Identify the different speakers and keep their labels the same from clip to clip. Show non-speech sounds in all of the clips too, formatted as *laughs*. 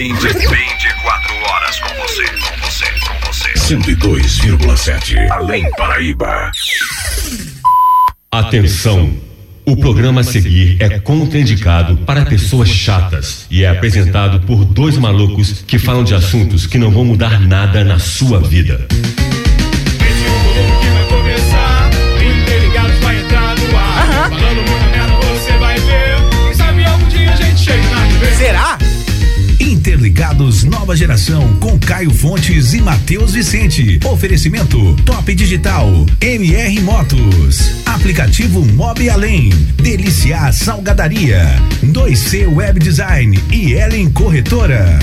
Speaker 1: 24 horas com você, com você, com você. 102,7 Além Paraíba.
Speaker 2: Atenção! O programa a seguir é contraindicado para pessoas chatas e é apresentado por dois malucos que falam de assuntos que não vão mudar nada na sua vida.
Speaker 3: Esse é o programa que vai começar. O Interligados vai entrar no ar. Falando muita merda, você vai ver. Quem sabe algum dia a gente chega na TV.
Speaker 4: Será?
Speaker 5: Interligados Nova Geração com Caio Fontes e Matheus Vicente. Oferecimento Top Digital, MR Motos, aplicativo Mob Além, Deliciar Salgadaria, 2C Web Design e Ellen Corretora.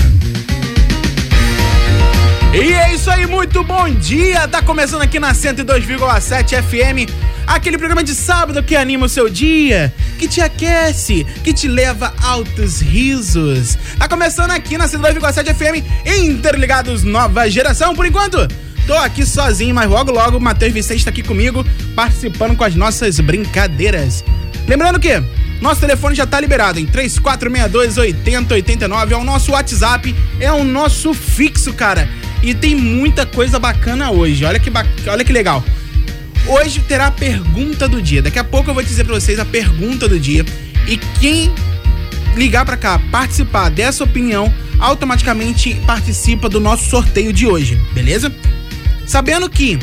Speaker 4: E é isso aí, muito bom dia! Tá começando aqui na 102,7 FM, aquele programa de sábado que anima o seu dia, que te aquece, que te leva altos risos. Tá começando aqui na 102,7 FM, Interligados Nova Geração, por enquanto. Tô aqui sozinho, mas logo logo o Matheus Vicente tá aqui comigo, participando com as nossas brincadeiras. Lembrando que nosso telefone já tá liberado em 3462-8089. É o nosso WhatsApp, é o nosso fixo, cara. E tem muita coisa bacana hoje. Olha que, bac... Olha que legal. Hoje terá a pergunta do dia. Daqui a pouco eu vou dizer pra vocês a pergunta do dia. E quem ligar pra cá, participar dessa opinião, automaticamente participa do nosso sorteio de hoje, beleza? Sabendo que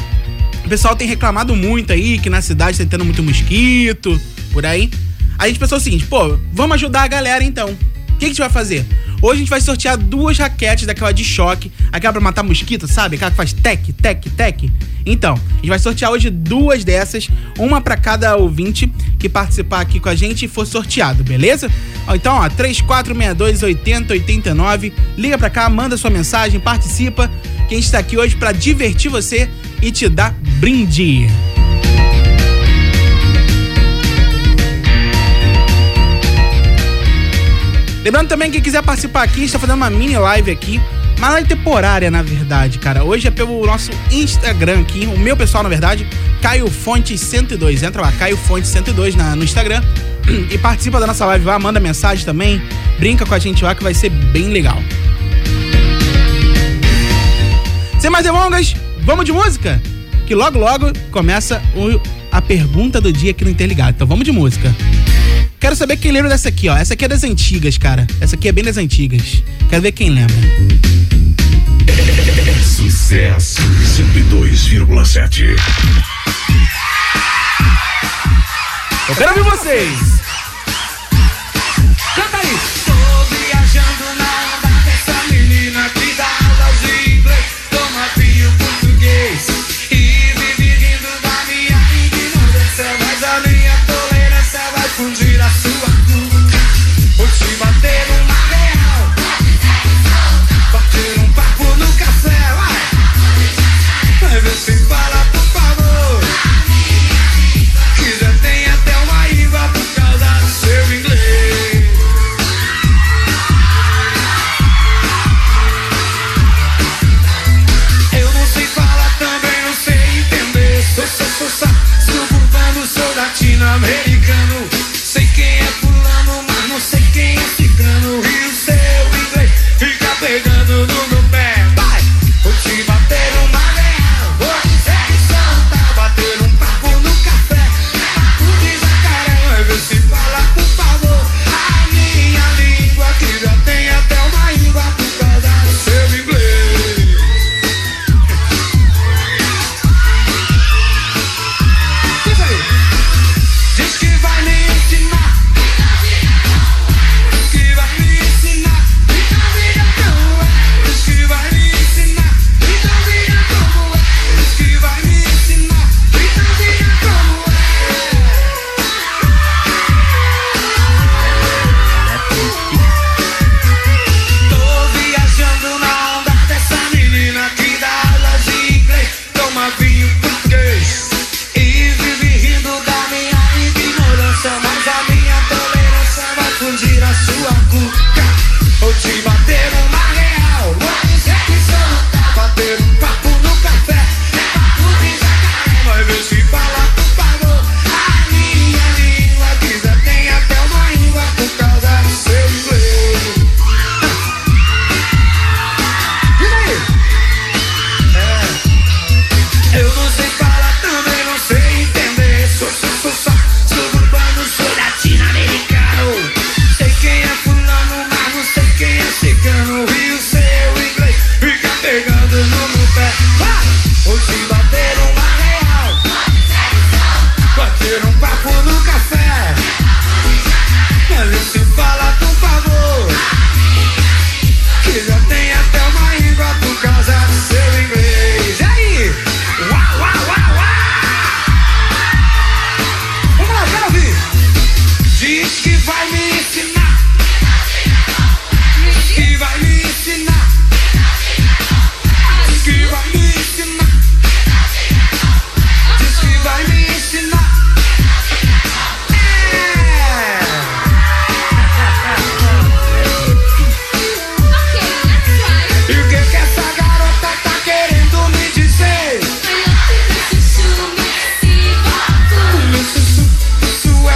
Speaker 4: o pessoal tem reclamado muito aí, que na cidade tá tendo muito mosquito, por aí. A gente pensou o seguinte, pô, vamos ajudar a galera então. O que, que a gente vai fazer? Hoje a gente vai sortear duas raquetes daquela de choque, aquela pra matar mosquito, sabe? Aquela que faz tec, tec, tec. Então, a gente vai sortear hoje duas dessas, uma pra cada ouvinte que participar aqui com a gente e for sorteado, beleza? Ó, Então, ó, 3462 8089, liga pra cá, manda sua mensagem, participa, que a gente tá aqui hoje pra divertir você e te dar brinde. Lembrando também que quem quiser participar aqui, a gente tá fazendo uma mini live aqui. Uma live temporária, na verdade, cara. Hoje é pelo nosso Instagram aqui, o meu pessoal, na verdade, Caio Fonte 102. Entra lá, Caio Fonte 102 na, no Instagram *clears throat* e participa da nossa live lá, manda mensagem também, brinca com a gente lá que vai ser bem legal. Sem mais delongas, vamos de música? Que logo logo começa o- a pergunta do dia aqui no Interligado. Então vamos de música. Quero saber quem lembra dessa aqui, ó. Essa aqui é das antigas, cara. Essa aqui é bem das antigas. Quero ver quem lembra.
Speaker 1: Sucesso 102,7.
Speaker 4: Eu quero ouvir vocês!
Speaker 3: Tô viajando na onda dessa menina que dá aulas de inglês, toma vinho português e vive rindo da minha ignorância, mas a minha tolerância vai fundir a sua cor. Vou te bater uma real, bater um papo no café, vai. Vai ver se fala, por favor, que já tem até uma IVA por causa do seu inglês. é um tá um é é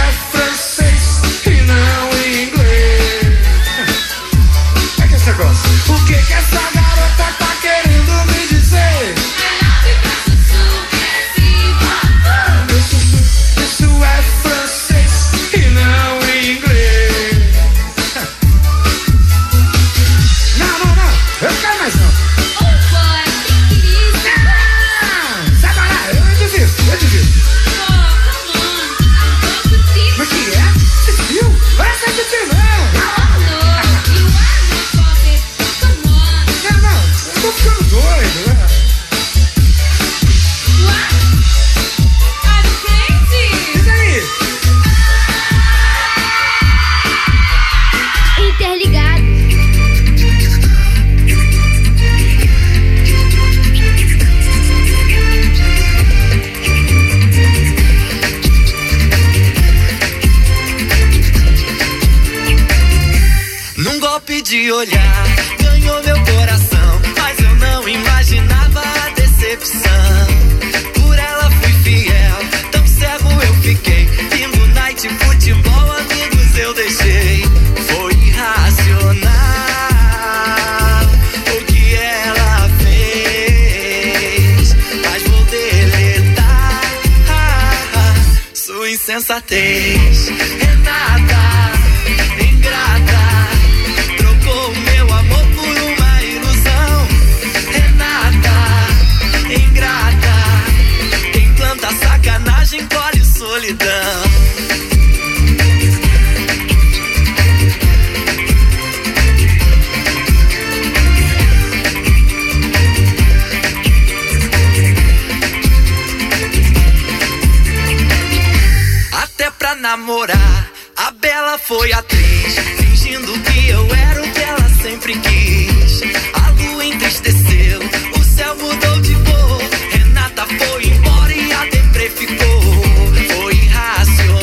Speaker 3: um é tá É tá é Ah, é? né?
Speaker 6: Num golpe de olhar, ganhou meu coração. Mas eu não imaginava a decepção. Por ela fui fiel, tão cego eu fiquei. Vindo night futebol, amigos eu deixei. Foi irracional o que ela fez. Mas vou deletar Ah, sua insensatez. é Renata, ingrata, trocou meu amor por uma ilusão. É Renata, ingrata, quem planta sacanagem colhe solidão. até pra namorar. A Bela foi atriz, fingindo que eu era o que ela sempre quis. A lua entristeceu, o céu mudou de cor. Renata foi embora e a depre ficou. Foi irracional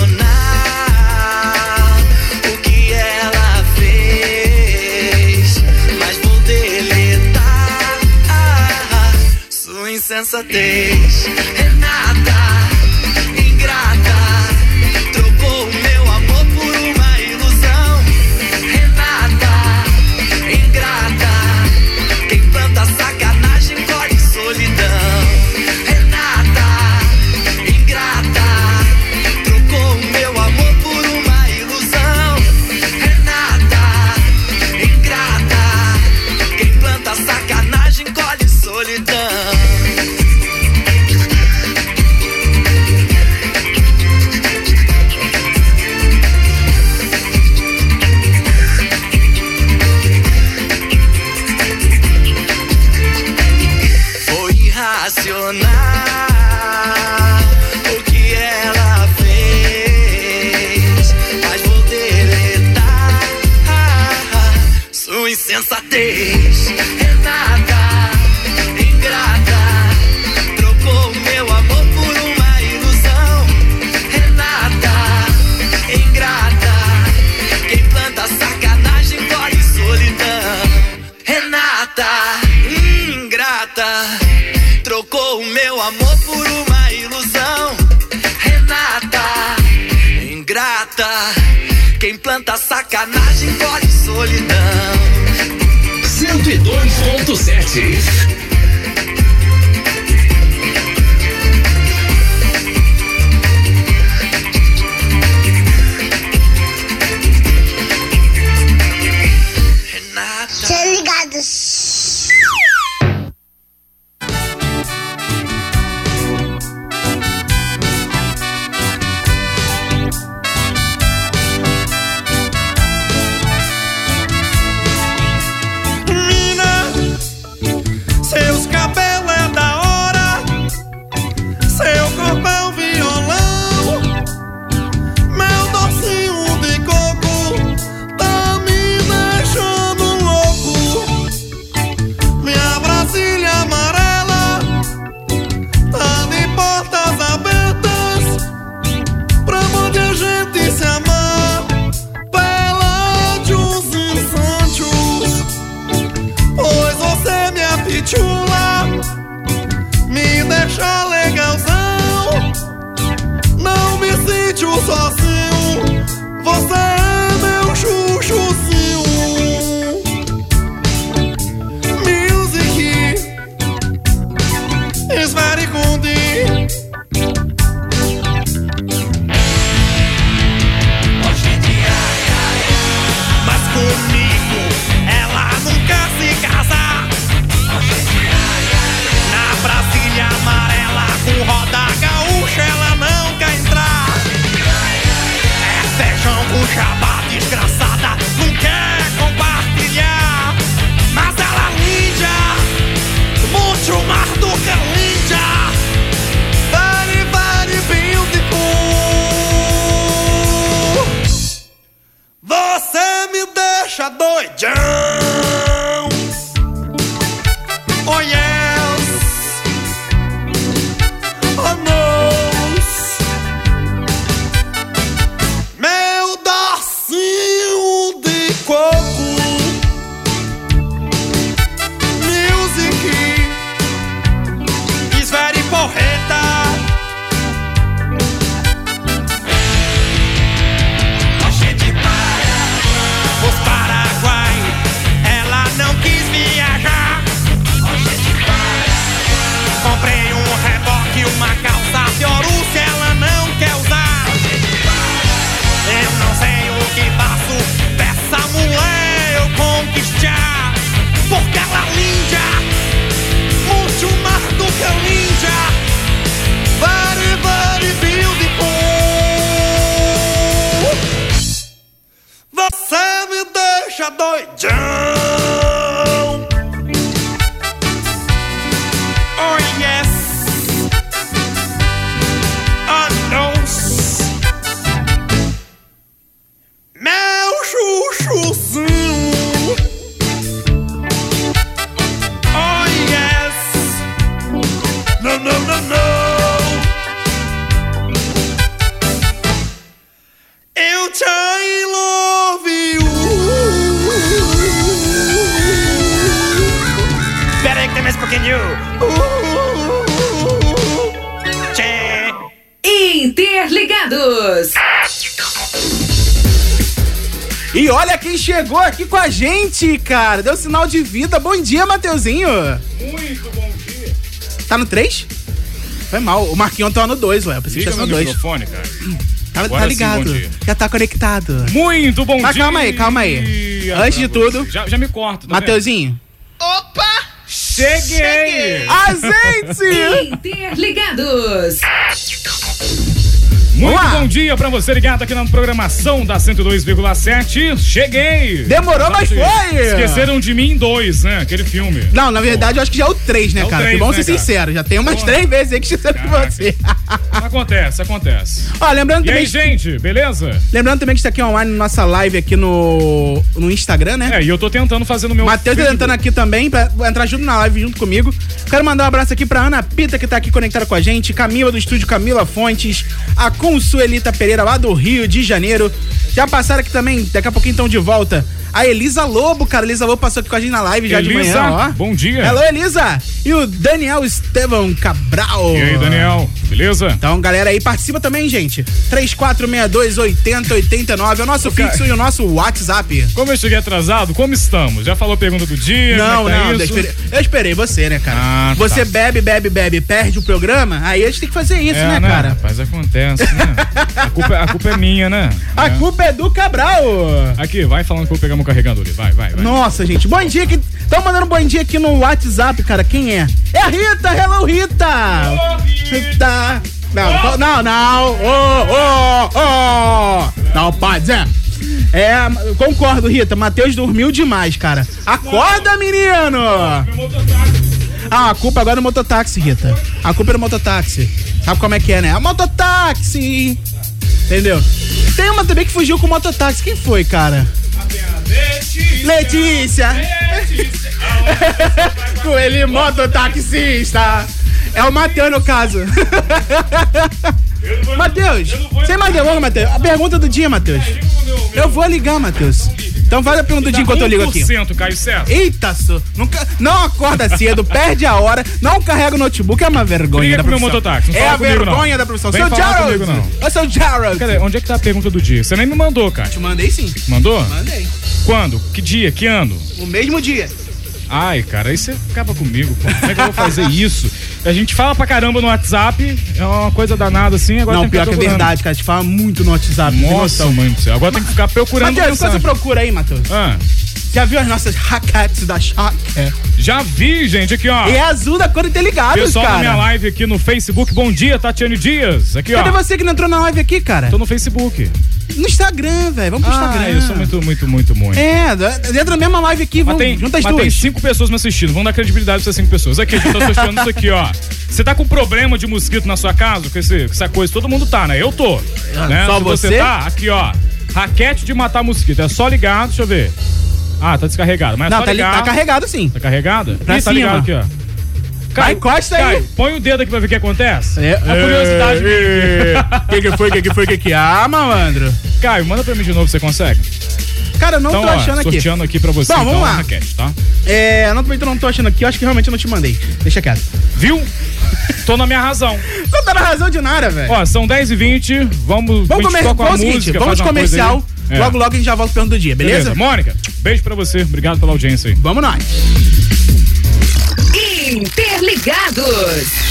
Speaker 6: o que ela fez, mas vou deletar sua insensatez. Renata, ingrata. Trocou o meu amor por uma ilusão. Renata, ingrata. Quem planta sacanagem colhe solidão. Renata, ingrata. Trocou o meu amor por uma ilusão. Renata, ingrata. Quem planta sacanagem colhe solidão. Foi irracional o que ela fez. Mas vou deletar sua insensatez. Renata, ingrata, trocou meu amor por uma ilusão. Renata, ingrata, quem planta sacanagem colhe solidão. Renata, ingrata, trocou o meu amor por uma ilusão. Renata, ingrata, quem planta sacanagem colhe solidão.
Speaker 7: 102.7.
Speaker 6: Renata.
Speaker 8: Ser ligados.
Speaker 3: Mina, cê é é um tá tá é É é Oh, Oh, um é Oh, Oh, um
Speaker 5: can you?
Speaker 3: Uh.
Speaker 5: Ooh, Tchê.
Speaker 9: Interligados.
Speaker 4: E olha quem chegou aqui com a gente, cara. Deu sinal de vida. Bom dia, Mateuzinho.
Speaker 10: Muito bom dia.
Speaker 4: Tá no 3? Foi mal. O Marquinhon tá no 2, ué. Eu pensei que
Speaker 10: Liga
Speaker 4: tivesse
Speaker 10: no
Speaker 4: no 2.
Speaker 10: microfone, cara.
Speaker 4: Tá,
Speaker 10: Agora
Speaker 4: tá
Speaker 10: sim,
Speaker 4: ligado.
Speaker 10: bom dia.
Speaker 4: Já tá conectado.
Speaker 10: Muito bom
Speaker 4: Mas
Speaker 10: dia.
Speaker 4: calma aí, calma aí. Antes de
Speaker 10: pra você.
Speaker 4: tudo-
Speaker 10: Já, já me corta. tá
Speaker 4: Mateuzinho.
Speaker 9: Opa!
Speaker 10: vendo? Cheguei.
Speaker 4: A Ah, gente!
Speaker 9: Interligados.
Speaker 10: Muito
Speaker 4: Vamos lá.
Speaker 10: bom dia pra você ligado aqui na programação da 102,7. Cheguei.
Speaker 4: Demorou, mas foi!
Speaker 10: Esqueceram de mim dois, né? Aquele filme.
Speaker 4: Não, na verdade eu acho que já é o 3, né,
Speaker 10: É o
Speaker 4: cara? Que
Speaker 10: três,
Speaker 4: vamos
Speaker 10: né,
Speaker 4: ser
Speaker 10: cara?
Speaker 4: sinceros. Já tem umas
Speaker 10: Porra.
Speaker 4: 3 vezes aí que esqueceram de
Speaker 10: Caraca.
Speaker 4: você. *laughs*
Speaker 10: Acontece, acontece.
Speaker 4: Ó, lembrando
Speaker 10: E
Speaker 4: também.
Speaker 10: aí, gente, beleza?
Speaker 4: Lembrando também que está aqui online na nossa live aqui no, no Instagram, né?
Speaker 10: É, e eu tô tentando fazer no meu.
Speaker 4: Matheus tá entrando aqui também pra entrar junto na live junto comigo. Quero mandar um abraço aqui pra Ana Pita, que tá aqui conectada com a gente, Camila do estúdio Camila Fontes, a Consuelita Pereira lá do Rio de Janeiro. Já passaram aqui também, daqui a pouquinho estão de volta. A Elisa Lobo, cara, Elisa Lobo passou aqui com a gente na live já de
Speaker 10: Elisa,
Speaker 4: manhã, ó.
Speaker 10: bom dia.
Speaker 4: Hello, Elisa! E o Daniel Estevão Cabral.
Speaker 10: E aí, Daniel, beleza?
Speaker 4: Então, galera aí, participa também, gente. 3462-8089 é o nosso fixo e o nosso WhatsApp.
Speaker 10: Como eu cheguei atrasado, como estamos? Já falou a pergunta do dia?
Speaker 4: Não,
Speaker 10: como é que tá
Speaker 4: não, eu
Speaker 10: isso?
Speaker 4: esperei, eu esperei você, né, cara?
Speaker 10: Ah, tá.
Speaker 4: você bebe, bebe, bebe, perde o programa, aí a gente tem que fazer isso,
Speaker 10: É,
Speaker 4: né, cara?
Speaker 10: Rapaz, acontece,
Speaker 4: *laughs*
Speaker 10: né? A culpa, a culpa é minha, né?
Speaker 4: A
Speaker 10: É.
Speaker 4: culpa é do Cabral.
Speaker 10: Aqui, vai falando que eu vou pegar meu carregador ali. Vai, vai, vai.
Speaker 4: Nossa, gente, bom dia. que Tão mandando bom dia aqui no WhatsApp, cara. Quem é? É a Rita, hello, Rita! Rita! Não, to- não, não! Ô, ô, ô! Não pode, Zé! É, concordo, Rita. Matheus dormiu demais, cara. Acorda, menino!
Speaker 10: tá
Speaker 4: Ah, a culpa agora é do mototáxi, Rita. A culpa é do mototáxi. Sabe como é que é, né? É o mototáxi! Entendeu? Tem uma também que fugiu com o mototáxi. Quem foi, cara? Letícia! Coelho mototaxista! É o Matheus, no caso. Matheus, sem mais demora, Matheus. A pergunta do dia, Matheus. Eu vou ligar, Matheus. Então faz a pergunta do dia enquanto eu ligo aqui.
Speaker 10: 1%, Caio César.
Speaker 4: Eita, só. Nunca, não acorda
Speaker 10: *laughs*
Speaker 4: cedo, perde a hora, não carrega o notebook, é uma vergonha
Speaker 10: Liga
Speaker 4: da
Speaker 10: pro meu
Speaker 4: profissão.
Speaker 10: mototáxi, não
Speaker 4: é
Speaker 10: fala
Speaker 4: a
Speaker 10: comigo,
Speaker 4: vergonha
Speaker 10: não.
Speaker 4: da profissão.
Speaker 10: Vem
Speaker 4: Seu
Speaker 10: falar
Speaker 4: Gerald!
Speaker 10: comigo, não.
Speaker 4: Eu sou o Gerald!
Speaker 10: Cadê? Onde é que tá a pergunta do dia? Você nem me mandou, cara.
Speaker 4: Te mandei sim.
Speaker 10: Mandou?
Speaker 4: Mandei.
Speaker 10: Quando? Que dia? Que ano?
Speaker 4: No mesmo dia.
Speaker 10: Ai, cara, aí você acaba comigo, pô. Como é que eu vou fazer
Speaker 4: *laughs*
Speaker 10: isso? A gente fala pra caramba no WhatsApp, é uma coisa danada assim, agora
Speaker 4: não,
Speaker 10: tem que
Speaker 4: pior que
Speaker 10: ficar
Speaker 4: é
Speaker 10: procurando.
Speaker 4: verdade, cara. A gente fala muito no WhatsApp. não tem
Speaker 10: Nossa,
Speaker 4: noção.
Speaker 10: mãe do céu. Agora tem que ficar procurando
Speaker 4: Matheus, quando você
Speaker 10: mensagem.
Speaker 4: procura aí, Matheus?
Speaker 10: Ah, É.
Speaker 4: Já viu as nossas raquetes da Shaka?
Speaker 10: já vi, gente, aqui, ó.
Speaker 4: E é azul da cor interligados,
Speaker 10: Ah. Pessoal
Speaker 4: cara.
Speaker 10: da minha live aqui no Facebook, bom dia, Tatiane Dias. Aqui,
Speaker 4: Cadê
Speaker 10: ó.
Speaker 4: você que não entrou na live aqui, cara?
Speaker 10: Tô no Facebook.
Speaker 4: No Instagram, velho. Vamos pro
Speaker 10: Ah,
Speaker 4: Instagram.
Speaker 10: eu sou muito, muito, muito, muito.
Speaker 4: É, entra na mesma live aqui,
Speaker 10: Mas
Speaker 4: vamos,
Speaker 10: tem,
Speaker 4: junta as
Speaker 10: mas tem
Speaker 4: duas.
Speaker 10: cinco pessoas me assistindo. Vamos dar credibilidade pra essas cinco pessoas. Aqui, a gente tá postando isso aqui, ó. Você tá com problema de mosquito na sua casa? Com esse- com essa coisa, todo mundo tá, né? Eu tô. né?
Speaker 4: Ah, só
Speaker 10: Se você?
Speaker 4: você?
Speaker 10: tá, aqui, ó. Raquete de matar mosquito. É só ligar, deixa eu ver. Ah, tá descarregado. Mas é
Speaker 4: Não,
Speaker 10: só
Speaker 4: tá, li-
Speaker 10: ligar.
Speaker 4: tá carregado sim.
Speaker 10: Tá carregada?
Speaker 4: Pra
Speaker 10: Ih, tá
Speaker 4: cima.
Speaker 10: ligado aqui, ó.
Speaker 4: Vai, encosta aí.
Speaker 10: põe o dedo aqui pra ver o que acontece.
Speaker 4: É, a curiosidade
Speaker 10: O que, que foi, o que, que foi, o que, que
Speaker 4: Ah, malandro.
Speaker 10: Caio, manda pra mim de novo, você consegue?
Speaker 4: Cara, eu não
Speaker 10: Então,
Speaker 4: tô
Speaker 10: ó,
Speaker 4: achando aqui.
Speaker 10: sorteando aqui pra você,
Speaker 4: Bom,
Speaker 10: então,
Speaker 4: vamos lá.
Speaker 10: a raquete, tá?
Speaker 4: É, não, eu não tô achando aqui, eu acho que realmente eu não te mandei. Deixa quieto.
Speaker 10: Viu? Tô na minha razão.
Speaker 4: Não tá na razão de nada, velho.
Speaker 10: Ó, são 10 e 20 vamos...
Speaker 4: Vamos comer,
Speaker 10: começar
Speaker 4: vamos o seguinte, vamos de comercial. Logo, logo a gente já volta pro ano do dia, beleza?
Speaker 10: É. Beleza? Mônica, beijo pra você. Obrigado pela audiência aí.
Speaker 4: Vamos nós.
Speaker 9: Interligados.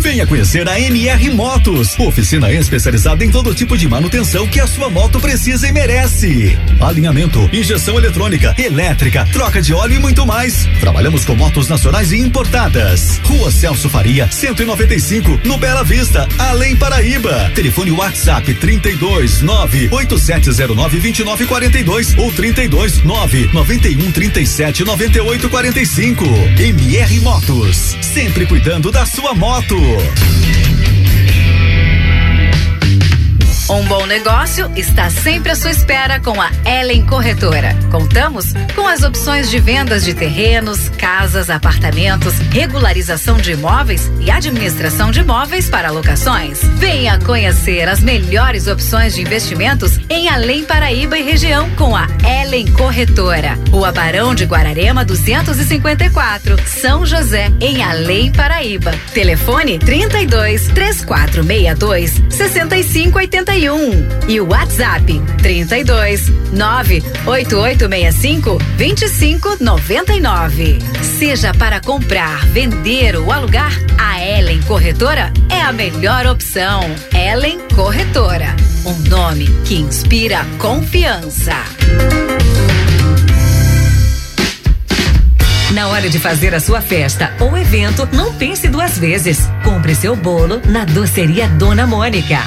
Speaker 11: Venha conhecer a MR Motos, oficina especializada em todo tipo de manutenção que a sua moto precisa e merece. Alinhamento, injeção eletrônica, elétrica, troca de óleo e muito mais. Trabalhamos com motos nacionais e importadas. Rua Celso Faria, 195, no Bela Vista, Além Paraíba. Telefone WhatsApp 32 8709 2942 ou 32 91 37 98 45. MR Motos, sempre cuidando da sua moto.
Speaker 9: Um bom negócio está sempre à sua espera com a Ellen Corretora. Contamos com as opções de vendas de terrenos, casas, apartamentos, regularização de imóveis e administração de imóveis para locações. Venha conhecer as melhores opções de investimentos em Além Paraíba e região com a Ellen Corretora. Rua Barão de Guararema 254, São José, em Além Paraíba. Telefone 32 3462 6581 e o WhatsApp 32 98865 2599. Seja para comprar, vender ou alugar, a Ellen Corretora é a melhor opção. Ellen Corretora, um nome que inspira confiança.
Speaker 12: Na hora de fazer a sua festa ou evento, não pense duas vezes. Compre seu bolo na Doceria Dona Mônica.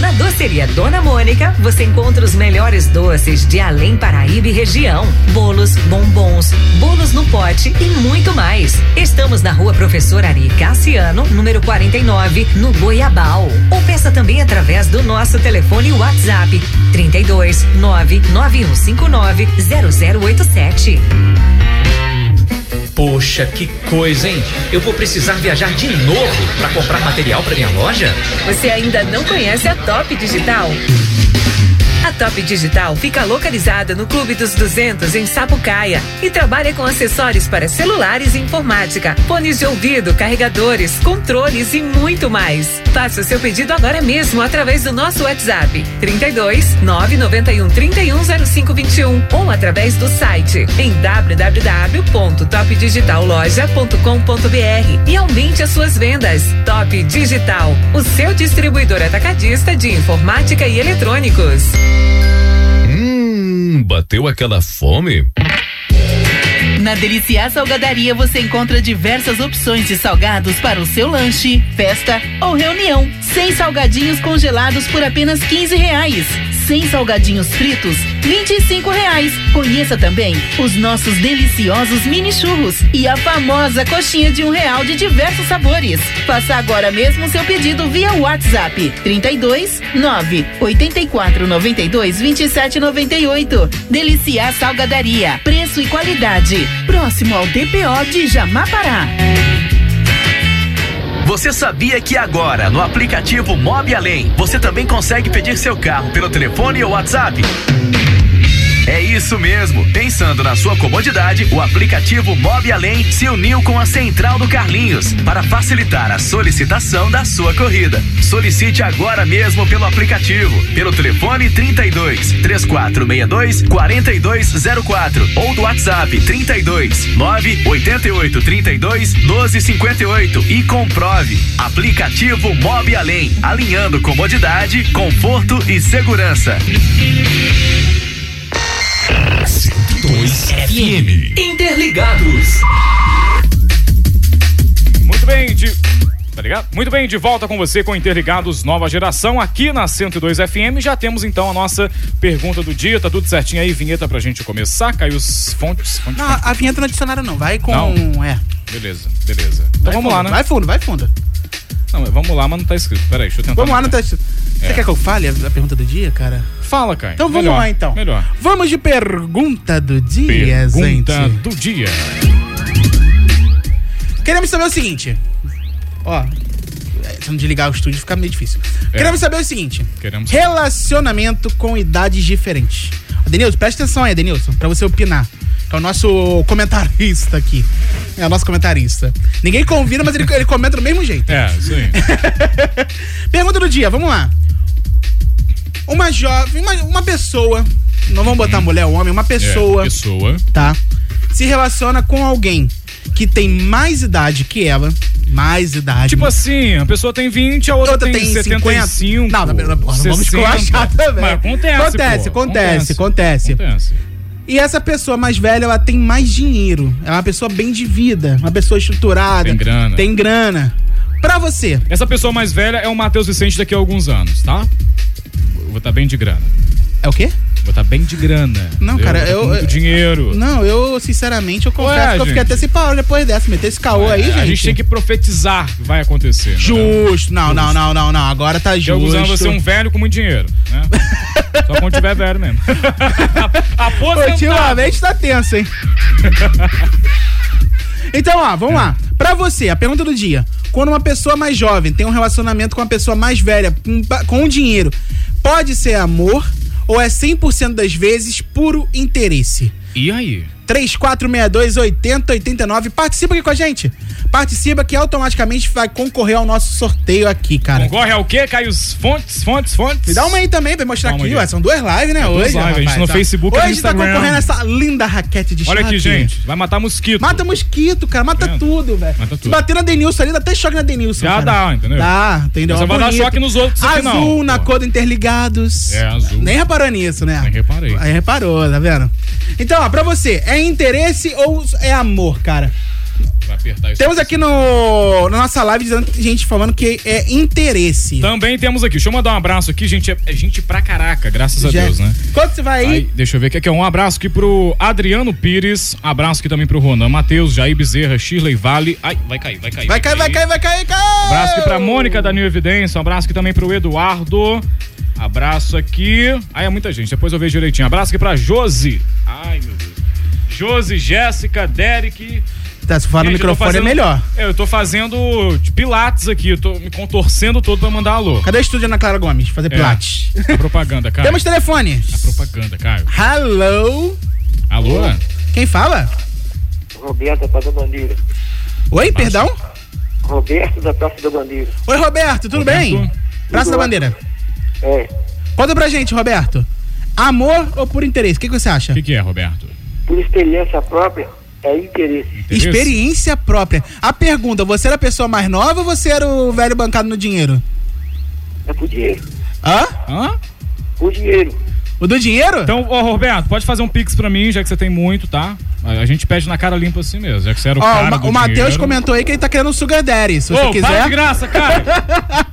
Speaker 12: Na Doceria Dona Mônica, você encontra os melhores doces de Além Paraíba e região. Bolos, bombons, bolos no pote e muito mais. Estamos na rua Professor Ari Cassiano, número 49, no Goiabal. Ou peça também através do nosso telefone WhatsApp 32 99159 0087.
Speaker 13: Poxa, que coisa, hein? Eu vou precisar viajar de novo para comprar material para minha loja?
Speaker 14: Você ainda não conhece a Top Digital? A Top Digital fica localizada no Clube dos 200 em Sapucaia e trabalha com acessórios para celulares e informática, fones de ouvido, carregadores, controles e muito mais. Faça o seu pedido agora mesmo através do nosso WhatsApp 32 991 310521 ou através do site em www.topdigitalloja.com.br e aumente as suas vendas. Top Digital, o seu distribuidor atacadista de informática e eletrônicos.
Speaker 15: Hum, bateu aquela fome?
Speaker 16: Na Deliciar Salgadaria você encontra diversas opções de salgados para o seu lanche, festa ou reunião. Sem salgadinhos congelados por apenas 15 reais. Sem salgadinhos fritos, 25 reais. Conheça também os nossos deliciosos mini churros e a famosa coxinha de um real de diversos sabores. Faça agora mesmo seu pedido via WhatsApp 32 9 84 92 27 98. Deliciar Salgadaria. Preço e qualidade. Próximo ao DPO de Jamapará.
Speaker 8: Você sabia que agora, no aplicativo Mob Além, você também consegue pedir seu carro pelo telefone ou WhatsApp? É isso mesmo. Pensando na sua comodidade, o aplicativo Mob Além se uniu com a Central do Carlinhos para facilitar a solicitação da sua corrida. Solicite agora mesmo pelo aplicativo, pelo telefone 32 3462 4204 ou do WhatsApp 32 988 32 1258 e comprove. Aplicativo Mob Além, alinhando comodidade, conforto e segurança.
Speaker 17: 102 FM.
Speaker 13: Interligados.
Speaker 10: Muito bem, de... tá ligado? Muito bem, de volta com você com Interligados Nova Geração aqui na 102 FM. Já temos então a nossa pergunta do dia. Tá tudo certinho aí, vinheta pra gente começar. Caiu os fontes. fontes,
Speaker 4: Não,
Speaker 10: fontes.
Speaker 4: a vinheta não é dicionário, não. Vai com.
Speaker 10: Não.
Speaker 4: É.
Speaker 10: Beleza, beleza. Então
Speaker 4: Vai
Speaker 10: vamos
Speaker 4: fundo,
Speaker 10: lá, né?
Speaker 4: Vai fundo, vai fundo.
Speaker 10: Não, mas vamos lá, mas não tá escrito. Peraí, deixa eu tentar.
Speaker 4: Vamos lá tá no
Speaker 10: lembrar.
Speaker 4: teste. Você
Speaker 10: É.
Speaker 4: quer que eu fale a a pergunta do dia, cara?
Speaker 10: Fala, Caio.
Speaker 4: Então vamos
Speaker 10: Melhor,
Speaker 4: lá, então.
Speaker 10: Melhor.
Speaker 4: Vamos de pergunta do dia,
Speaker 10: Pergunta
Speaker 4: gente.
Speaker 10: do dia.
Speaker 4: Queremos saber o seguinte. Ó, é, se não desligar o estúdio fica meio difícil. Queremos saber o seguinte.
Speaker 10: É. Queremos.
Speaker 4: Relacionamento com idades diferentes. Denilson, presta atenção aí, Denilson, pra você opinar. Que É o nosso comentarista aqui. É o nosso comentarista. Ninguém convida, mas ele, ele comenta do mesmo jeito.
Speaker 10: É, isso aí.
Speaker 4: Pergunta do dia, vamos lá. Uma jovem, uma, uma pessoa, não vamos botar mulher ou homem, uma pessoa,
Speaker 10: Uhum. É, pessoa.
Speaker 4: tá? Se relaciona com alguém que tem mais idade que ela, mais idade.
Speaker 10: Tipo assim, a pessoa tem 20, a outra,
Speaker 4: Outra
Speaker 10: tem,
Speaker 4: tem
Speaker 10: 75.
Speaker 4: 50. Não, não, não, não vamos
Speaker 10: 60.
Speaker 4: esculachar também.
Speaker 10: Mas acontece,
Speaker 4: Acontece,
Speaker 10: pô.
Speaker 4: acontece, acontece.
Speaker 10: acontece.
Speaker 4: E essa pessoa mais velha, ela tem mais dinheiro. Ela é uma pessoa bem de vida, uma pessoa estruturada.
Speaker 10: Tem grana.
Speaker 4: Tem grana. Pra você,
Speaker 10: Essa pessoa mais velha é o Matheus Vicente daqui a alguns anos, tá? Eu Vou estar tá bem de grana.
Speaker 4: É o quê?
Speaker 10: Botar bem de grana.
Speaker 4: Não,
Speaker 10: entendeu?
Speaker 4: cara,
Speaker 10: Botar
Speaker 4: eu.
Speaker 10: com Muito dinheiro.
Speaker 4: Não, eu, sinceramente, eu confesso que eu
Speaker 10: gente.
Speaker 4: fiquei até sem palavra depois dessa. Meter esse caô aí, gente.
Speaker 10: É, A gente tem que profetizar que vai acontecer. né?
Speaker 4: Justo. Não, não, não, não, não. Agora tá
Speaker 10: Eu
Speaker 4: justo.
Speaker 10: usando você um velho com muito dinheiro,
Speaker 4: *laughs*
Speaker 10: né? Só quando tiver velho mesmo. Então Aposentado.
Speaker 4: Ultimamente tá tenso, hein? Então, ó, vamos lá. Pra você, a pergunta do dia. Quando uma pessoa mais jovem tem um relacionamento com uma pessoa mais velha, com, com o dinheiro, pode ser amor ou é 100% das vezes puro interesse?
Speaker 10: *laughs* E aí?
Speaker 4: 3462-8089. Participa aqui com a gente. Participa que automaticamente vai concorrer ao nosso sorteio aqui, cara.
Speaker 10: Concorre ao quê, Caio? Fontes, fontes, fontes.
Speaker 4: Me dá uma aí também pra eu mostrar
Speaker 10: Calma
Speaker 4: aqui,
Speaker 10: aí.
Speaker 4: ué. São duas lives, né?
Speaker 10: É duas
Speaker 4: hoje.
Speaker 10: lives, a gente no Facebook e no
Speaker 4: Hoje tá
Speaker 10: Instagram.
Speaker 4: concorrendo essa linda raquete de
Speaker 10: Olha aqui,
Speaker 4: charque.
Speaker 10: gente. Vai matar mosquito. Tá
Speaker 4: Mata mosquito, cara. Mata tudo, velho.
Speaker 10: Mata
Speaker 4: Se
Speaker 10: tudo.
Speaker 4: bater na Denilson ali, dá até choque na Denilson.
Speaker 10: Já
Speaker 4: cara.
Speaker 10: dá, entendeu?
Speaker 4: Dá, entendeu?
Speaker 10: Mas
Speaker 4: Ó,
Speaker 10: não vai dar
Speaker 4: bonito.
Speaker 10: choque nos outros aqui, não.
Speaker 4: Azul na cor do Interligados.
Speaker 10: É, azul.
Speaker 4: Nem reparou nisso, né? Nem
Speaker 10: reparei.
Speaker 4: Aí reparou, tá vendo? Então, ó, pra você, é interesse ou é amor, cara?
Speaker 10: Vai apertar É isso.
Speaker 4: Temos aqui no, na nossa live dizendo, gente falando que é interesse.
Speaker 10: Também temos aqui. Deixa eu mandar um abraço aqui, gente. É é gente pra caraca, graças a
Speaker 4: Já-
Speaker 10: Deus, né?
Speaker 4: Quanto você vai aí?
Speaker 10: Aí, deixa eu ver o que é que é. Um abraço aqui pro Adriano Pires. Abraço aqui também pro Ronan Matheus, Jair Bezerra, Shirley Vale. Ai, vai cair, vai cair.
Speaker 4: Vai cair, vai cair, vai cair, cai!
Speaker 10: Abraço aqui pra Mônica da New Evidência. Um abraço aqui também pro Eduardo. Abraço aqui. Aí é muita gente, depois eu vejo direitinho. Abraço aqui pra Josi. Ai, meu Deus. Josi, Jéssica, Derek.
Speaker 4: Tá, se falar no
Speaker 10: Gente, eu tô
Speaker 4: microfone é
Speaker 10: fazendo-
Speaker 4: melhor.
Speaker 10: É, Eu tô fazendo de pilates aqui, eu tô me contorcendo todo pra mandar alô.
Speaker 4: Cadê o estúdio Ana Clara Gomes? Fazer
Speaker 10: É.
Speaker 4: pilates.
Speaker 10: A propaganda, cara.
Speaker 4: Temos telefone.
Speaker 10: A propaganda, cara.
Speaker 4: Hello?
Speaker 10: Alô?
Speaker 4: Quem fala?
Speaker 3: Roberto, Praça da Bandeira.
Speaker 4: Oi, perdão?
Speaker 3: Roberto, da Praça da Bandeira.
Speaker 4: Oi, Roberto, tudo bem? Praça da
Speaker 3: Tudo
Speaker 4: Bandeira.
Speaker 3: É,
Speaker 4: Conta pra gente, Roberto. Amor ou por interesse? O que, que você acha? O
Speaker 10: que, é, Roberto?
Speaker 3: por experiência própria, é interesse.
Speaker 4: Experiência própria. A pergunta, você era a pessoa mais nova ou você era o velho bancado no dinheiro?
Speaker 3: É por dinheiro.
Speaker 4: Hã?
Speaker 10: Hã?
Speaker 3: Por dinheiro.
Speaker 4: O do dinheiro?
Speaker 10: Então, ô Roberto, pode fazer um pix pra mim, já que você tem muito, tá? A a gente pede na cara limpa assim mesmo, já que você era o
Speaker 4: Ó, o,
Speaker 10: cara
Speaker 4: Ma-
Speaker 10: do
Speaker 4: o Matheus
Speaker 10: dinheiro.
Speaker 4: comentou aí que ele tá querendo um sugar daddy, se você
Speaker 10: Ô,
Speaker 4: quiser.
Speaker 10: para de graça,
Speaker 4: *laughs*
Speaker 10: Caio!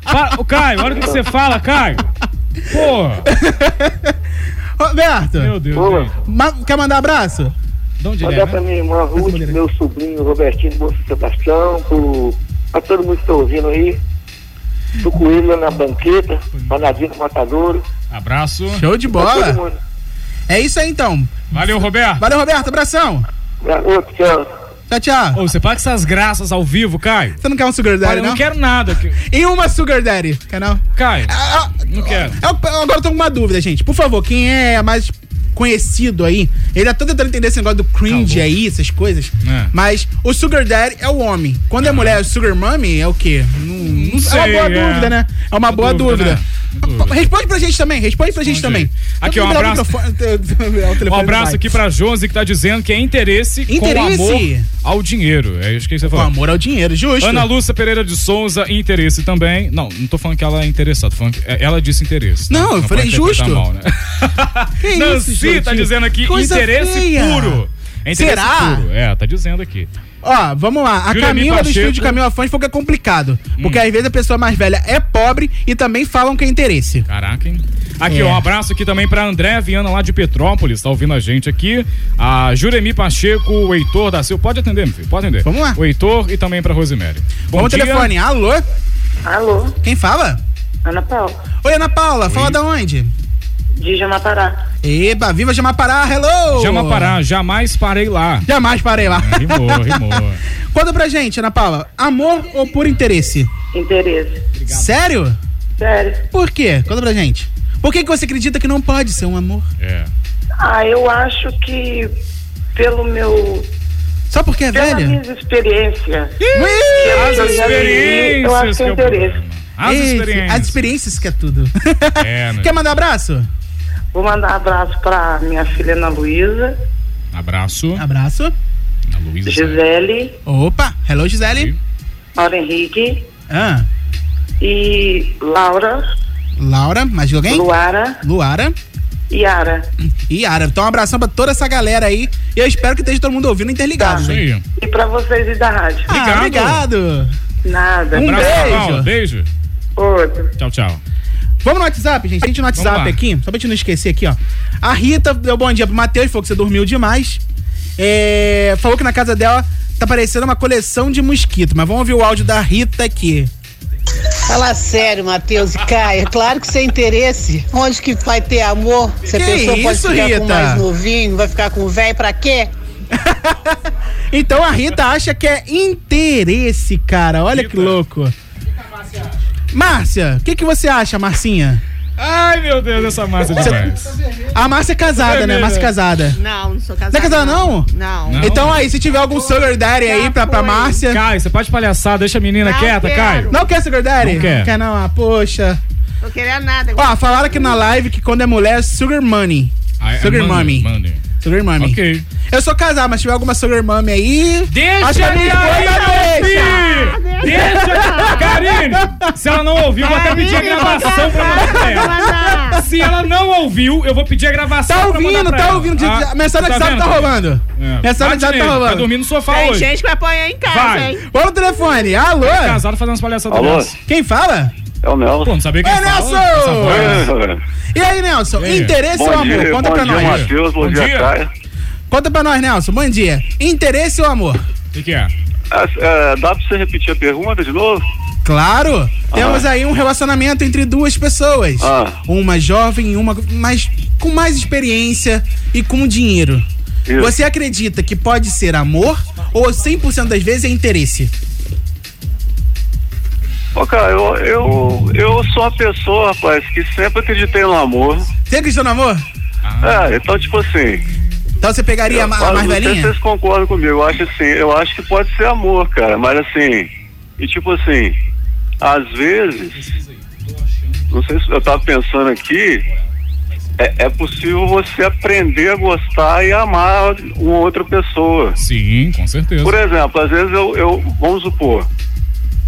Speaker 10: Para, ô, Caio, olha o que você fala, Caio! Pô!
Speaker 4: Roberto.
Speaker 10: Meu Deus,
Speaker 3: Boa.
Speaker 4: Ma- quer mandar abraço?
Speaker 10: De né? onde
Speaker 4: né?
Speaker 3: Mandar pra minha irmã Ruth, meu sobrinho Robertinho Bolsa Sebastião, pro... pra todo mundo que está ouvindo aí. Do Coelho lá na banqueta, Panadinho Matadouro.
Speaker 10: Abraço.
Speaker 4: Show de
Speaker 3: Pra todo
Speaker 4: bola.
Speaker 3: mundo.
Speaker 4: É isso aí então.
Speaker 10: Valeu, Roberto.
Speaker 4: Valeu, Roberto. Abração.
Speaker 3: Garoto, tchau.
Speaker 4: Tchau, tchau.
Speaker 10: Ô, você paga essas graças ao vivo, Caio?
Speaker 4: Você não quer um sugar daddy,
Speaker 10: Olha, eu
Speaker 4: não?
Speaker 10: não quero nada. que-
Speaker 4: E uma sugar daddy, quer não? Ah,
Speaker 10: Caio, não quero.
Speaker 4: Eu- eu Agora eu tô com uma dúvida, gente. Por favor, quem é mais conhecido aí? Ele tá tentando entender esse negócio do cringe aí, essas coisas.
Speaker 10: É. Ah.
Speaker 4: Mas o sugar daddy é o homem. Quando é mulher, o sugar mommy é o quê? Não, não- é uma
Speaker 10: sei,
Speaker 4: boa
Speaker 10: é.
Speaker 4: dúvida, né? É uma
Speaker 10: É
Speaker 4: boa
Speaker 10: dúvida,
Speaker 4: dúvida.
Speaker 10: né? É dúvida.
Speaker 4: P- Responde pra gente também, responde pra gente também.
Speaker 10: Aqui,
Speaker 4: Eu
Speaker 10: ó,
Speaker 4: vou
Speaker 10: um
Speaker 4: virar o
Speaker 10: abraço.
Speaker 4: microfone- é o telefone
Speaker 10: Um
Speaker 4: do
Speaker 10: abraço
Speaker 4: Mike.
Speaker 10: aqui pra Josi, que tá dizendo que é interesse, com
Speaker 4: Interesse?
Speaker 10: amor ao dinheiro. É isso que você falou.
Speaker 4: Com amor ao dinheiro, justo.
Speaker 10: Ana Lúcia Pereira de Souza, interesse também. Não, não tô falando que ela é interessada, tô falando que ela disse interesse. né?
Speaker 4: Não, eu falei
Speaker 10: pode interpretar
Speaker 4: justo.
Speaker 10: Mal, né?
Speaker 4: *laughs* Que
Speaker 10: Nancy
Speaker 4: gente?
Speaker 10: tá dizendo aqui
Speaker 4: Coisa
Speaker 10: interesse
Speaker 4: feia.
Speaker 10: puro. É interesse
Speaker 4: Será?
Speaker 10: puro. É, tá dizendo aqui.
Speaker 4: Ó, vamos lá. A
Speaker 10: Juremi
Speaker 4: Camila do
Speaker 10: Pacheco.
Speaker 4: estúdio Camila Fãs falou que é complicado.
Speaker 10: Hum.
Speaker 4: Porque às vezes a pessoa mais velha é pobre e também falam que é interesse.
Speaker 10: Caraca, hein? Aqui,
Speaker 4: É.
Speaker 10: ó, um abraço aqui também pra André Viana, lá de Petrópolis, tá ouvindo a gente aqui. A Juremi Pacheco, o Heitor da Silva. Pode atender, meu filho, pode atender. Vamos lá. O Heitor e também pra Rosemary. Bom
Speaker 4: Vamos ao
Speaker 10: dia.
Speaker 4: telefone. Alô?
Speaker 18: Alô?
Speaker 4: Quem fala?
Speaker 18: Ana Paula.
Speaker 4: Oi, Ana Paula. Fala da onde?
Speaker 18: De Jamapará.
Speaker 4: Eba, viva Jamapará, hello!
Speaker 10: Jamapará, jamais parei lá.
Speaker 4: Jamais parei lá.
Speaker 10: É, rimou, rimou.
Speaker 4: *laughs* Conta pra gente, Ana Paula. Amor ou por interesse?
Speaker 18: Interesse.
Speaker 4: Sério?
Speaker 18: Sério.
Speaker 4: Por quê? Conta pra gente. Por que, que você acredita que não pode ser um amor?
Speaker 10: É.
Speaker 18: Ah, eu acho que pelo meu.
Speaker 4: Só porque é
Speaker 18: Pelas
Speaker 4: velha?
Speaker 18: minhas experiências.
Speaker 4: Ih,
Speaker 18: Que eu
Speaker 4: as
Speaker 18: já vivi, Eu acho que é
Speaker 4: experiências que é o
Speaker 18: interesse.
Speaker 4: Ei, As experiências que é tudo.
Speaker 10: É, né?
Speaker 4: *laughs* Quer mandar abraço?
Speaker 18: Vou mandar abraço pra minha filha Ana Luísa,
Speaker 10: Abraço.
Speaker 4: Abraço.
Speaker 18: Gisele,
Speaker 4: Opa, hello Gisele.
Speaker 18: Mauro Henrique
Speaker 4: Ah,
Speaker 18: e Laura,
Speaker 4: Laura, mais alguém?
Speaker 18: Luara
Speaker 4: Luara.
Speaker 18: e Yara.
Speaker 4: E Ara. Então, um abração pra toda essa galera aí. E eu espero que esteja todo mundo ouvindo interligado.
Speaker 10: Isso aí.
Speaker 18: Tá. E pra vocês e da rádio.
Speaker 4: Ah, obrigado.
Speaker 18: Nada.
Speaker 4: Um
Speaker 10: Abraço,
Speaker 4: beijo.
Speaker 10: Paula, beijo.
Speaker 18: Outro.
Speaker 10: Tchau, tchau.
Speaker 4: Vamos no WhatsApp, gente. Gente no WhatsApp
Speaker 10: lá.
Speaker 4: aqui, só pra gente não esquecer aqui, ó. A Rita deu bom dia pro Matheus, falou que você dormiu demais. É, falou que na casa dela tá parecendo uma coleção de mosquito, mas vamos ouvir o áudio da Rita aqui.
Speaker 7: Fala sério, Matheus e Caia. Claro que sem interesse. Onde que vai ter amor? Se a
Speaker 4: Que
Speaker 7: pessoa pode
Speaker 4: isso,
Speaker 7: ficar
Speaker 4: Rita?
Speaker 7: com o mais novinho, vai ficar com o velho pra quê?
Speaker 4: *laughs* Então a Rita acha que é interesse, cara. Olha que louco. Márcia, o que, que você acha, Marcinha?
Speaker 10: Ai, meu Deus, essa massa é demais.
Speaker 4: A Márcia é casada, né? Márcia é casada.
Speaker 1: Não, não sou casada.
Speaker 4: Não é casada, não?
Speaker 1: Não.
Speaker 4: Então aí, se tiver algum sugar daddy aí pra, pra Márcia...
Speaker 10: Caio, você pode palhaçar, deixa a menina
Speaker 1: Não
Speaker 10: quieta,
Speaker 1: quero.
Speaker 10: Caio.
Speaker 4: Não quer sugar daddy?
Speaker 10: Não quer.
Speaker 4: não, ah, poxa.
Speaker 1: Não queria nada.
Speaker 4: Ó, falaram aqui na live que quando é mulher é sugar money.
Speaker 10: é
Speaker 4: Sugar
Speaker 10: money,
Speaker 4: mommy. Sugar mommy.
Speaker 10: Ok.
Speaker 4: Eu sou casado, mas se tiver alguma sugar mommy aí...
Speaker 10: Deixa
Speaker 4: acho que a minha esposa deixa.
Speaker 10: ela ouvir! Deixa! Karine, se ela não ouviu, eu vou até pedir a
Speaker 4: Karine,
Speaker 10: gravação pra mandar pra ela. Se ela não ouviu, eu vou pedir a gravação
Speaker 4: Tá
Speaker 10: pra mandar
Speaker 4: ouvindo,
Speaker 10: pra
Speaker 4: tá
Speaker 10: ela.
Speaker 4: ouvindo. de- de-
Speaker 10: Ah,
Speaker 4: Mensagem
Speaker 10: tá
Speaker 4: tá WhatsApp
Speaker 10: vendo?
Speaker 4: tá roubando.
Speaker 10: É.
Speaker 4: Mensagem
Speaker 10: Bate
Speaker 4: WhatsApp tá
Speaker 10: nele,
Speaker 4: roubando.
Speaker 10: Vai dormir no sofá
Speaker 1: Tem
Speaker 10: hoje.
Speaker 1: gente que apanha em casa,
Speaker 10: Vai.
Speaker 1: hein?
Speaker 4: Bora no telefone. Alô?
Speaker 10: Tá casado fazendo umas palhaçadas
Speaker 19: Alô?
Speaker 10: dessas.
Speaker 4: Quem fala?
Speaker 19: É o Nelson.
Speaker 10: Pô, não sabia quem
Speaker 4: Ô,
Speaker 10: fala.
Speaker 4: Nelson!
Speaker 10: essa voz.
Speaker 4: E aí, Nelson?
Speaker 19: E aí?
Speaker 4: Interesse
Speaker 19: Bom
Speaker 4: ou amor?
Speaker 19: dia,
Speaker 4: Conta
Speaker 19: bom
Speaker 4: pra
Speaker 19: dia,
Speaker 4: nós.
Speaker 19: Matheus, bom Bom dia, dia. Caio.
Speaker 4: Conta pra nós, Nelson. Bom dia. Interesse ou amor?
Speaker 10: O que, que é?
Speaker 19: Ah, é, dá pra você repetir a pergunta de novo?
Speaker 4: Claro! Temos aí um relacionamento entre duas pessoas.
Speaker 19: Ah.
Speaker 4: Uma jovem e uma mais, com mais experiência e com dinheiro.
Speaker 19: Isso.
Speaker 4: Você acredita que pode ser amor ou 100% das vezes é interesse?
Speaker 19: Ô, cara, eu, eu, eu sou uma pessoa, rapaz, que sempre acreditei no amor.
Speaker 4: Você acredita no amor?
Speaker 19: É, então, tipo assim.
Speaker 4: Então você pegaria a, ma- a
Speaker 19: eu
Speaker 4: mais
Speaker 19: não sei se
Speaker 4: velhinha?
Speaker 19: vocês concordam comigo. Eu acho assim, eu acho que pode ser amor, cara. Mas assim, e tipo assim, às vezes, não sei se eu tava pensando aqui, é, é possível você aprender a gostar e amar uma outra pessoa.
Speaker 10: Sim, com certeza.
Speaker 19: Por exemplo, às vezes eu, eu vamos supor,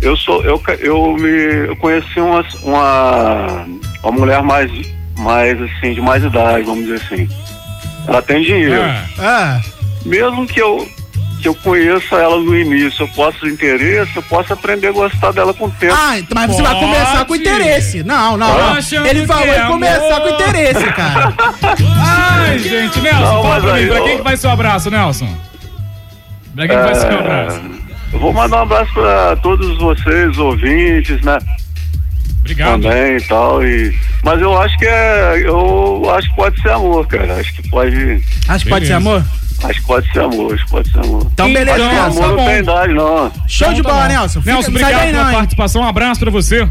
Speaker 19: eu sou, eu, ca- eu me eu conheci uma, uma, uma mulher mais, mais assim, de mais idade, vamos dizer assim. Ela tem dinheiro.
Speaker 4: Ah,
Speaker 19: Mesmo que eu, que eu conheça ela no início, eu posso interesse, eu posso aprender a gostar dela com o tempo.
Speaker 4: ah, mas você vai começar com interesse. Não, não,
Speaker 19: Tá
Speaker 4: não.
Speaker 19: achando
Speaker 4: Ele
Speaker 19: que
Speaker 4: falou
Speaker 19: é
Speaker 4: em começar
Speaker 19: amor.
Speaker 4: com interesse, cara.
Speaker 10: Ai, gente, Nelson,
Speaker 19: Não,
Speaker 10: fala
Speaker 19: mas
Speaker 10: pra mim,
Speaker 19: aí,
Speaker 10: pra
Speaker 19: ô.
Speaker 10: quem que vai seu abraço, Nelson? Pra quem que vai
Speaker 19: É,
Speaker 10: seu abraço?
Speaker 19: Eu vou mandar um abraço para todos vocês, ouvintes, né?
Speaker 10: Obrigado.
Speaker 19: Também e tal. E... Mas eu acho que é. Eu acho que pode ser amor, cara. Acho que pode.
Speaker 4: Acho que pode ser amor?
Speaker 19: Acho que pode ser amor, acho que pode ser amor.
Speaker 4: Então, beleza,
Speaker 19: Acho que
Speaker 4: Nelson,
Speaker 19: amor
Speaker 4: tá
Speaker 19: não tem
Speaker 4: bom.
Speaker 19: idade, não.
Speaker 4: Show de
Speaker 10: Então tá
Speaker 4: bola,
Speaker 10: bom.
Speaker 4: Nelson. Fica-
Speaker 10: Nelson,
Speaker 4: não sai
Speaker 10: obrigado
Speaker 4: daí
Speaker 10: pela
Speaker 4: não, hein?
Speaker 10: participação. Um abraço pra você.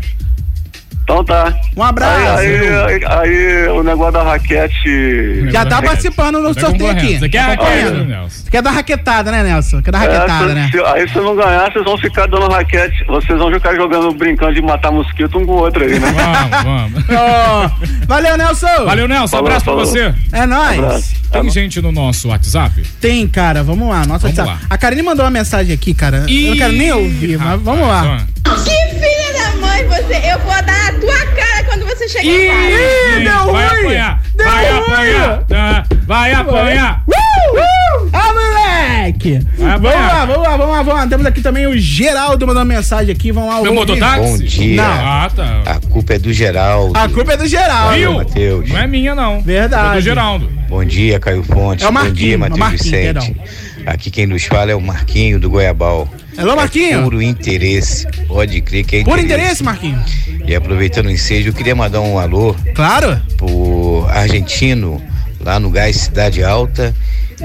Speaker 19: Então tá.
Speaker 4: Um abraço.
Speaker 19: Aí, aí, aí, aí o negócio da raquete.
Speaker 4: Já tá participando no sorteio aqui.
Speaker 19: Você quer
Speaker 4: Tá
Speaker 19: a raquete,
Speaker 4: concorrendo.
Speaker 10: Nelson?
Speaker 4: Você quer dar raquetada, né, Nelson? Quer dar raquetada,
Speaker 19: É,
Speaker 4: né?
Speaker 19: se- Aí se eu não ganhar, vocês vão ficar dando raquete. Vocês vão ficar jogando, brincando de matar mosquito um com o outro aí, né?
Speaker 10: Vamos, vamos.
Speaker 4: Ó, valeu, Nelson.
Speaker 10: *laughs* Valeu, Nelson.
Speaker 19: Falou,
Speaker 10: abraço
Speaker 19: falou.
Speaker 10: pra você.
Speaker 4: É nóis.
Speaker 10: Tem gente no nosso WhatsApp?
Speaker 4: Tem, cara. Vamos lá. Nossa,
Speaker 10: Vamos
Speaker 4: WhatsApp. a Karine mandou uma mensagem aqui, cara. Eu não quero nem ouvir, mas vamos lá.
Speaker 20: Que filha da mãe você! Eu vou dar na tua cara quando você chegar em casa.
Speaker 10: Ih, vai apanhar. Vai
Speaker 4: um
Speaker 10: apanhar. Tá, Vai apanhar.
Speaker 4: Uh! Ah, moleque!
Speaker 10: Vai
Speaker 4: Vamos
Speaker 10: apanhar.
Speaker 4: lá, vamos lá, vamos lá, vamos lá. Temos aqui também o Geraldo mandou uma mensagem aqui. Vamos lá.
Speaker 10: Meu
Speaker 4: vamos ouvir.
Speaker 10: mototáxi?
Speaker 21: Bom dia.
Speaker 4: Não. Ah, tá.
Speaker 21: A culpa é do Geraldo.
Speaker 4: A culpa é do Geraldo.
Speaker 21: Viu? Matheus.
Speaker 10: Não é minha, não.
Speaker 4: Verdade.
Speaker 10: É do Geraldo.
Speaker 21: Bom dia, Caio Fonte.
Speaker 4: É o
Speaker 21: Bom
Speaker 4: Marquinho, é
Speaker 21: dia,
Speaker 4: o
Speaker 21: Matheus
Speaker 4: Marquinho,
Speaker 21: Vicente. Aqui quem nos fala é o Marquinho do Goiabal.
Speaker 4: Alô, Marquinho.
Speaker 21: É puro interesse. Pode crer que é
Speaker 4: Por interesse, Marquinhos.
Speaker 21: E aproveitando o ensejo, eu queria mandar um alô.
Speaker 4: Claro.
Speaker 21: Pro argentino, lá no Gás Cidade Alta.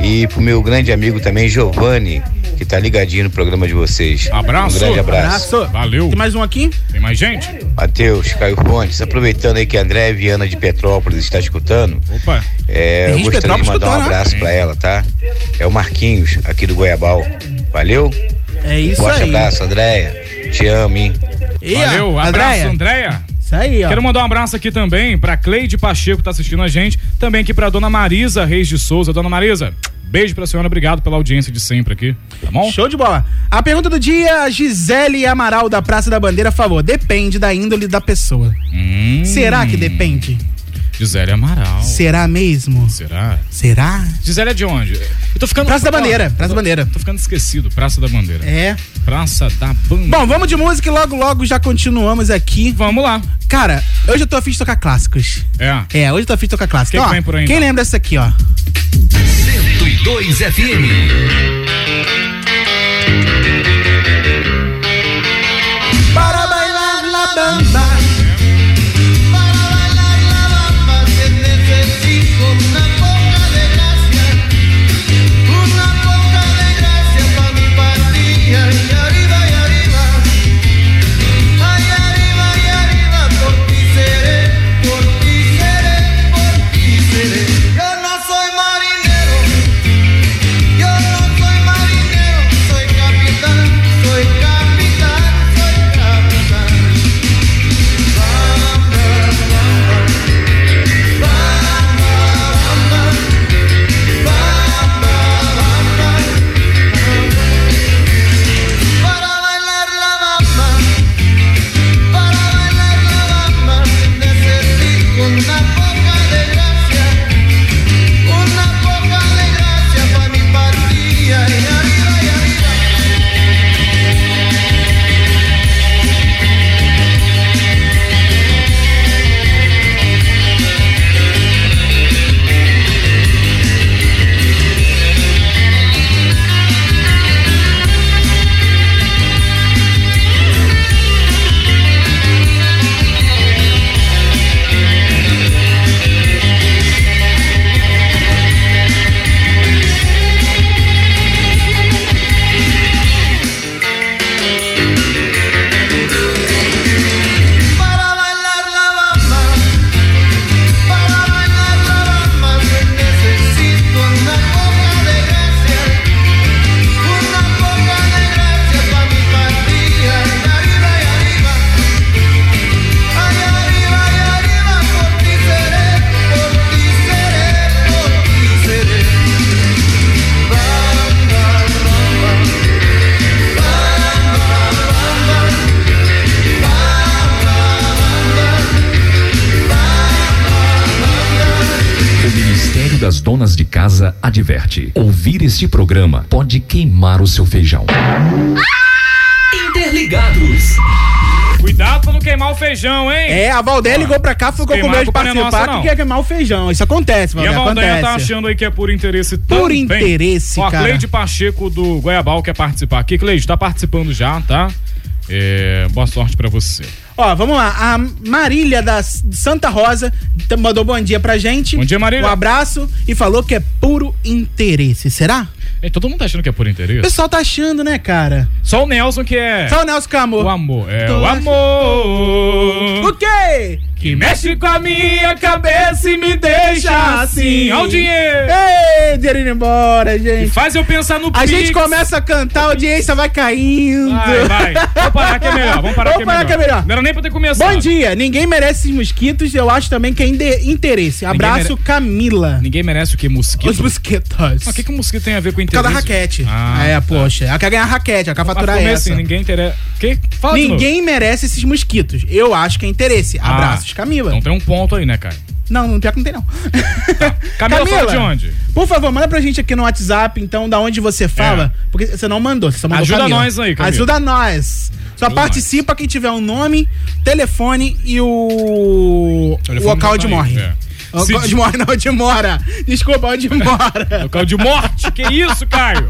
Speaker 21: E pro meu grande amigo também, Giovanni, que tá ligadinho no programa de vocês.
Speaker 10: Abraço.
Speaker 21: Um grande abraço.
Speaker 10: Valeu. Tem
Speaker 4: mais um aqui?
Speaker 10: Tem mais gente?
Speaker 21: Matheus, Caio Fontes, aproveitando aí que a André é Viana de Petrópolis está escutando,
Speaker 10: Opa.
Speaker 21: é,
Speaker 10: Tem
Speaker 21: eu
Speaker 10: gente de
Speaker 21: gostaria de
Speaker 10: Petrópolis
Speaker 21: mandar um
Speaker 10: escutando, né?
Speaker 21: abraço para ela, tá? É o Marquinhos, aqui do Goiabal. Valeu?
Speaker 4: É isso
Speaker 21: Forte
Speaker 4: aí.
Speaker 21: abraço, Andréia. Te amo, hein?
Speaker 4: Ih,
Speaker 10: Valeu,
Speaker 4: ó,
Speaker 10: abraço,
Speaker 4: Andréia.
Speaker 10: Andréia.
Speaker 4: Isso aí, ó.
Speaker 10: Quero mandar um abraço aqui também pra Cleide Pacheco, que tá assistindo a gente. Também aqui pra dona Marisa Reis de Souza. Dona Marisa, beijo pra senhora, obrigado pela audiência de sempre aqui. Tá bom?
Speaker 4: Show de bola. A pergunta do dia, Gisele Amaral da
Speaker 10: Hum.
Speaker 4: Praça da Bandeira, favor. Depende da índole da pessoa. Será que depende?
Speaker 10: Gisele Amaral.
Speaker 4: Será mesmo?
Speaker 10: Será?
Speaker 4: Será?
Speaker 10: Gisele é de onde? Eu tô ficando.
Speaker 4: Praça da
Speaker 10: tô-
Speaker 4: Bandeira,
Speaker 10: tô-
Speaker 4: Praça da Bandeira.
Speaker 10: Tô ficando esquecido, Praça da Bandeira.
Speaker 4: É.
Speaker 10: Praça da Bandeira.
Speaker 4: Bom, vamos de música e logo, logo já continuamos aqui.
Speaker 10: Vamos lá.
Speaker 4: Cara, hoje eu tô afim de tocar clássicos.
Speaker 10: É.
Speaker 4: É, hoje eu tô afim de tocar clássicos.
Speaker 10: Quem
Speaker 4: Então,
Speaker 10: que vem
Speaker 4: ó,
Speaker 10: por aí,
Speaker 4: quem
Speaker 10: então?
Speaker 4: lembra essa aqui, ó?
Speaker 15: 102 FM.
Speaker 4: Para bailar la bamba.
Speaker 3: Para bailar la bamba te necesito una poca de gracia. Una poca de gracia pa' mi partida. Y arriba, y arriba. Ay, arriba, y arriba. Por ti seré, por ti seré, por ti seré. Yo no soy marinero. Yo no soy marinero. Soy capitán, soy capitán, soy capitán. Para bailar la bamba, para bailar la bamba, necesito una poca de gracia, una poca de gracia para mi partida y arriba y arriba. Para bailar la bamba, para bailar la bamba, necesito una poca de gracia, una poca de gracia para mi partida, y arriba y arriba, ay arriba y arriba, por ti seré, por ti seré, por ti seré. Bamba, bamba, bamba, bamba.
Speaker 22: O Ministério das Donas de Casa adverte: ouvir este programa pode queimar o seu feijão.
Speaker 23: Interligados.
Speaker 10: Cuidado pra não queimar o feijão, hein?
Speaker 4: É, a Valdé ligou pra cá, ficou com
Speaker 10: Queimar
Speaker 4: medo de
Speaker 10: a culpa não é
Speaker 4: participar,
Speaker 10: nossa, não.
Speaker 4: que quer queimar o feijão. Isso acontece,
Speaker 10: E
Speaker 4: Valdé,
Speaker 10: a Valdanha
Speaker 4: acontece.
Speaker 10: tá achando aí que é por interesse
Speaker 4: Por
Speaker 10: também.
Speaker 4: interesse,
Speaker 10: Ó, a
Speaker 4: cara.
Speaker 10: Cleide Pacheco do Goiabal quer participar aqui. Cleide, tá participando já, tá? É, boa sorte pra você.
Speaker 4: Ó, vamos lá. A Marília da S- de Santa Rosa t- mandou bom dia pra gente. Bom
Speaker 10: dia, Marília.
Speaker 4: Um abraço e falou que é puro interesse. Será?
Speaker 10: É, todo mundo tá achando que é por
Speaker 4: O
Speaker 10: interesse?
Speaker 4: pessoal tá achando, né, cara?
Speaker 10: Só o Nelson que é.
Speaker 4: Só o Nelson que é amor.
Speaker 10: O amor, é
Speaker 4: Tô
Speaker 10: o
Speaker 4: ach-
Speaker 10: amor.
Speaker 4: O quê?
Speaker 10: Que mexe com a minha cabeça e me deixa assim. Ó o dinheiro.
Speaker 4: Ei, dinheiro indo embora, gente.
Speaker 10: Faz eu pensar no
Speaker 4: A gente
Speaker 10: Pix.
Speaker 4: começa a cantar, a audiência vai caindo.
Speaker 10: Vai, vai. Vamos
Speaker 4: *laughs*
Speaker 10: parar que é melhor. Vamos parar, que, é melhor. Não era nem pra ter começado.
Speaker 4: Bom dia, ninguém merece esses mosquitos, eu acho também que é inde- interesse. Abraço,
Speaker 10: mere-
Speaker 4: Camila.
Speaker 10: Ninguém merece o que? Mosquito?
Speaker 4: Os mosquitos.
Speaker 10: Mas o que, que o mosquito tem a ver com
Speaker 4: Por causa
Speaker 10: interesse?
Speaker 4: da raquete.
Speaker 10: Ah,
Speaker 4: é, poxa. Ela quer ganhar raquete, ela quer
Speaker 10: Mas
Speaker 4: faturar
Speaker 10: como
Speaker 4: essa.
Speaker 10: assim? Ninguém interessa. Que? Fala de novo.
Speaker 4: Ninguém merece esses mosquitos. Eu acho que é interesse.
Speaker 10: Ah,
Speaker 4: Abraços, Camila.
Speaker 10: Então tem um ponto aí, né, cara?
Speaker 4: Não, não pior que não tem, não.
Speaker 10: Tá.
Speaker 4: *laughs*
Speaker 10: Camila, fala de onde? É.
Speaker 4: Por favor, manda pra gente aqui no WhatsApp, então, da onde você fala. Porque você não mandou, você só mandou
Speaker 10: Ajuda
Speaker 4: Camila.
Speaker 10: nós aí, Camila.
Speaker 4: Ajuda nós. Só
Speaker 10: Ajuda
Speaker 4: participa quem tiver o nome, telefone e o. o
Speaker 10: telefone
Speaker 4: local
Speaker 10: já tá
Speaker 4: de
Speaker 10: aí,
Speaker 4: morre.
Speaker 10: é.
Speaker 4: O Local
Speaker 10: Se-
Speaker 4: de *laughs* morre, não, de mora. Desculpa,
Speaker 10: *laughs*
Speaker 4: onde mora.
Speaker 10: Local de morte, que isso, Caio?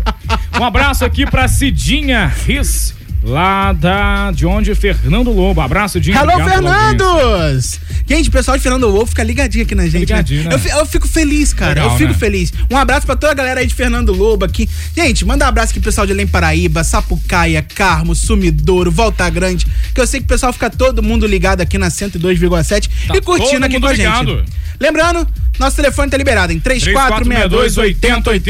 Speaker 10: Um abraço aqui pra Cidinha Riz, lá da. De onde? Fernando Lobo. Abraço, Cidinha.
Speaker 4: Alô,
Speaker 10: Obrigado pela audiência.
Speaker 4: Fernandos! Gente, o pessoal de Fernando Wolf fica ligadinho aqui na gente.
Speaker 10: Ligadinho,
Speaker 4: né?
Speaker 10: né?
Speaker 4: Eu, fi- eu fico feliz, cara.
Speaker 10: Legal,
Speaker 4: eu fico
Speaker 10: né?
Speaker 4: feliz. Um abraço pra toda a galera aí de Fernando Lobo aqui. Gente, manda um abraço aqui pro pessoal de Além Paraíba, Sapucaia, Carmo, Sumidouro, Volta Grande. Que eu sei que o pessoal fica todo mundo ligado aqui na 102,7
Speaker 10: Tá
Speaker 4: e curtindo
Speaker 10: todo
Speaker 4: aqui
Speaker 10: mundo
Speaker 4: com a gente.
Speaker 10: ligado.
Speaker 4: Lembrando, nosso telefone tá liberado em 3462 8089.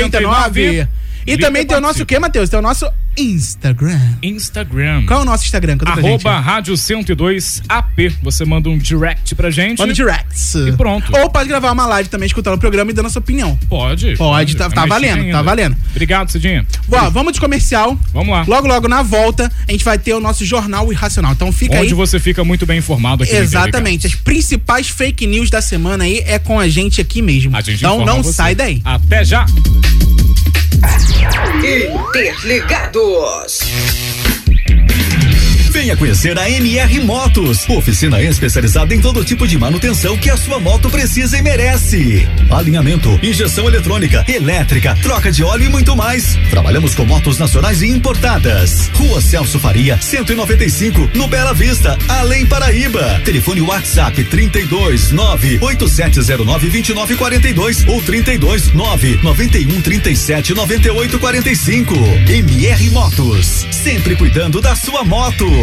Speaker 10: 3462
Speaker 4: E também tem o nosso o que, Matheus? Tem o nosso Instagram.
Speaker 10: Instagram.
Speaker 4: Qual é o nosso Instagram? Conta pra gente.
Speaker 10: Arroba Rádio 102 AP. Você manda um direct pra gente.
Speaker 4: Manda um direct.
Speaker 10: E pronto.
Speaker 4: Ou pode gravar uma live também, escutando o programa e dando a sua opinião.
Speaker 10: Pode.
Speaker 4: Pode, tá,
Speaker 10: É
Speaker 4: tá
Speaker 10: mais
Speaker 4: valendo,
Speaker 10: chique
Speaker 4: tá
Speaker 10: ainda.
Speaker 4: valendo.
Speaker 10: Obrigado, Cidinha.
Speaker 4: Ó, vamos de comercial.
Speaker 10: Vamos lá.
Speaker 4: Logo, logo, na volta, a gente vai ter o nosso Jornal Irracional. Então fica aí.
Speaker 10: Onde você fica muito bem informado aqui. no
Speaker 4: Exatamente. As principais fake news da semana aí é com a gente aqui mesmo. então
Speaker 10: informa
Speaker 4: não
Speaker 10: você.
Speaker 4: sai daí.
Speaker 10: Até já.
Speaker 2: Interligados. Venha conhecer a MR Motos, oficina especializada em todo tipo de manutenção que a sua moto precisa e merece. Alinhamento, injeção eletrônica, elétrica, troca de óleo e muito mais. Trabalhamos com motos nacionais e importadas. Rua Celso Faria, 195, no Bela Vista, Além Paraíba. Telefone WhatsApp 32 8709 2942 ou 32 91 37 98 45. MR Motos, sempre cuidando da sua moto.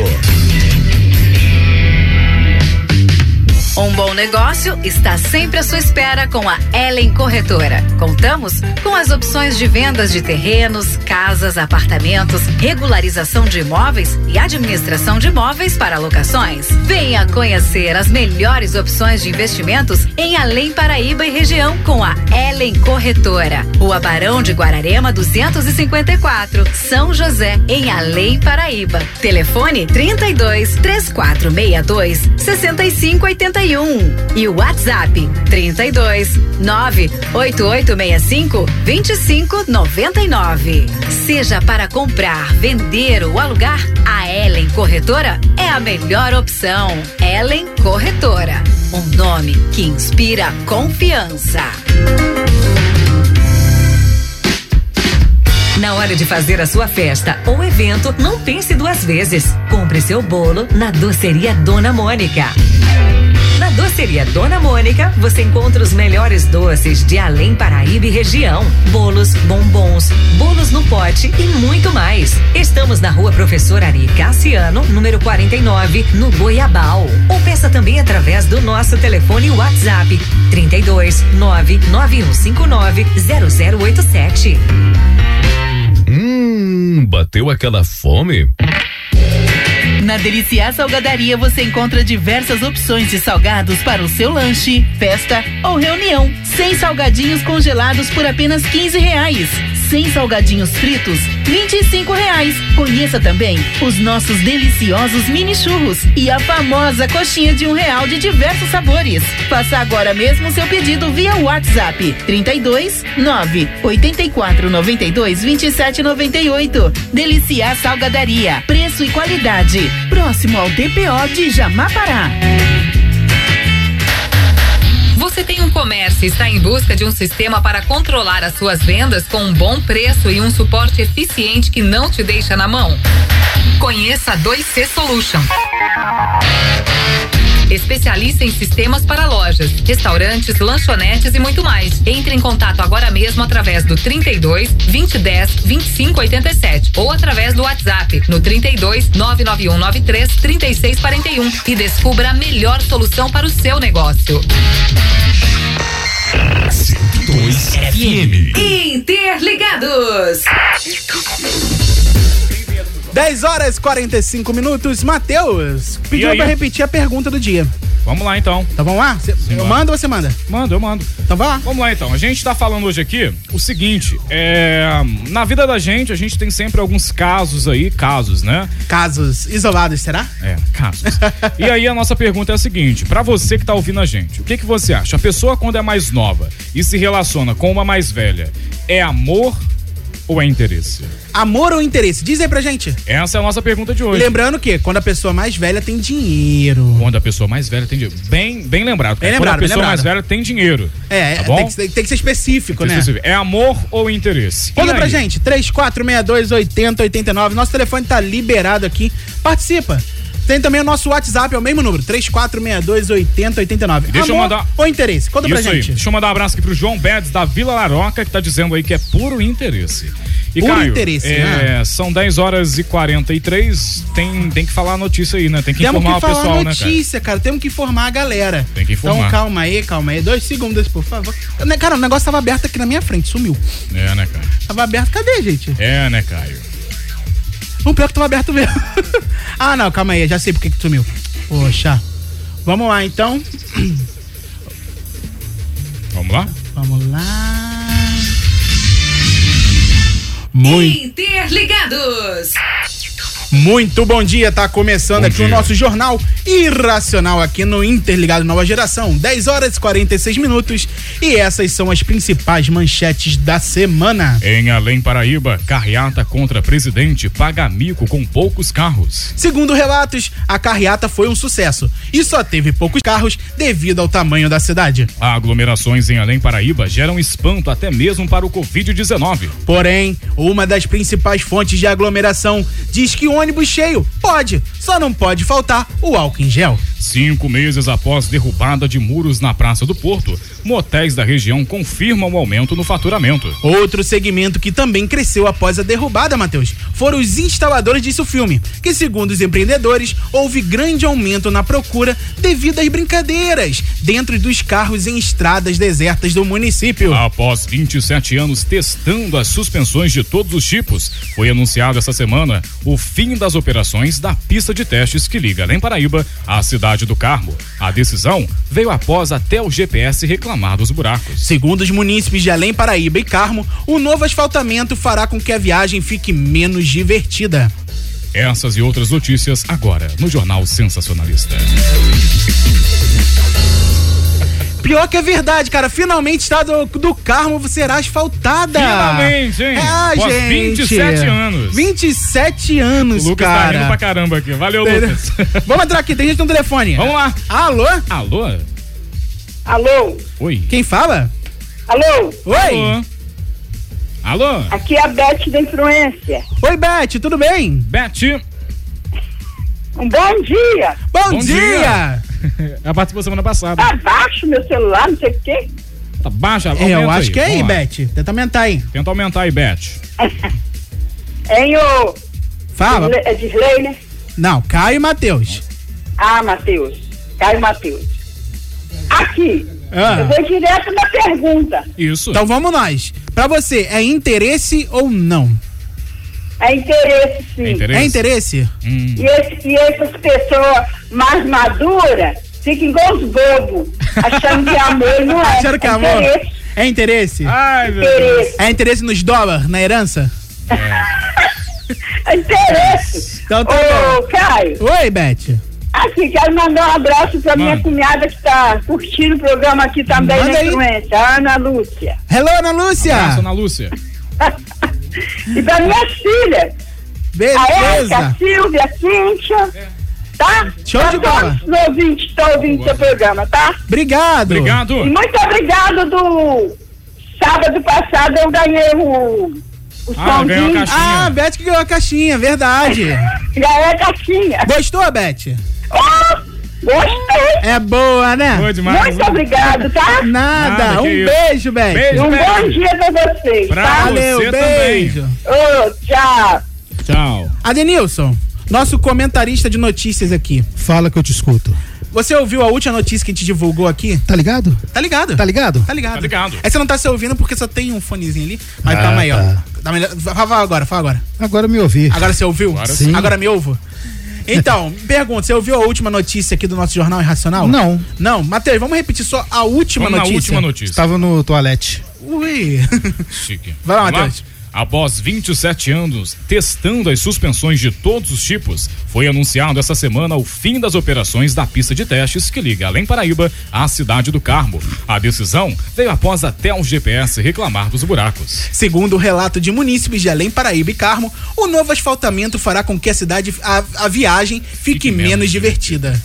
Speaker 9: Um bom negócio está sempre à sua espera com a Ellen Corretora. Contamos com as opções de vendas de terrenos, casas, apartamentos, regularização de imóveis e administração de imóveis para locações. Venha conhecer as melhores opções de investimentos em Além Paraíba e região com a Ellen Corretora. Rua Barão de Guararema 254, São José, em Além Paraíba. Telefone 32 3462 6581 e o WhatsApp 32 98865 2599. Seja para comprar, vender ou alugar, a Ellen Corretora é a melhor opção. Ellen Corretora, um nome que inspira confiança.
Speaker 12: Na hora de fazer a sua festa ou evento, não pense duas vezes. Compre seu bolo na Doceria Dona Mônica. Na Doceria Dona Mônica, você encontra os melhores doces de Além Paraíba e região. Bolos, bombons, bolos no pote e muito mais. Estamos na rua Professor Ari Cassiano, número 49, no Goiabal. Ou peça também através do nosso telefone WhatsApp 32 99159 0087.
Speaker 15: Hum, bateu aquela fome?
Speaker 16: Na Deliciar Salgadaria você encontra diversas opções de salgados para o seu lanche, festa ou reunião. Sem salgadinhos congelados por apenas 15 reais. Sem salgadinhos fritos, 25 reais. Conheça também os nossos deliciosos mini churros e a famosa coxinha de um real de diversos sabores. Faça agora mesmo seu pedido via WhatsApp 32 9 84 92 27 98. Deliciar Salgadaria. Preço e qualidade. Próximo ao DPO de Jamapará.
Speaker 24: Você tem um comércio e está em busca de um sistema para controlar as suas vendas com um bom preço e um suporte eficiente que não te deixa na mão? Conheça a 2C Solution. Especialista em sistemas para lojas, restaurantes, lanchonetes e muito mais. Entre em contato agora mesmo através do 32 2010 2587 ou através do WhatsApp no 32 99193 3641 e descubra a melhor solução para o seu negócio.
Speaker 17: 102 FM.
Speaker 24: Interligados.
Speaker 4: 10 horas e 45 minutos. Matheus, pediu
Speaker 10: aí?
Speaker 4: pra repetir a pergunta do dia.
Speaker 10: Vamos lá então.
Speaker 4: Então vamos lá? Cê- eu
Speaker 10: bora.
Speaker 4: mando ou você manda?
Speaker 10: Mando, eu mando.
Speaker 4: Então vai lá.
Speaker 10: Vamos lá então. A gente tá falando hoje aqui o seguinte: é, na vida da gente, a gente tem sempre alguns casos aí, casos, né?
Speaker 4: Casos isolados, será?
Speaker 10: É, casos. e aí a nossa pergunta é a seguinte: pra você que tá ouvindo a gente, o que que você acha? A pessoa quando é mais nova e se relaciona com uma mais velha, é amor ou é interesse?
Speaker 4: Amor ou interesse? Diz aí pra gente.
Speaker 10: Essa é a nossa pergunta de hoje.
Speaker 4: Lembrando que quando a pessoa mais velha tem dinheiro.
Speaker 10: Quando a pessoa mais velha tem dinheiro. Bem, bem lembrado.
Speaker 4: Bem
Speaker 10: cara.
Speaker 4: lembrado,
Speaker 10: Quando a
Speaker 4: bem
Speaker 10: pessoa mais
Speaker 4: lembrado.
Speaker 10: velha tem dinheiro.
Speaker 4: É,
Speaker 10: tá
Speaker 4: é,
Speaker 10: bom?
Speaker 4: tem, que, ser- tem que ser específico, né?
Speaker 10: Específico. É amor ou interesse?
Speaker 4: Conta
Speaker 10: E
Speaker 4: pra
Speaker 10: aí?
Speaker 4: gente, 3462 8089. Nosso telefone tá liberado aqui. Participa. Tem também o nosso WhatsApp, é o mesmo número, 3462 8089.
Speaker 10: Deixa eu
Speaker 4: Amor
Speaker 10: mandar-
Speaker 4: Ou interesse? Conta pra
Speaker 10: Isso
Speaker 4: gente.
Speaker 10: Aí. Deixa eu mandar um abraço aqui pro João Bedes da Vila Laroca, que tá dizendo aí que é puro interesse. E,
Speaker 4: Puro
Speaker 10: Caio,
Speaker 4: interesse,
Speaker 10: é,
Speaker 4: né?
Speaker 10: São 10 horas e 43. Tem, tem que falar a notícia aí, né? Tem que
Speaker 4: Temos
Speaker 10: informar
Speaker 4: que falar
Speaker 10: o pessoal, né,
Speaker 4: notícia, cara? Temos que informar a galera.
Speaker 10: Tem que informar.
Speaker 4: Então calma aí, calma aí. Dois segundos, por favor. Né, Cara, o negócio tava aberto aqui na minha frente, sumiu.
Speaker 10: cara? É, né, Caio?
Speaker 4: Tava aberto, cadê, gente?
Speaker 10: É, né, Caio?
Speaker 4: O pior que tava aberto mesmo. *laughs* ah, não, calma aí, já sei por que que sumiu. Poxa. Vamos lá, então.
Speaker 10: Vamos lá?
Speaker 4: Vamos lá. Muito,
Speaker 12: Interligados.
Speaker 4: muito bom dia, tá começando aqui o
Speaker 12: dia.
Speaker 4: nosso jornal irracional aqui no Interligado Nova Geração. 10 horas e 46 minutos e essas são as principais manchetes da semana.
Speaker 10: Em Além Paraíba, carreata contra presidente paga mico com poucos carros.
Speaker 4: Segundo relatos, a carreata foi um sucesso e só teve poucos carros devido ao tamanho da cidade.
Speaker 10: Aglomerações em Além Paraíba geram espanto até mesmo para o Covid-19.
Speaker 4: Porém, uma das principais fontes de aglomeração diz que ônibus cheio pode, só não pode faltar o álcool em gel.
Speaker 10: Cinco meses após derrubada de muros na Praça do Porto, motéis da região confirmam o aumento no faturamento.
Speaker 4: Outro segmento que também cresceu após a derrubada, Matheus, foram os instaladores disso filme, que segundo os empreendedores, houve grande aumento na procura devido às brincadeiras dentro dos carros em estradas desertas do município.
Speaker 10: Após 27 anos testando as suspensões de todos os tipos, foi anunciado essa semana o fim das operações da pista de testes que liga Além Paraíba à cidade do Carmo. A decisão veio após até o GPS reclamar dos buracos.
Speaker 4: Segundo os munícipes de Além Paraíba e Carmo, o novo asfaltamento fará com que a viagem fique menos divertida.
Speaker 10: Essas e outras notícias agora no Jornal Sensacionalista.
Speaker 4: Pior que é verdade, cara. Finalmente está do, do Carmo será asfaltada.
Speaker 10: Finalmente, hein?
Speaker 4: Ah,
Speaker 10: Após
Speaker 4: gente.
Speaker 10: 27 anos.
Speaker 4: 27 anos,
Speaker 10: O Lucas tá
Speaker 4: cara.
Speaker 10: rindo pra caramba aqui. Valeu,
Speaker 4: Entendeu?
Speaker 10: Lucas.
Speaker 4: Vamos entrar aqui, tem gente no telefone.
Speaker 10: Vamos lá.
Speaker 4: Alô?
Speaker 10: Alô?
Speaker 4: Alô?
Speaker 10: Oi.
Speaker 4: Quem fala?
Speaker 20: Alô?
Speaker 4: Oi?
Speaker 10: Alô?
Speaker 20: Aqui é a Beth da Influência.
Speaker 4: Oi, Beth, tudo bem?
Speaker 10: Beth.
Speaker 20: Um bom dia.
Speaker 4: Bom,
Speaker 10: Bom dia. *laughs* Ela participou semana passada.
Speaker 20: Tá baixo meu celular, não sei o quê.
Speaker 10: Tá baixa?
Speaker 4: É, eu
Speaker 10: aumenta
Speaker 4: acho que é aí,
Speaker 10: vamos lá.
Speaker 4: Beth. Tenta aumentar aí.
Speaker 10: Tenta aumentar aí, Beth.
Speaker 20: Hein, ô...
Speaker 4: Fala.
Speaker 20: Disle- É Disley, né?
Speaker 4: Não, Caio e Matheus.
Speaker 20: Ah, Matheus. Caio Matheus. Aqui.
Speaker 4: Ah.
Speaker 20: Eu vou direto na pergunta.
Speaker 10: Isso.
Speaker 4: Então vamos nós. Pra você, é interesse ou não?
Speaker 20: É interesse, sim.
Speaker 4: É interesse?
Speaker 20: E, esse- e essas pessoas mais maduras ficam igual os bobos, achando que é amor e não é.
Speaker 4: Acharam que é
Speaker 20: É
Speaker 4: amor?
Speaker 20: interesse.
Speaker 4: É interesse?
Speaker 10: Ai,
Speaker 20: meu Interesse. Deus.
Speaker 4: É interesse nos dólares, na herança?
Speaker 20: É *laughs* interesse.
Speaker 4: Então tá
Speaker 20: Ô, Caio.
Speaker 4: Oi, Beth.
Speaker 20: Aqui, quero mandar um abraço pra minha cunhada que tá curtindo o programa aqui também
Speaker 4: Manda
Speaker 20: na
Speaker 4: aí.
Speaker 20: influência, a Ana Lúcia.
Speaker 4: Hello, Ana Lúcia.
Speaker 10: Abraço, Ana Lúcia.
Speaker 20: *laughs* E pra minha filha. A Erika, a
Speaker 4: Beleza.
Speaker 20: Silvia, a Cíntia. Tá?
Speaker 4: Show
Speaker 20: Pra
Speaker 4: de bola.
Speaker 20: Todos os ouvintes, estão ouvindo seu programa, tá?
Speaker 4: Obrigado.
Speaker 20: E muito obrigado do sábado passado eu ganhei um o, o
Speaker 4: Ah,
Speaker 20: somzinho.
Speaker 4: a Beth que ganhou a caixinha, verdade.
Speaker 20: *laughs* Ganhou a caixinha.
Speaker 4: Gostou, Beth?
Speaker 20: Gostei.
Speaker 4: É boa, né?
Speaker 10: Boa demais.
Speaker 20: Muito obrigado, tá?
Speaker 4: Nada.
Speaker 10: Nada,
Speaker 4: um
Speaker 10: que isso.
Speaker 4: beijo, Beth.
Speaker 10: Beijo,
Speaker 20: Um
Speaker 10: Beth.
Speaker 20: bom dia pra vocês.
Speaker 10: Pra
Speaker 20: tá?
Speaker 4: Valeu,
Speaker 10: você
Speaker 4: beijo.
Speaker 10: também.
Speaker 20: Ô, tchau.
Speaker 10: Tchau.
Speaker 4: Adenilson, nosso comentarista de notícias aqui.
Speaker 5: Fala que eu te escuto.
Speaker 4: Você ouviu a última notícia que a gente divulgou aqui?
Speaker 5: Tá ligado?
Speaker 4: Tá ligado?
Speaker 5: Tá ligado?
Speaker 4: Tá ligado.
Speaker 10: Tá ligado.
Speaker 4: É, você não tá se ouvindo porque só tem um fonezinho ali. Mas
Speaker 5: Ah,
Speaker 4: calma aí, ó.
Speaker 5: tá.
Speaker 4: Tá melhor- Fala fala agora, fala agora.
Speaker 5: Agora me ouvi.
Speaker 4: Agora você ouviu?
Speaker 5: Agora sim.
Speaker 4: Agora me ouvo?
Speaker 5: *laughs*
Speaker 4: Então, pergunta, você ouviu a última notícia aqui do nosso Jornal Irracional?
Speaker 5: Não.
Speaker 4: Não, Matheus, vamos repetir só a última
Speaker 10: Vamos na
Speaker 4: notícia.
Speaker 10: última notícia.
Speaker 5: Estava no toalete.
Speaker 4: Ui. *laughs*
Speaker 10: Chique.
Speaker 4: Vai lá,
Speaker 10: Vamos
Speaker 4: Matheus.
Speaker 10: Tá Após 27 anos testando as suspensões de todos os tipos, foi anunciado essa semana o fim das operações da pista de testes que liga Além Paraíba à cidade do Carmo. A decisão veio após até o GPS reclamar dos buracos.
Speaker 4: Segundo o relato de munícipes de Além Paraíba e Carmo, o novo asfaltamento fará com que a cidade, a, a viagem fique, menos, divertida.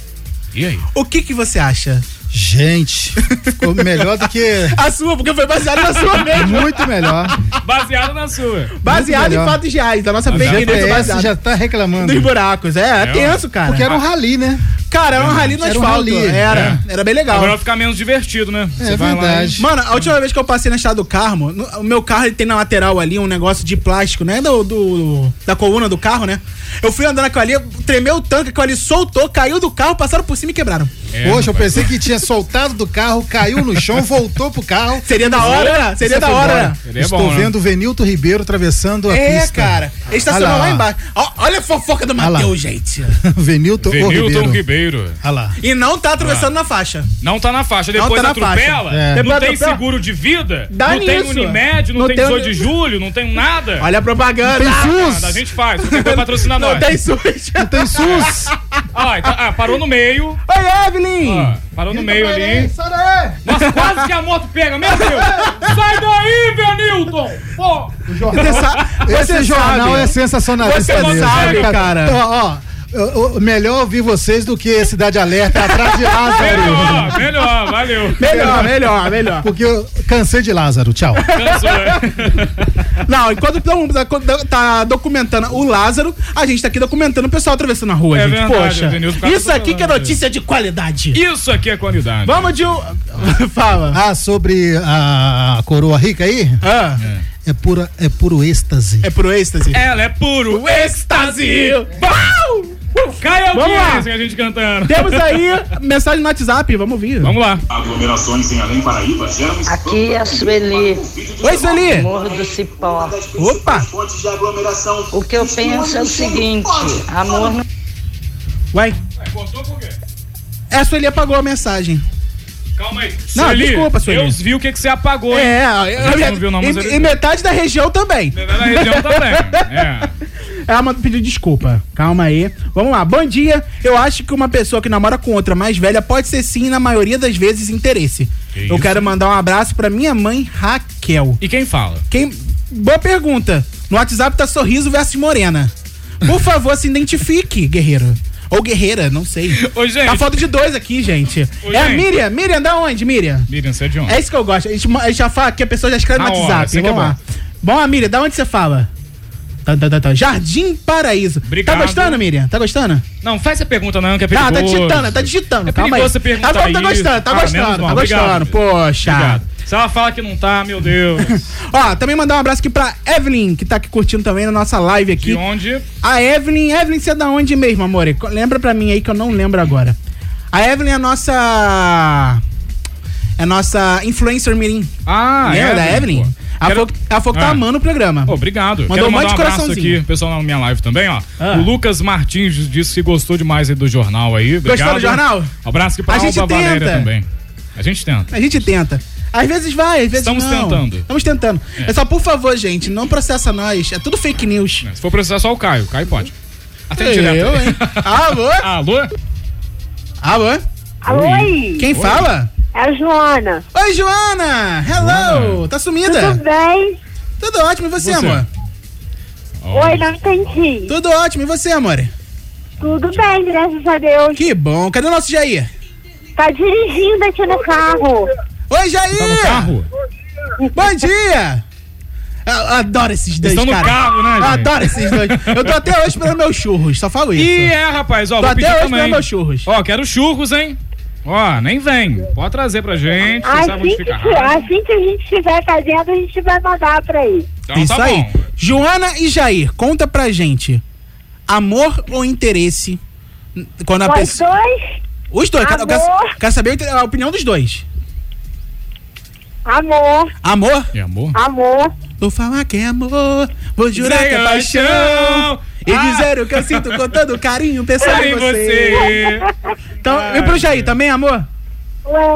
Speaker 10: E aí?
Speaker 4: O que que você acha?
Speaker 5: Gente, ficou melhor do que.
Speaker 4: A sua, porque foi baseada na sua mesmo.
Speaker 5: *laughs* Muito melhor.
Speaker 10: Baseado na sua.
Speaker 4: Baseado em
Speaker 5: melhor.
Speaker 4: fatos reais, da nossa
Speaker 5: O
Speaker 4: fake news
Speaker 5: GPS
Speaker 4: baseada.
Speaker 5: já tá reclamando.
Speaker 4: Dos buracos, é, é
Speaker 10: É, ó.
Speaker 4: tenso, cara.
Speaker 5: Porque era um rali, né?
Speaker 4: Cara, era um É. rali no
Speaker 5: Era um
Speaker 4: asfalto.
Speaker 5: rali.
Speaker 4: Era, era bem legal.
Speaker 10: É. Agora vai ficar menos divertido, né?
Speaker 5: É verdade.
Speaker 4: Mano, a última vez que eu passei na estrada do Carmo, no- o meu carro ele tem na lateral ali um negócio de plástico, né? Do, do- da coluna do carro, né? Eu fui andando com ali, tremeu o tanque, com ali soltou, caiu do carro, passaram por cima e quebraram.
Speaker 10: É,
Speaker 5: Poxa, eu
Speaker 10: rapaz.
Speaker 5: pensei que tinha soltado do carro, caiu no chão, voltou pro carro.
Speaker 4: Seria da hora, né? Seria
Speaker 5: Você
Speaker 4: da
Speaker 5: foi
Speaker 4: hora,
Speaker 5: embora.
Speaker 4: né? Seria
Speaker 5: Estou
Speaker 4: bom, né?
Speaker 5: vendo o Venilton Ribeiro atravessando a
Speaker 4: É,
Speaker 5: pista.
Speaker 4: cara. Ele estacionou
Speaker 5: Olha
Speaker 4: lá embaixo. Ó, olha a fofoca do
Speaker 5: Olha lá.
Speaker 4: Matheus, gente.
Speaker 5: *laughs* Venilton, ô
Speaker 10: Venilton
Speaker 5: Ribeiro.
Speaker 10: Ribeiro.
Speaker 5: Olha lá.
Speaker 4: E não tá atravessando na faixa.
Speaker 10: Não tá na faixa,
Speaker 4: Não
Speaker 10: depois
Speaker 4: tá na
Speaker 10: atropela.
Speaker 4: faixa. É.
Speaker 10: Não
Speaker 4: Depois
Speaker 10: tem
Speaker 4: atropela.
Speaker 10: seguro de vida,
Speaker 4: Dá
Speaker 10: não tem
Speaker 4: nisso.
Speaker 10: Unimed, não,
Speaker 4: Não
Speaker 10: tem
Speaker 4: tem
Speaker 10: 18 de
Speaker 4: Uni-
Speaker 10: julho, não tem
Speaker 4: *laughs*
Speaker 10: nada.
Speaker 4: Olha a propaganda.
Speaker 10: Não tem nada, a gente faz, não tem
Speaker 4: *laughs*
Speaker 10: patrocinar
Speaker 4: Não
Speaker 10: nós.
Speaker 4: tem SUS. Não tem
Speaker 10: *laughs*
Speaker 4: SUS.
Speaker 10: Ah, então- ah, parou no meio.
Speaker 4: Oi, Evelyn.
Speaker 10: Ah, parou no meio ali.
Speaker 5: Sai daí!
Speaker 10: Nossa, quase que a moto pega, meu
Speaker 4: *laughs*
Speaker 10: Deus! Sai daí, Benilton! Pô!
Speaker 5: Você sa- Esse jornal é sensacionalista
Speaker 10: Você não
Speaker 5: mesmo.
Speaker 10: sabe,
Speaker 5: Olha,
Speaker 10: cara.
Speaker 5: Então, Ó, ó, eu- eu- melhor ouvir vocês do que Cidade Alerta atrás de
Speaker 4: *laughs*
Speaker 5: Lázaro.
Speaker 10: Melhor, melhor, valeu.
Speaker 5: Porque eu cansei de Lázaro. Tchau.
Speaker 4: né?
Speaker 5: *laughs*
Speaker 4: Não, enquanto todo mundo tá- tá- tá documentando o Lázaro, a gente tá aqui documentando o pessoal atravessando a rua,
Speaker 10: É
Speaker 4: gente.
Speaker 10: verdade,
Speaker 4: Poxa.
Speaker 10: Denilson, o cara
Speaker 4: Isso
Speaker 10: tá
Speaker 4: aqui que é
Speaker 10: falando,
Speaker 4: notícia de qualidade.
Speaker 10: Isso aqui é qualidade.
Speaker 4: Vamos de um. *laughs* Fala.
Speaker 5: Ah, sobre a coroa rica aí?
Speaker 4: Ah.
Speaker 5: É, pura, é puro êxtase.
Speaker 4: É puro êxtase?
Speaker 10: Ela é puro êxtase! Caio
Speaker 4: Vamos lá.
Speaker 10: Alves, a gente cantando.
Speaker 4: Temos aí mensagem no WhatsApp, vamos ouvir. Vamos
Speaker 10: lá.
Speaker 17: *laughs* Aglomerações em Além Paraíba geram
Speaker 14: Aqui é a Sueli.
Speaker 4: Oi, Sueli.
Speaker 14: Morro do Cipó.
Speaker 4: Opa!
Speaker 14: O que eu penso é o seguinte, amor não
Speaker 4: Uai. É, Sueli apagou a mensagem.
Speaker 10: Calma aí.
Speaker 4: Não,
Speaker 10: Sueli,
Speaker 4: desculpa, Sueli.
Speaker 10: Deus viu o que, que você apagou, hein?
Speaker 4: É,
Speaker 10: A gente
Speaker 4: eu-
Speaker 10: não viu, não, mas ele
Speaker 4: e, e
Speaker 10: viu.
Speaker 4: metade da região também.
Speaker 10: Metade
Speaker 4: *laughs*
Speaker 10: da região também,
Speaker 4: Ela mandou pedir desculpa. Calma aí. Vamos lá. Bom dia. Eu acho que uma pessoa que namora com outra mais velha pode ser sim, na maioria das vezes, interesse.
Speaker 10: Que
Speaker 4: Eu
Speaker 10: isso?
Speaker 4: quero mandar um abraço pra minha mãe, Raquel.
Speaker 10: E quem fala?
Speaker 4: Quem... Boa pergunta. No WhatsApp tá sorriso versus morena. Por favor, se identifique, guerreiro. Ou guerreira, não sei.
Speaker 10: Ô, gente.
Speaker 4: Tá falta de dois aqui, gente.
Speaker 10: Ô,
Speaker 4: é a
Speaker 10: gente.
Speaker 4: Miriam. Miriam, da onde, Miriam?
Speaker 10: Miriam, você é de onde?
Speaker 4: É isso que eu gosto. A gente, a gente já fala que a pessoa já escreve
Speaker 10: Na
Speaker 4: no
Speaker 10: hora,
Speaker 4: WhatsApp.
Speaker 10: isso aqui
Speaker 4: Vamos
Speaker 10: é
Speaker 4: lá. Bom, ah, Miriam, da onde você fala? Tá, tá, tá, tá. Jardim Paraíso.
Speaker 10: Obrigado.
Speaker 4: Tá gostando, Miriam? Tá gostando?
Speaker 10: Não, faz essa pergunta não, que é
Speaker 4: Tá,
Speaker 10: perigoso.
Speaker 4: tá digitando, tá digitando.
Speaker 10: É
Speaker 4: Calma aí.
Speaker 10: perigoso você perguntar
Speaker 4: Ela falou que tá
Speaker 10: isso.
Speaker 4: gostando, tá
Speaker 10: Ah,
Speaker 4: gostando,
Speaker 10: menos mal.
Speaker 4: tá gostando. Tá. Poxa.
Speaker 10: Obrigado. Se ela fala que não tá, meu
Speaker 4: *laughs*
Speaker 10: Deus.
Speaker 4: Ó, também mandar um abraço aqui pra Evelyn, que tá aqui curtindo também na nossa live aqui.
Speaker 10: De onde?
Speaker 4: A Evelyn, Evelyn, você é da onde mesmo, amor? Co- Lembra pra mim aí que eu não lembro agora. A Evelyn é a nossa. É a nossa influencer Mirim.
Speaker 10: Ah,
Speaker 4: Lembra da Evelyn?
Speaker 10: pô.
Speaker 4: Ela
Speaker 10: Quero-
Speaker 4: falou que- ela falou que tá
Speaker 10: Ah.
Speaker 4: amando o programa.
Speaker 10: Obrigado.
Speaker 4: Mandou
Speaker 10: Quero
Speaker 4: um monte
Speaker 10: mandar
Speaker 4: de
Speaker 10: abraço
Speaker 4: coraçãozinho.
Speaker 10: aqui, pessoal na minha live também, ó.
Speaker 4: Ah.
Speaker 10: O Lucas Martins disse que gostou demais aí do jornal aí. Obrigado. Um
Speaker 4: Gostou do jornal?
Speaker 10: Abraço aqui pra
Speaker 4: A gente
Speaker 10: Alba
Speaker 4: tenta.
Speaker 10: Valéria também. A gente tenta.
Speaker 4: A gente tenta. Às vezes vai, às vezes
Speaker 10: Estamos
Speaker 4: não.
Speaker 10: tentando.
Speaker 4: Estamos tentando.
Speaker 10: É.
Speaker 4: É. só, por favor, gente, não processa nós. É tudo fake news.
Speaker 10: Se for precisar, só o Caio. Caio pode. Atende
Speaker 4: Eu,
Speaker 10: direto. aí. *laughs*
Speaker 4: hein? Alô?
Speaker 10: Alô?
Speaker 4: Alô?
Speaker 8: Alô, oi.
Speaker 4: É- Quem
Speaker 8: Oi.
Speaker 4: fala?
Speaker 8: É a Joana.
Speaker 4: Oi, Joana! Hello! Tá sumida?
Speaker 8: Tudo bem?
Speaker 4: Tudo ótimo, e você,
Speaker 8: Você?
Speaker 4: amor?
Speaker 8: Oi, não entendi.
Speaker 4: Tudo ótimo, e você, amor?
Speaker 8: Tudo bem, graças a Deus.
Speaker 4: Que bom. Cadê o nosso Jair?
Speaker 8: Tá dirigindo aqui no carro.
Speaker 4: Oi, Jair! Tá no carro? Bom dia! Eu adoro esses dois,
Speaker 10: Estão no
Speaker 4: cara.
Speaker 10: carro, né,
Speaker 4: Eu
Speaker 10: gente?
Speaker 4: adoro esses dois. Eu tô até hoje esperando meus churros, só falo isso.
Speaker 10: Ih, é, rapaz, ó,
Speaker 4: Tô
Speaker 10: vou
Speaker 4: até
Speaker 10: pedir
Speaker 4: hoje
Speaker 10: também.
Speaker 4: esperando meus churros.
Speaker 10: Ó, quero churros, hein? Ó, nem vem. Pode trazer pra gente, você sabe
Speaker 8: Assim
Speaker 10: onde
Speaker 8: que,
Speaker 10: fica. a rádio.
Speaker 8: assim que a gente estiver fazendo, a gente vai mandar pra ele.
Speaker 10: Então
Speaker 4: É isso
Speaker 10: tá
Speaker 4: aí.
Speaker 10: bom.
Speaker 4: Joana e Jair, conta pra gente. Amor ou interesse? n- Quando a
Speaker 8: Nós
Speaker 4: pessoa.
Speaker 8: dois,
Speaker 4: Os dois, quero, eu
Speaker 8: Amor.
Speaker 4: quero, quero saber a opinião dos dois.
Speaker 8: amor,
Speaker 4: Amor?
Speaker 10: É amor?
Speaker 8: amor.
Speaker 4: Vou falar que é amor, vou jurar
Speaker 10: Dizer
Speaker 4: que é paixão.
Speaker 10: paixão.
Speaker 4: E
Speaker 10: Ah.
Speaker 4: dizer o que eu sinto com
Speaker 10: *laughs*
Speaker 4: todo carinho, pensando em
Speaker 10: Em
Speaker 4: você.
Speaker 10: você. Ah, é.
Speaker 4: Então, e pro Jair também, amor?
Speaker 8: Ué, é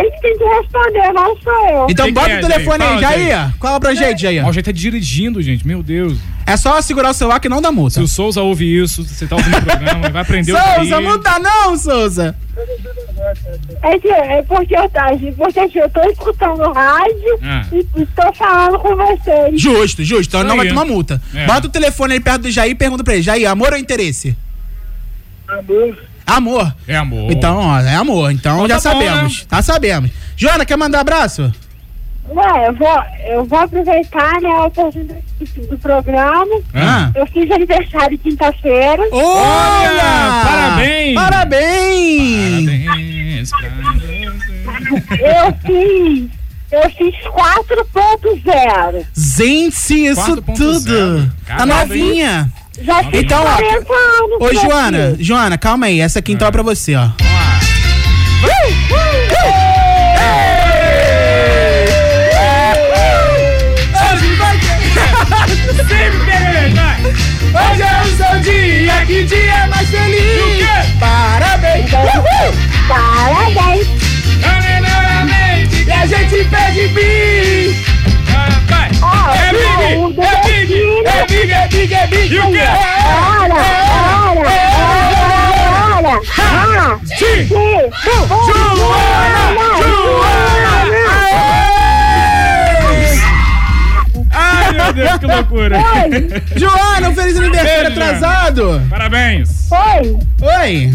Speaker 8: ele que tem que responder, não sou eu.
Speaker 4: Então
Speaker 10: Que que
Speaker 4: bota
Speaker 10: é,
Speaker 4: o telefone
Speaker 10: Jair?
Speaker 4: aí,
Speaker 10: Fala,
Speaker 4: Jair.
Speaker 10: Jair.
Speaker 4: Cola pra gente, Jair.
Speaker 10: Ó, o jeito tá dirigindo, gente. Meu Deus.
Speaker 4: É só segurar o celular que não dá multa.
Speaker 10: Se o Souza ouve isso, você tá ouvindo o programa, vai aprender o é
Speaker 4: Souza,
Speaker 10: Jair.
Speaker 4: multa não, Souza.
Speaker 8: É, que- é porque eu, tá, porque eu tô escutando o rádio
Speaker 4: Ah.
Speaker 8: e, e tô falando com vocês.
Speaker 4: Justo, justo. Então
Speaker 8: Isso
Speaker 4: não vai
Speaker 8: aí.
Speaker 4: tomar multa.
Speaker 8: É.
Speaker 4: Bota o telefone aí perto do Jair e pergunta pra ele. Jair, amor ou interesse?
Speaker 8: Amor.
Speaker 4: Amor.
Speaker 10: É amor.
Speaker 4: Então, ó, é amor. Então
Speaker 10: Então
Speaker 4: já
Speaker 10: tá bom,
Speaker 4: sabemos.
Speaker 10: né?
Speaker 4: Tá sabemos. Joana, quer mandar abraço?
Speaker 8: Ué, eu vou, eu vou aproveitar né, a oportunidade do programa.
Speaker 4: Ah.
Speaker 8: Eu fiz aniversário quinta-feira.
Speaker 4: Olha!
Speaker 10: Parabéns!
Speaker 4: Parabéns!
Speaker 10: Parabéns pra
Speaker 8: Eu fiz. Eu fiz 4.0.
Speaker 4: Gente, isso
Speaker 8: 4.0.
Speaker 4: tudo. Tá
Speaker 8: Caramba,
Speaker 4: novinha.
Speaker 8: Já fiz
Speaker 4: Então, ó.
Speaker 8: 40 anos.
Speaker 4: Ô,
Speaker 8: meu
Speaker 4: Joana,
Speaker 8: filho.
Speaker 4: Joana, calma aí. Essa aqui então é pra você, ó.
Speaker 10: bicho? E o quê?
Speaker 4: Ai, meu Deus, que loucura. *laughs* Joana, um feliz aniversário
Speaker 10: Beijo, né? Joana.
Speaker 4: atrasado.
Speaker 10: Parabéns.
Speaker 8: Oi.
Speaker 4: Oi.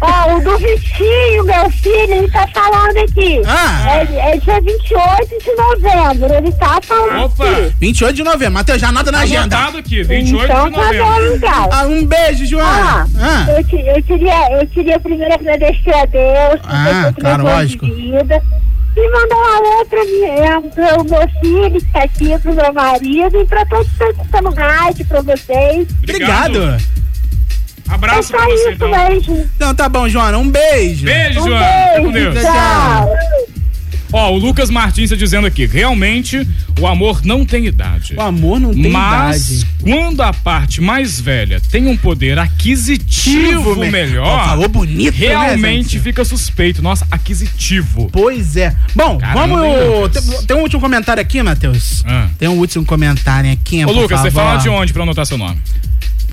Speaker 8: Ó, o do Vitinho, meu filho, ele tá falando aqui. Ah. É, é dia 28 de novembro, ele tá falando aqui.
Speaker 4: 28 de novembro. Matheus, já anota na
Speaker 8: Tá
Speaker 4: agenda.
Speaker 8: anotado
Speaker 10: aqui,
Speaker 8: então tá bom, então.
Speaker 4: Ah, um beijo, Joana.
Speaker 8: Ah, Eu, que- eu queria, eu queria primeiro agradecer a Deus. por
Speaker 4: Ah,
Speaker 8: ter feito
Speaker 4: claro,
Speaker 8: meu plano
Speaker 4: lógico.
Speaker 8: de vida. E mandar uma outra minha, pro meu filho que tá aqui, pro meu marido e pra todos que estão escutando rádio, pra vocês.
Speaker 4: Obrigado.
Speaker 10: Abraço pra
Speaker 4: você,
Speaker 8: então. Beijo.
Speaker 4: Então tá bom, Joana. Um beijo.
Speaker 10: Beijo, Joana. Fica com Deus. Ó, o Lucas Martins tá dizendo aqui, realmente o amor não tem idade. O
Speaker 4: amor não tem
Speaker 10: Mas
Speaker 4: idade.
Speaker 10: quando a parte mais velha tem um poder aquisitivo
Speaker 4: Tivo, me-
Speaker 10: melhor,
Speaker 4: Ó, falou bonito, né,
Speaker 10: realmente
Speaker 4: gente?
Speaker 10: fica suspeito. Nossa, aquisitivo.
Speaker 4: Pois é. Bom,
Speaker 10: Cara, não tem
Speaker 4: Vamos.
Speaker 10: dúvidas.
Speaker 4: Tem, tem um último comentário aqui, Matheus? Tem um último comentário aqui,
Speaker 10: Ô,
Speaker 4: por
Speaker 10: Lucas, você
Speaker 4: favor.
Speaker 10: fala de onde pra eu anotar seu nome?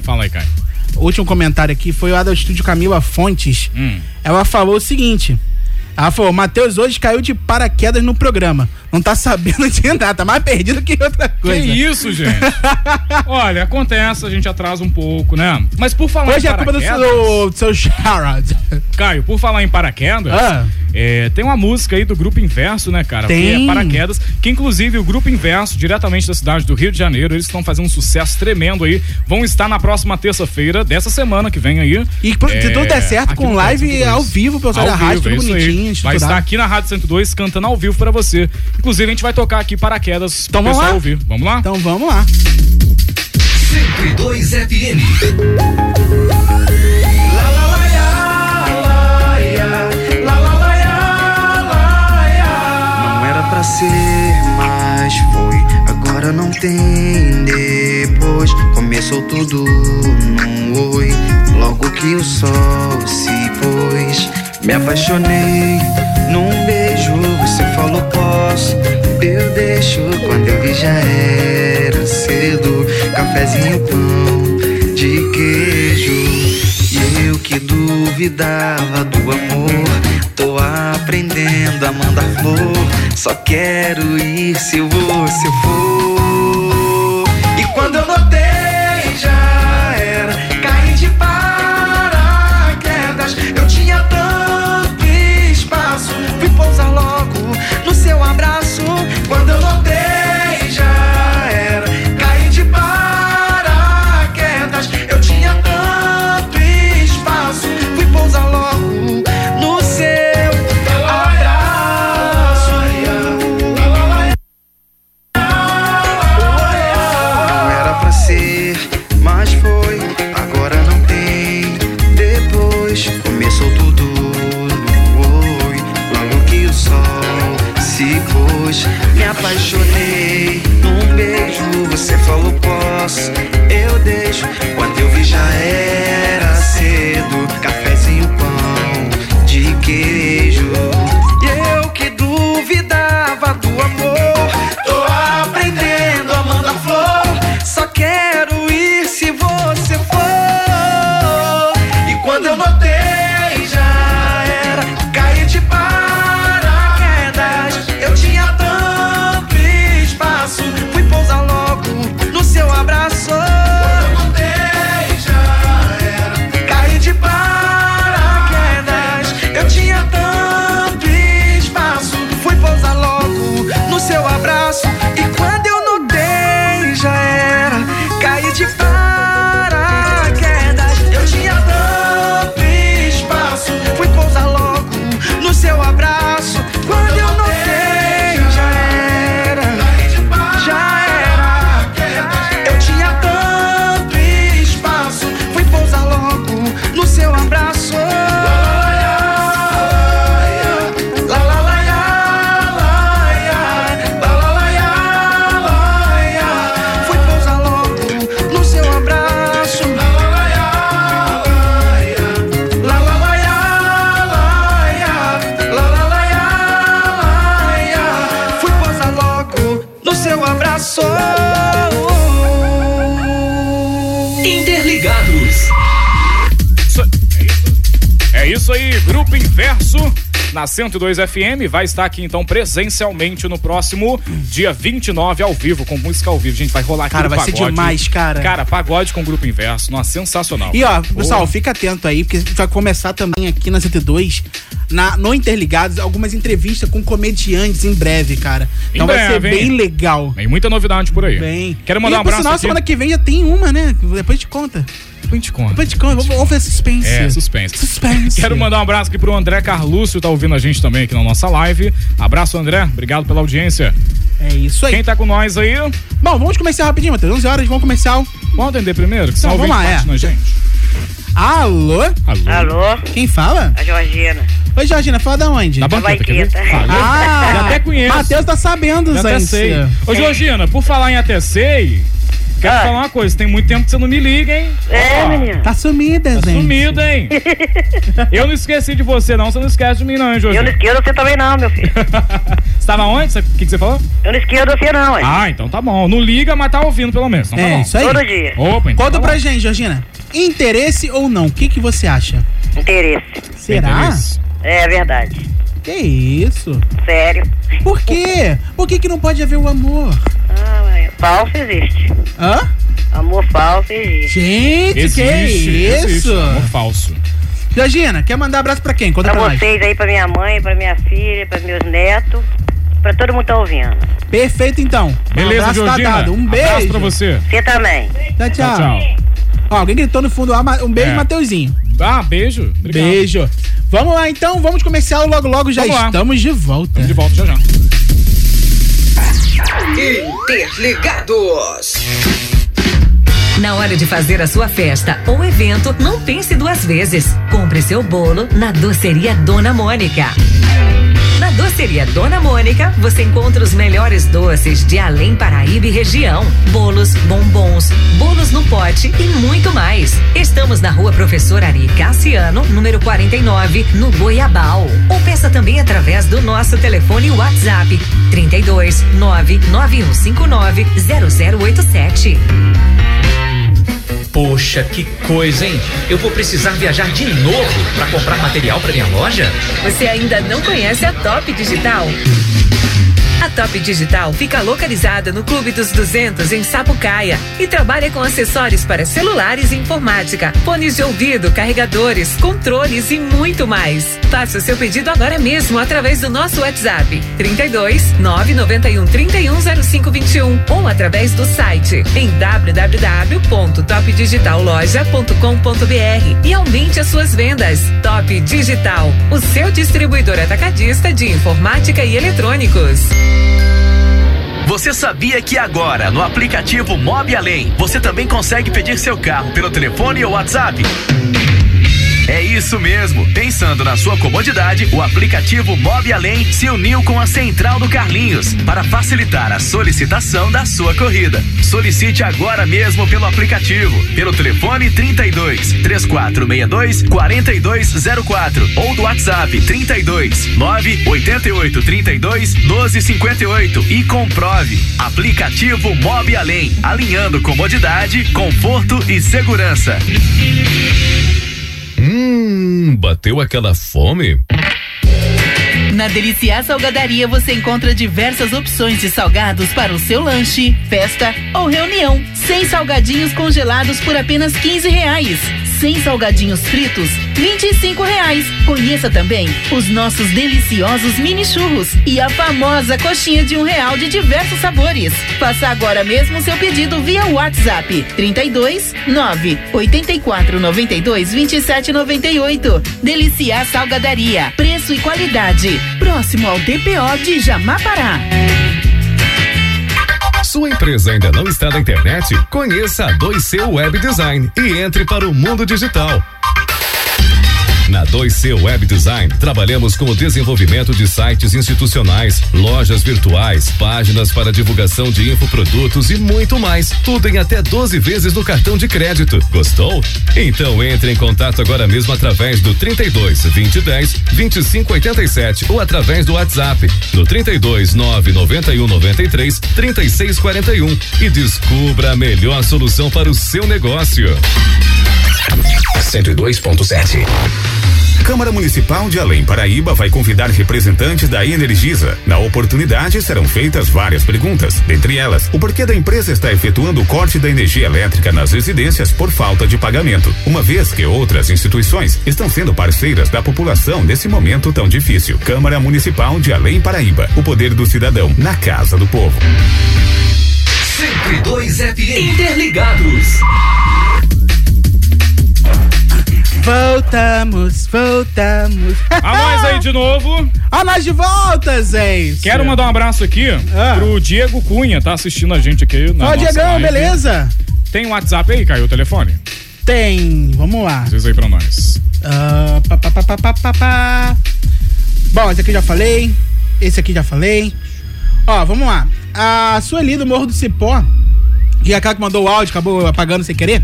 Speaker 10: Fala aí, Caio.
Speaker 4: O último comentário aqui foi lá do estúdio Camila Fontes.
Speaker 10: Hum.
Speaker 4: Ela falou o seguinte. Ela falou, Matheus hoje caiu de paraquedas no programa. Não tá sabendo de nada, tá mais perdido que outra coisa.
Speaker 10: Que
Speaker 4: *laughs*
Speaker 10: isso, gente? Olha, acontece, a gente atrasa um pouco, né? Mas por falar
Speaker 4: Hoje é a culpa do
Speaker 10: paraquedas-
Speaker 4: seu, do seu Sharad.
Speaker 10: Caio, por falar em paraquedas,
Speaker 4: Ah.
Speaker 10: é, tem uma música aí do Grupo Inverso, né, cara? Que
Speaker 4: Tem.
Speaker 10: é Paraquedas, que inclusive o Grupo Inverso, diretamente da cidade do Rio de Janeiro, eles estão fazendo um sucesso tremendo aí. Vão estar na próxima terça-feira dessa semana que vem aí. É,
Speaker 4: E pro- se tudo der certo,
Speaker 10: aqui
Speaker 4: com
Speaker 10: no
Speaker 4: live
Speaker 10: 102.
Speaker 4: ao vivo, pessoal
Speaker 10: Ao
Speaker 4: da rádio,
Speaker 10: vivo, é
Speaker 4: tudo
Speaker 10: isso aí.
Speaker 4: bonitinho,
Speaker 10: Vai
Speaker 4: estruturado.
Speaker 10: estar aqui na Rádio 102 cantando ao vivo pra você. Inclusive, a gente vai tocar aqui Paraquedas
Speaker 4: Então
Speaker 10: pro
Speaker 4: vamos
Speaker 10: pessoal
Speaker 4: lá?
Speaker 10: ouvir. Vamos lá?
Speaker 4: Então vamos lá.
Speaker 17: 102 FM.
Speaker 3: Não era pra ser, mas foi. Agora não tem depois. Começou tudo num oi. Logo que o sol se pôs, me apaixonei num beijo. Você falou posso, eu deixo. Quando eu vi já era cedo. Cafezinho, pão de queijo. E eu que duvidava do amor. Tô aprendendo a mandar flor. Só quero ir se eu vou, se eu for. E quando eu notei, já era. Caí de paraquedas. Eu tinha tanto espaço. Fui pousar logo no seu abraço. Quando eu notei, já era. Caí de paraquedas. Eu tinha tanto espaço. Fui pousar logo no seu abraço. Não era pra ser, mas foi. Agora não tem. Depois começou tudo no oi. Logo que o sol se pôs, me apaixonei num beijo. Você falou posso, eu deixo. Quando eu vi já era cedo. Cafézinho, pão de queijo. E eu que duvidava do amor. Tô aprendendo a mandar flor. Só quero ir se você for. E quando eu notei, já era. Caí de paraquedas. Eu tinha tanto espaço. Fui pousar logo no seu abraço. Quando eu notei, já era. Caí de paraquedas. Eu tinha tanto espaço. Fui pousar logo no seu abraço. E quando eu notei, já era. Caí de paraquedas. Eu tinha tanto espaço. Fui pousar logo no seu abraço. Quando eu notei, já era. Já era. Eu tinha tanto espaço. Fui pousar logo no seu abraço. Lá, lá, lá, lá, lá, lá, lá, lá, lá. Fui pousar logo no seu abraço. Lá, lá, lá, lá, lá, lá, lá, lá, lá, lá, lá, lá. Fui pousar logo no seu abraço.
Speaker 10: Interligados. É isso aí, Grupo Inverso. Na 102 FM vai estar aqui então presencialmente no próximo dia 29 ao vivo com música ao vivo. Gente, vai rolar aqui
Speaker 4: Cara,
Speaker 10: no
Speaker 4: vai ser
Speaker 10: pagode.
Speaker 4: demais, cara.
Speaker 10: Cara, pagode com Grupo Inverso, nossa, sensacional.
Speaker 4: E ó, pessoal,
Speaker 10: Boa.
Speaker 4: fica atento aí, porque a gente vai começar também aqui na 102, na, no Interligados, algumas entrevistas com comediantes em breve, cara.
Speaker 10: Em
Speaker 4: Então vai ser
Speaker 10: breve, hein?
Speaker 4: bem legal.
Speaker 10: Tem muita novidade por aí.
Speaker 4: Bem.
Speaker 10: Quero mandar
Speaker 4: e,
Speaker 10: um
Speaker 4: por
Speaker 10: abraço
Speaker 4: Sinal,
Speaker 10: aqui.
Speaker 4: semana que vem já tem uma, né? Depois te conta.
Speaker 10: Depois te conta.
Speaker 4: Depois te conta. Vamos vamos fazer suspense.
Speaker 10: É, suspense.
Speaker 4: Suspense.
Speaker 10: Quero mandar um abraço aqui pro André Carlúcio, tá ouvindo a gente também aqui na nossa live. Abraço, André. Obrigado pela audiência.
Speaker 4: É isso aí.
Speaker 10: Quem tá com nós aí?
Speaker 4: Bom, vamos começar rapidinho, Matheus. 11 horas, vamos começar.
Speaker 10: Vamos atender primeiro, que senão
Speaker 4: vamos lá,
Speaker 10: ouvinte bate
Speaker 4: é.
Speaker 10: na gente.
Speaker 4: Alô?
Speaker 10: Alô?
Speaker 18: Alô?
Speaker 4: Quem fala?
Speaker 18: A Georgina.
Speaker 4: Oi, Georgina, fala da onde? Ah!
Speaker 10: Da banqueta, quer ver? banqueta. Falei. Já até conheço.
Speaker 4: Matheus tá sabendo,
Speaker 10: Já até
Speaker 4: Zé.
Speaker 10: sei. Ô, Georgina, por falar em até sei, quero te falar uma coisa. Tem muito tempo que você não me liga, hein?
Speaker 18: Ah. É,
Speaker 10: Ó,
Speaker 18: menino.
Speaker 4: Tá sumida,
Speaker 10: Tá
Speaker 4: Zé.
Speaker 10: sumido,
Speaker 18: *laughs*
Speaker 10: hein? Eu não esqueci de você, não. Você não esquece de mim, não, hein,
Speaker 18: Eu
Speaker 10: Georgina?
Speaker 18: não esquerdo você também não, meu filho.
Speaker 10: *laughs* Você tava onde? Você- O que, que você falou?
Speaker 18: Eu não esquerdo você não, hein?
Speaker 10: Ah, então tá bom. Não liga, mas tá ouvindo pelo menos. Então tá
Speaker 4: É,
Speaker 10: bom.
Speaker 4: isso aí.
Speaker 18: Todo dia.
Speaker 10: Opa, então
Speaker 4: Conta
Speaker 10: tá
Speaker 4: pra
Speaker 10: bom.
Speaker 4: gente, Georgina. Interesse ou não? O que, que você acha?
Speaker 18: Interesse.
Speaker 4: Será?
Speaker 18: interesse. É verdade.
Speaker 4: Que isso?
Speaker 18: Sério.
Speaker 4: Por quê? Por que, que não pode haver o amor?
Speaker 18: Ah, ué, falso existe.
Speaker 4: Hã?
Speaker 18: Amor falso existe.
Speaker 4: Gente,
Speaker 18: Existe,
Speaker 4: que isso?
Speaker 18: existe, amor
Speaker 10: falso.
Speaker 4: Georgina, quer mandar abraço pra quem? Conta
Speaker 18: Pra
Speaker 4: pra, nós.
Speaker 18: vocês aí, pra minha mãe, pra minha filha, pra meus netos, pra todo mundo que tá ouvindo.
Speaker 4: Perfeito, então. um
Speaker 18: Beleza,
Speaker 4: abraço
Speaker 18: Georgina.
Speaker 4: tá dado. Um beijo.
Speaker 18: Abraço pra
Speaker 10: você.
Speaker 18: Você também.
Speaker 4: Tchau, tchau.
Speaker 18: Tchau, tchau.
Speaker 4: Ó, alguém gritou no fundo. ah, Ma- Um beijo, Mateuzinho.
Speaker 10: É. Ah, beijo. Obrigado.
Speaker 4: Beijo. Vamos lá, então. Vamos comercial logo, logo. Já
Speaker 10: Vamos lá.
Speaker 4: estamos de volta. Estamos
Speaker 10: de volta já, já.
Speaker 18: Interligados.
Speaker 12: Na hora de fazer a sua festa ou evento, não pense duas vezes. Compre seu bolo na Doceria Dona Mônica. Na Doceria Dona Mônica, você encontra os melhores doces de Além Paraíba e região. Bolos, bombons, bolos no pote e muito mais. Estamos na rua Professor Ari Cassiano, número 49, no Goiabal. Ou peça também através do nosso telefone WhatsApp 32 99159 0087.
Speaker 13: Poxa, que coisa, hein? Eu vou precisar viajar de novo para comprar material para minha loja?
Speaker 12: Você ainda não conhece a Top Digital? A Top Digital fica localizada no Clube dos 200 em Sapucaia e trabalha com acessórios para celulares e informática, fones de ouvido, carregadores, controles e muito mais. Faça o seu pedido agora mesmo através do nosso WhatsApp 32 991 310521 ou através do site em www.topdigitalloja.com.br e aumente as suas vendas. Top Digital, o seu distribuidor atacadista de informática e eletrônicos.
Speaker 7: Você sabia que agora, no aplicativo Mob Além, você também consegue pedir seu carro pelo telefone ou WhatsApp? É isso mesmo. Pensando na sua comodidade, o aplicativo Mob Além se uniu com a Central do Carlinhos para facilitar a solicitação da sua corrida. Solicite agora mesmo pelo aplicativo, pelo telefone 32 3462 4204 ou do WhatsApp 32 988 32 1258 e comprove. Aplicativo Mob Além, alinhando comodidade, conforto e segurança.
Speaker 15: Hum, bateu aquela fome?
Speaker 16: Na Deliciar Salgadaria você encontra diversas opções de salgados para o seu lanche, festa ou reunião. Sem salgadinhos congelados por apenas 15 reais. Sem salgadinhos fritos, 25 reais. Conheça também os nossos deliciosos mini churros e a famosa coxinha de um real de diversos sabores. Faça agora mesmo seu pedido via WhatsApp 32 9 84 92 27 98. Deliciar Salgadaria. Preço e qualidade. Próximo ao DPO de Jamapará.
Speaker 11: Sua empresa ainda não está na internet? Conheça a 2C Web Design e entre para o mundo digital.
Speaker 15: Na 2C Web Design, trabalhamos com o desenvolvimento de sites institucionais, lojas virtuais, páginas para divulgação de infoprodutos e muito mais. Tudo em até 12 vezes no cartão de crédito. Gostou? Então entre em contato agora mesmo através do 32 2010 2587 ou através do WhatsApp no 32 991 93 3641 e descubra a melhor solução para o seu negócio.
Speaker 17: 102.7.
Speaker 1: Câmara Municipal de Além Paraíba vai convidar representantes da Energisa. Na oportunidade serão feitas várias perguntas, dentre elas, o porquê da empresa está efetuando o corte da energia elétrica nas residências por falta de pagamento, uma vez que outras instituições estão sendo parceiras da população nesse momento tão difícil. Câmara Municipal de Além Paraíba, o poder do cidadão na casa do povo.
Speaker 7: 102
Speaker 21: *laughs*
Speaker 7: FM. Interligados.
Speaker 4: Voltamos, voltamos.
Speaker 10: A nós
Speaker 4: *laughs*
Speaker 10: aí de novo.
Speaker 4: A nós de volta, Zé.
Speaker 10: Quero mandar um abraço aqui pro Diego Cunha, tá assistindo a gente aqui. Na
Speaker 4: Ó,
Speaker 10: nossa
Speaker 4: Ah. Diegão,
Speaker 10: live.
Speaker 4: beleza?
Speaker 10: Tem um WhatsApp aí, caiu o telefone?
Speaker 4: Tem, vamos lá.
Speaker 10: Diz aí pra nós.
Speaker 4: Ah, pá, pá, pá, pá, pá, pá, pá. Bom, esse aqui já falei. Esse aqui já falei. Ó, vamos lá. A Sueli do Morro do Cipó, que é aquela que mandou o áudio, acabou apagando sem querer.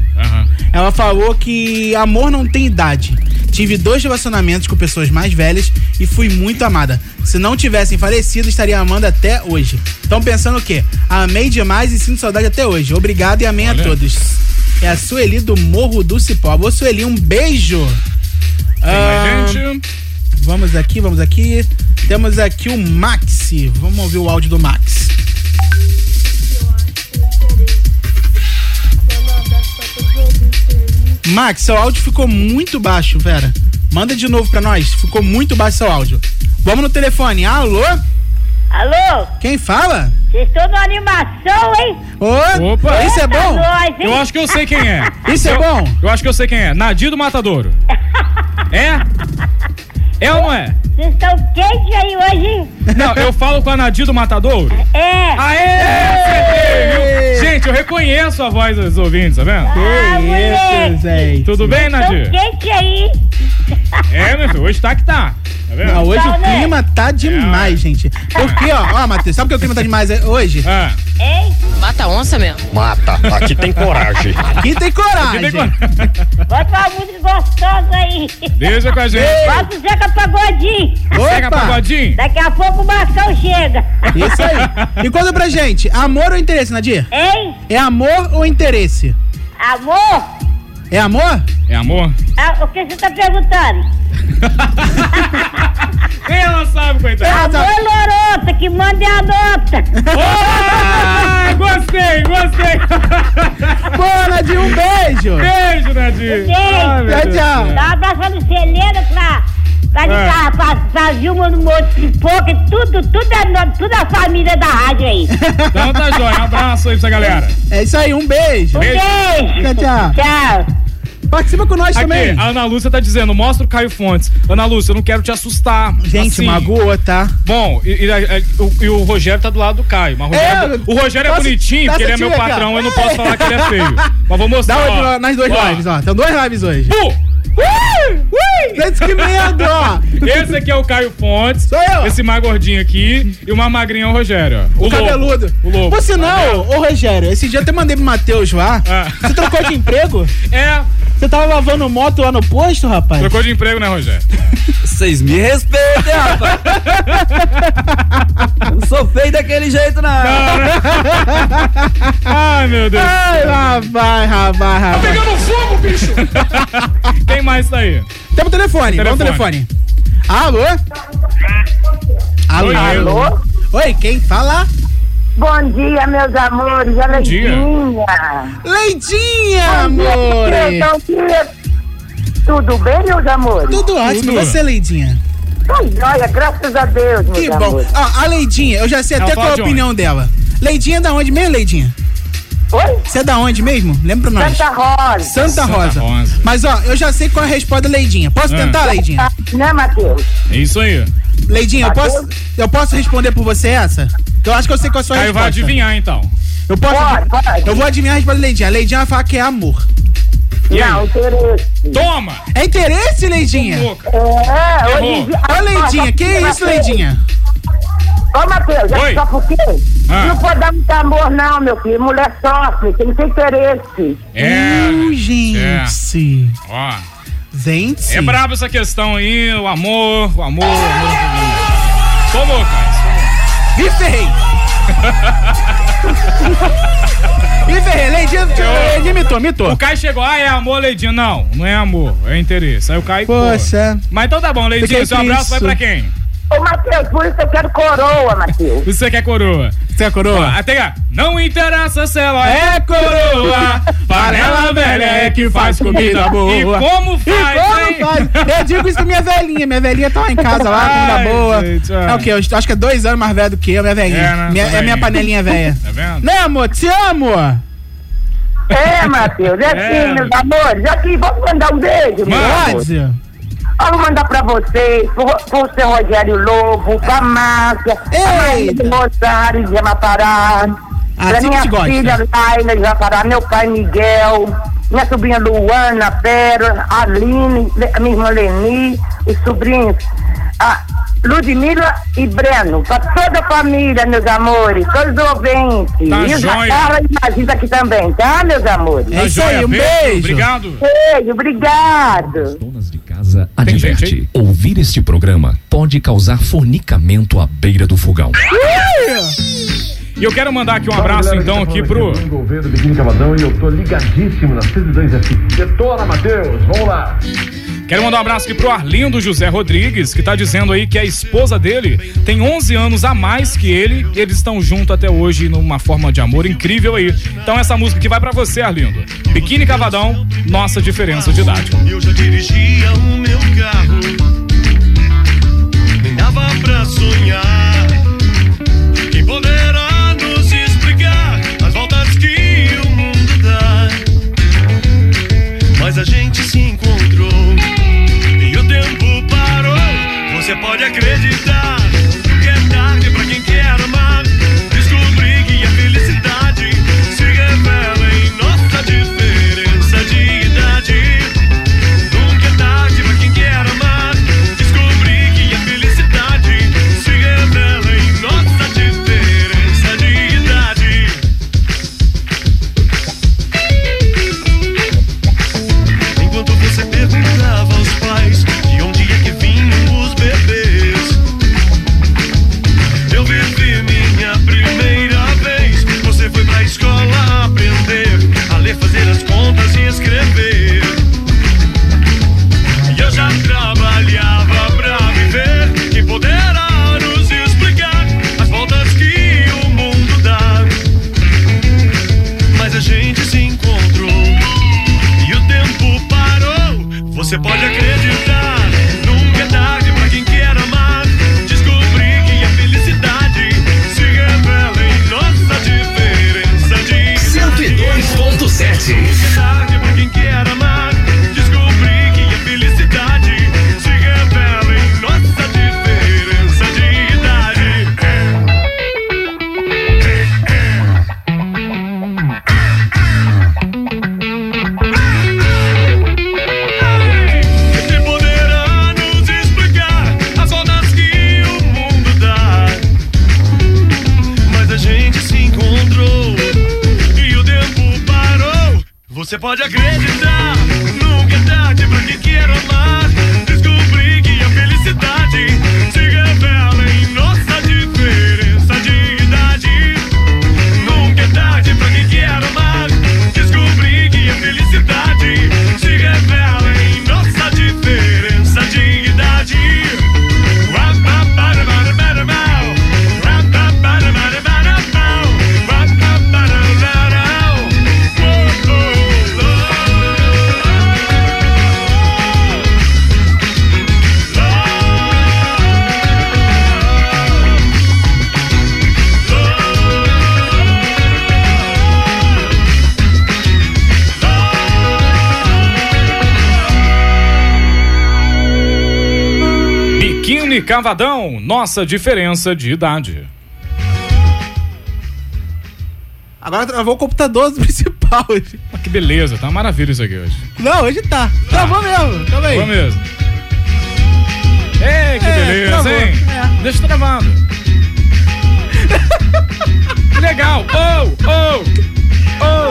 Speaker 4: Ela falou que amor não tem idade. Tive dois relacionamentos com pessoas mais velhas e fui muito amada. Se não tivessem falecido, estaria amando até hoje. Estão pensando o quê? Amei demais e sinto saudade até hoje. Obrigado e amém a todos. É a Sueli do Morro do Cipó. Alô, Sueli, um beijo!
Speaker 10: mais
Speaker 4: Ah, Vamos aqui, vamos aqui. Temos aqui o Maxi. Vamos ouvir o áudio do Max. Max, seu áudio ficou muito baixo, Vera. Manda de novo pra nós. Ficou muito baixo seu áudio. Vamos no telefone. Alô?
Speaker 8: Alô?
Speaker 4: Quem fala?
Speaker 8: Vocês estão na animação, hein?
Speaker 4: Ô,
Speaker 10: Opa.
Speaker 4: isso é bom?
Speaker 10: Eu acho que eu sei quem é.
Speaker 4: Isso é
Speaker 10: Eu-
Speaker 4: bom?
Speaker 10: Eu acho que eu sei quem é. Nadir do
Speaker 8: *laughs*
Speaker 10: Matadouro. É? É ou não é?
Speaker 8: Vocês estão quentes aí hoje, hein?
Speaker 10: Não, eu falo com a Nadir do Matadouro.
Speaker 8: É.
Speaker 10: Aê! Acertei, viu? Gente, eu reconheço a voz dos ouvintes, tá vendo?
Speaker 8: Ah, moleque. Então
Speaker 4: Zé.
Speaker 10: Tudo bem, Nadir?
Speaker 8: Tão quente aí.
Speaker 10: É, meu filho, hoje tá que tá. Tá vendo?
Speaker 4: Não, hoje
Speaker 8: Então,
Speaker 4: o
Speaker 8: né?
Speaker 4: clima tá demais, gente. Porque, ó, ó, Matheus, sabe por que o clima tá demais é, hoje?
Speaker 8: Hein?
Speaker 19: Mata onça mesmo.
Speaker 4: Mata,
Speaker 19: aqui tem coragem.
Speaker 4: Aqui tem coragem.
Speaker 19: Aqui tem
Speaker 8: Bota uma música gostosa aí.
Speaker 10: Deixa com a gente.
Speaker 8: Bota o Zeca Pagodinho.
Speaker 10: Opa. Zeca Pagodinho?
Speaker 8: Daqui a pouco o Marcão chega.
Speaker 4: Isso aí. E conta pra gente, amor ou interesse, Nadir?
Speaker 8: Hein?
Speaker 4: É amor ou interesse?
Speaker 8: Amor?
Speaker 4: É amor?
Speaker 10: É amor?
Speaker 8: *laughs* Ah, o que você
Speaker 10: *laughs*
Speaker 8: tá perguntando?
Speaker 10: Ela sabe, coitada.
Speaker 8: Amor Lorota, que manda é a nota.
Speaker 10: Ah, gostei, gostei.
Speaker 4: Boa, Nadir, um beijo.
Speaker 10: Beijo, Nadir.
Speaker 8: Beijo.
Speaker 10: meu Deus do céu.
Speaker 8: Dá um abraço pra Lucelena, pra, pra,
Speaker 10: É.
Speaker 8: pra, pra, pra Vilma no Monte Pipoca, e tudo, tudo, é no- toda a família da
Speaker 10: *laughs*
Speaker 8: rádio aí.
Speaker 10: Então tá joia. Um abraço aí pra essa galera.
Speaker 4: É isso aí, um beijo.
Speaker 8: Um beijo.
Speaker 4: Tchau, tchau. Participa com nós
Speaker 10: Aqui,
Speaker 4: também.
Speaker 10: A Ana Lúcia tá dizendo, mostra o Caio Fontes. Ana Lúcia, eu não quero te assustar. Assim,
Speaker 4: Gente, magoa, tá?
Speaker 10: Bom, e, e a- a- o, e o Rogério tá do lado do Caio. Mas o Rogério,
Speaker 4: É,
Speaker 10: o Rogério é
Speaker 4: posso-
Speaker 10: bonitinho,
Speaker 4: dá
Speaker 10: porque ele é
Speaker 4: essa
Speaker 10: meu
Speaker 4: dica, cara.
Speaker 10: patrão, eu não posso falar que ele é feio. Mas vou mostrar.
Speaker 4: Dá
Speaker 10: ó.
Speaker 4: uma nas duas
Speaker 10: Ó.
Speaker 4: lives, ó. Tem duas lives hoje.
Speaker 10: Uh!
Speaker 4: Ui! Ui! Gente, que medo, ó.
Speaker 10: Esse aqui é o Caio Fontes.
Speaker 4: Sou eu.
Speaker 10: Esse mais gordinho aqui. E o mais magrinho é o Rogério. ó.
Speaker 4: O,
Speaker 10: lobo.
Speaker 4: cabeludo.
Speaker 10: O lobo.
Speaker 4: Por sinal, ô Rogério, esse dia eu até mandei pro Matheus lá. Você trocou de emprego?
Speaker 10: Ah. É.
Speaker 4: Você tava lavando moto lá no posto, rapaz?
Speaker 10: Trocou de emprego,
Speaker 4: *laughs*
Speaker 10: né, Rogério?
Speaker 21: Vocês me respeitem, rapaz. Eu não sou feio daquele jeito, não. *laughs*
Speaker 10: né? Ai, meu Deus. Tá
Speaker 4: Ai, rapaz, rapaz, rapaz.
Speaker 10: Pegando fogo, bicho! *laughs* Quem mais tá aí?
Speaker 4: Temos telefone,
Speaker 10: Tem
Speaker 4: vamos ao
Speaker 10: telefone.
Speaker 4: telefone. Alô? Alô?
Speaker 10: Oi, Alô?
Speaker 4: Oi, quem fala?
Speaker 8: Bom dia, meus amores. É Olha
Speaker 10: dia.
Speaker 4: Leitinha, amores.
Speaker 8: Tudo bem, meus amores?
Speaker 4: Tudo ótimo, e você, Leidinha?
Speaker 8: Tá joia, graças a Deus, meus
Speaker 4: Que bom. Ah.
Speaker 8: amores.
Speaker 4: Ó, a Leidinha, eu já sei
Speaker 8: Ela
Speaker 4: até qual
Speaker 8: fala
Speaker 4: é a
Speaker 8: de
Speaker 4: opinião dela. Leidinha é da onde mesmo, Leidinha?
Speaker 8: Oi?
Speaker 4: Você é da onde mesmo? Lembra pra nós.
Speaker 8: Santa Rosa.
Speaker 4: Santa
Speaker 8: Santa
Speaker 4: Rosa.
Speaker 10: Rosa.
Speaker 4: Mas ó, eu já sei qual é a resposta da Leidinha. Posso
Speaker 10: Ah.
Speaker 4: tentar, Leidinha?
Speaker 8: Né, Matheus?
Speaker 10: É isso aí.
Speaker 4: Leidinha, eu
Speaker 10: Tá
Speaker 4: posso, eu posso responder por você essa? Eu acho que eu sei qual é a sua
Speaker 10: Caio vai
Speaker 4: resposta.
Speaker 10: adivinhar, então.
Speaker 4: Eu posso. Eu vou adivinhar a resposta da Leidinha. A Leidinha vai falar que é amor.
Speaker 10: E
Speaker 8: Não,
Speaker 10: aí?
Speaker 8: interesse.
Speaker 10: Toma!
Speaker 4: É interesse, Leidinha?
Speaker 8: É, hoje em
Speaker 4: Errou.
Speaker 8: dia-
Speaker 4: Ô, Leidinha, que
Speaker 8: Matheus,
Speaker 4: isso, Leidinha?
Speaker 8: Ô, Matheus,
Speaker 10: Oi.
Speaker 8: sabe só por quê?
Speaker 10: Ah.
Speaker 8: Não pode dar muito amor, não, meu filho. Mulher sofre, tem que ter interesse.
Speaker 10: É.
Speaker 4: Uh, gente.
Speaker 10: Ó.
Speaker 4: Gente.
Speaker 10: É brabo essa questão aí, o amor, o amor, o amor. Tomou, cara.
Speaker 4: Me
Speaker 10: *laughs*
Speaker 4: ferrei. Me ferrei, Leidinha, Leidinha imitou, imitou.
Speaker 10: O Caio chegou, ah, é amor, Leidinha. Não, não é amor, é interesse. Aí o Caio. pô.
Speaker 4: Poxa.
Speaker 10: Mas então tá bom, Leidinha,
Speaker 4: Fiquei
Speaker 10: seu abraço vai
Speaker 4: triste.
Speaker 10: pra quem?
Speaker 8: Ô, Matheus, por isso eu quero coroa, Matheus.
Speaker 10: Você quer coroa?
Speaker 4: Você é coroa?
Speaker 10: Ah, Até cá. Não interessa se ela é *laughs* coroa, panela velha é que faz comida boa. *laughs* E como faz,
Speaker 4: E como
Speaker 10: hein?
Speaker 4: faz? Eu digo isso pra minha velhinha. Minha velhinha tá lá em casa, lá,
Speaker 10: Ai,
Speaker 4: comida boa.
Speaker 10: gente, olha.
Speaker 4: é o quê? Eu acho que é dois anos mais velha do que eu, minha velhinha.
Speaker 10: É, né?
Speaker 4: Minha- é
Speaker 10: Também.
Speaker 4: minha panelinha velha.
Speaker 10: Tá vendo?
Speaker 4: Né, amor? Te amo!
Speaker 8: É, Matheus, é
Speaker 10: É.
Speaker 8: sim, meus amores. Aqui, vamos mandar um beijo, meu amor.
Speaker 4: Pode?
Speaker 8: Eu vou mandar pra vocês, pro, pro seu Rogério Lobo, pra Márcia, pra Maria de Rosário de Amapará,
Speaker 4: Ah,
Speaker 8: pra
Speaker 4: sim que
Speaker 8: minha
Speaker 4: te gosta.
Speaker 8: filha Laila de Amapará, meu pai Miguel, minha sobrinha Luana, Pérola, Aline, Le- minha irmã Leni, os sobrinhos, a Ludmila e Breno, pra toda a família, meus amores, todos os ouvintes.
Speaker 10: Tá
Speaker 8: e os
Speaker 10: joia.
Speaker 8: Carla e Magida aqui também, tá, meus amores?
Speaker 10: Tá joia, Obrigado.
Speaker 8: Beijo, obrigado.
Speaker 25: Casa adverte. Ouvir este programa pode causar fornicamento à beira do fogão.
Speaker 10: E eu quero mandar aqui um abraço então aqui pro.
Speaker 6: Envolvendo o Biquíni Cavadão e eu tô ligadíssimo nas decisões assim. Detona, Matheus, vamos lá.
Speaker 10: Quero mandar um abraço aqui pro Arlindo José Rodrigues, que tá dizendo aí que a esposa dele tem 11 anos a mais que ele e eles estão juntos até hoje numa forma de amor incrível aí. Então essa música que vai pra você, Arlindo. Biquíni Cavadão, nossa diferença de idade.
Speaker 2: Eu já dirigia o meu carro, nem dava pra sonhar. Quem poderá nos explicar as voltas que o mundo dá? Mas a gente se encontrou e o tempo parou. Você pode acreditar que é tarde pra quem quer amar. Descobri que a felicidade se revela em nossa diferença de idade. Nunca é tarde pra quem quer amar. Descobri que a felicidade se revela em nossa diferença de idade. Enquanto você perguntava aos pais de onde é que vinham os bebês, eu vivi minha primeira vez. Você foi pra escola aprender a ler, fazer as contas e escrever. E eu já trabalhava pra viver. Quem poderá nos explicar as voltas que o mundo dá? Mas a gente se encontrou e o tempo parou. Você pode acreditar, nunca é tarde pra quem quer amar. Descobri que a felicidade se revela em nossa diferença de Nunca
Speaker 7: 102.7.
Speaker 2: é tarde pra quem quer amar. Descobri que a felicidade se revela em nossa diferença de idade. Se poderá nos explicar as voltas que o mundo dá. Mas a gente se encontrou e o tempo parou. Você pode acreditar, nunca é tarde pra quem quer amar. Descobri que a felicidade se revela em nossa diferença de idade. Nunca é tarde pra quem quer amar. Descobri que a felicidade se revela em nossa diferença de idade. Rapaparabarabau, rapaparabarabau, rapaparabarau. Oh,
Speaker 10: Biquíni Cavadão, nossa diferença de idade.
Speaker 4: Agora travou o computador *laughs* principal.
Speaker 10: que beleza, tá uma maravilha isso aqui hoje.
Speaker 4: Não, hoje tá. Travou mesmo. Calma aí.
Speaker 10: Vamos mesmo. Ei, que
Speaker 4: É,
Speaker 10: beleza,
Speaker 4: travou.
Speaker 10: hein? Deixa travado.
Speaker 4: *laughs*
Speaker 10: Legal! Oh, oh! Oh!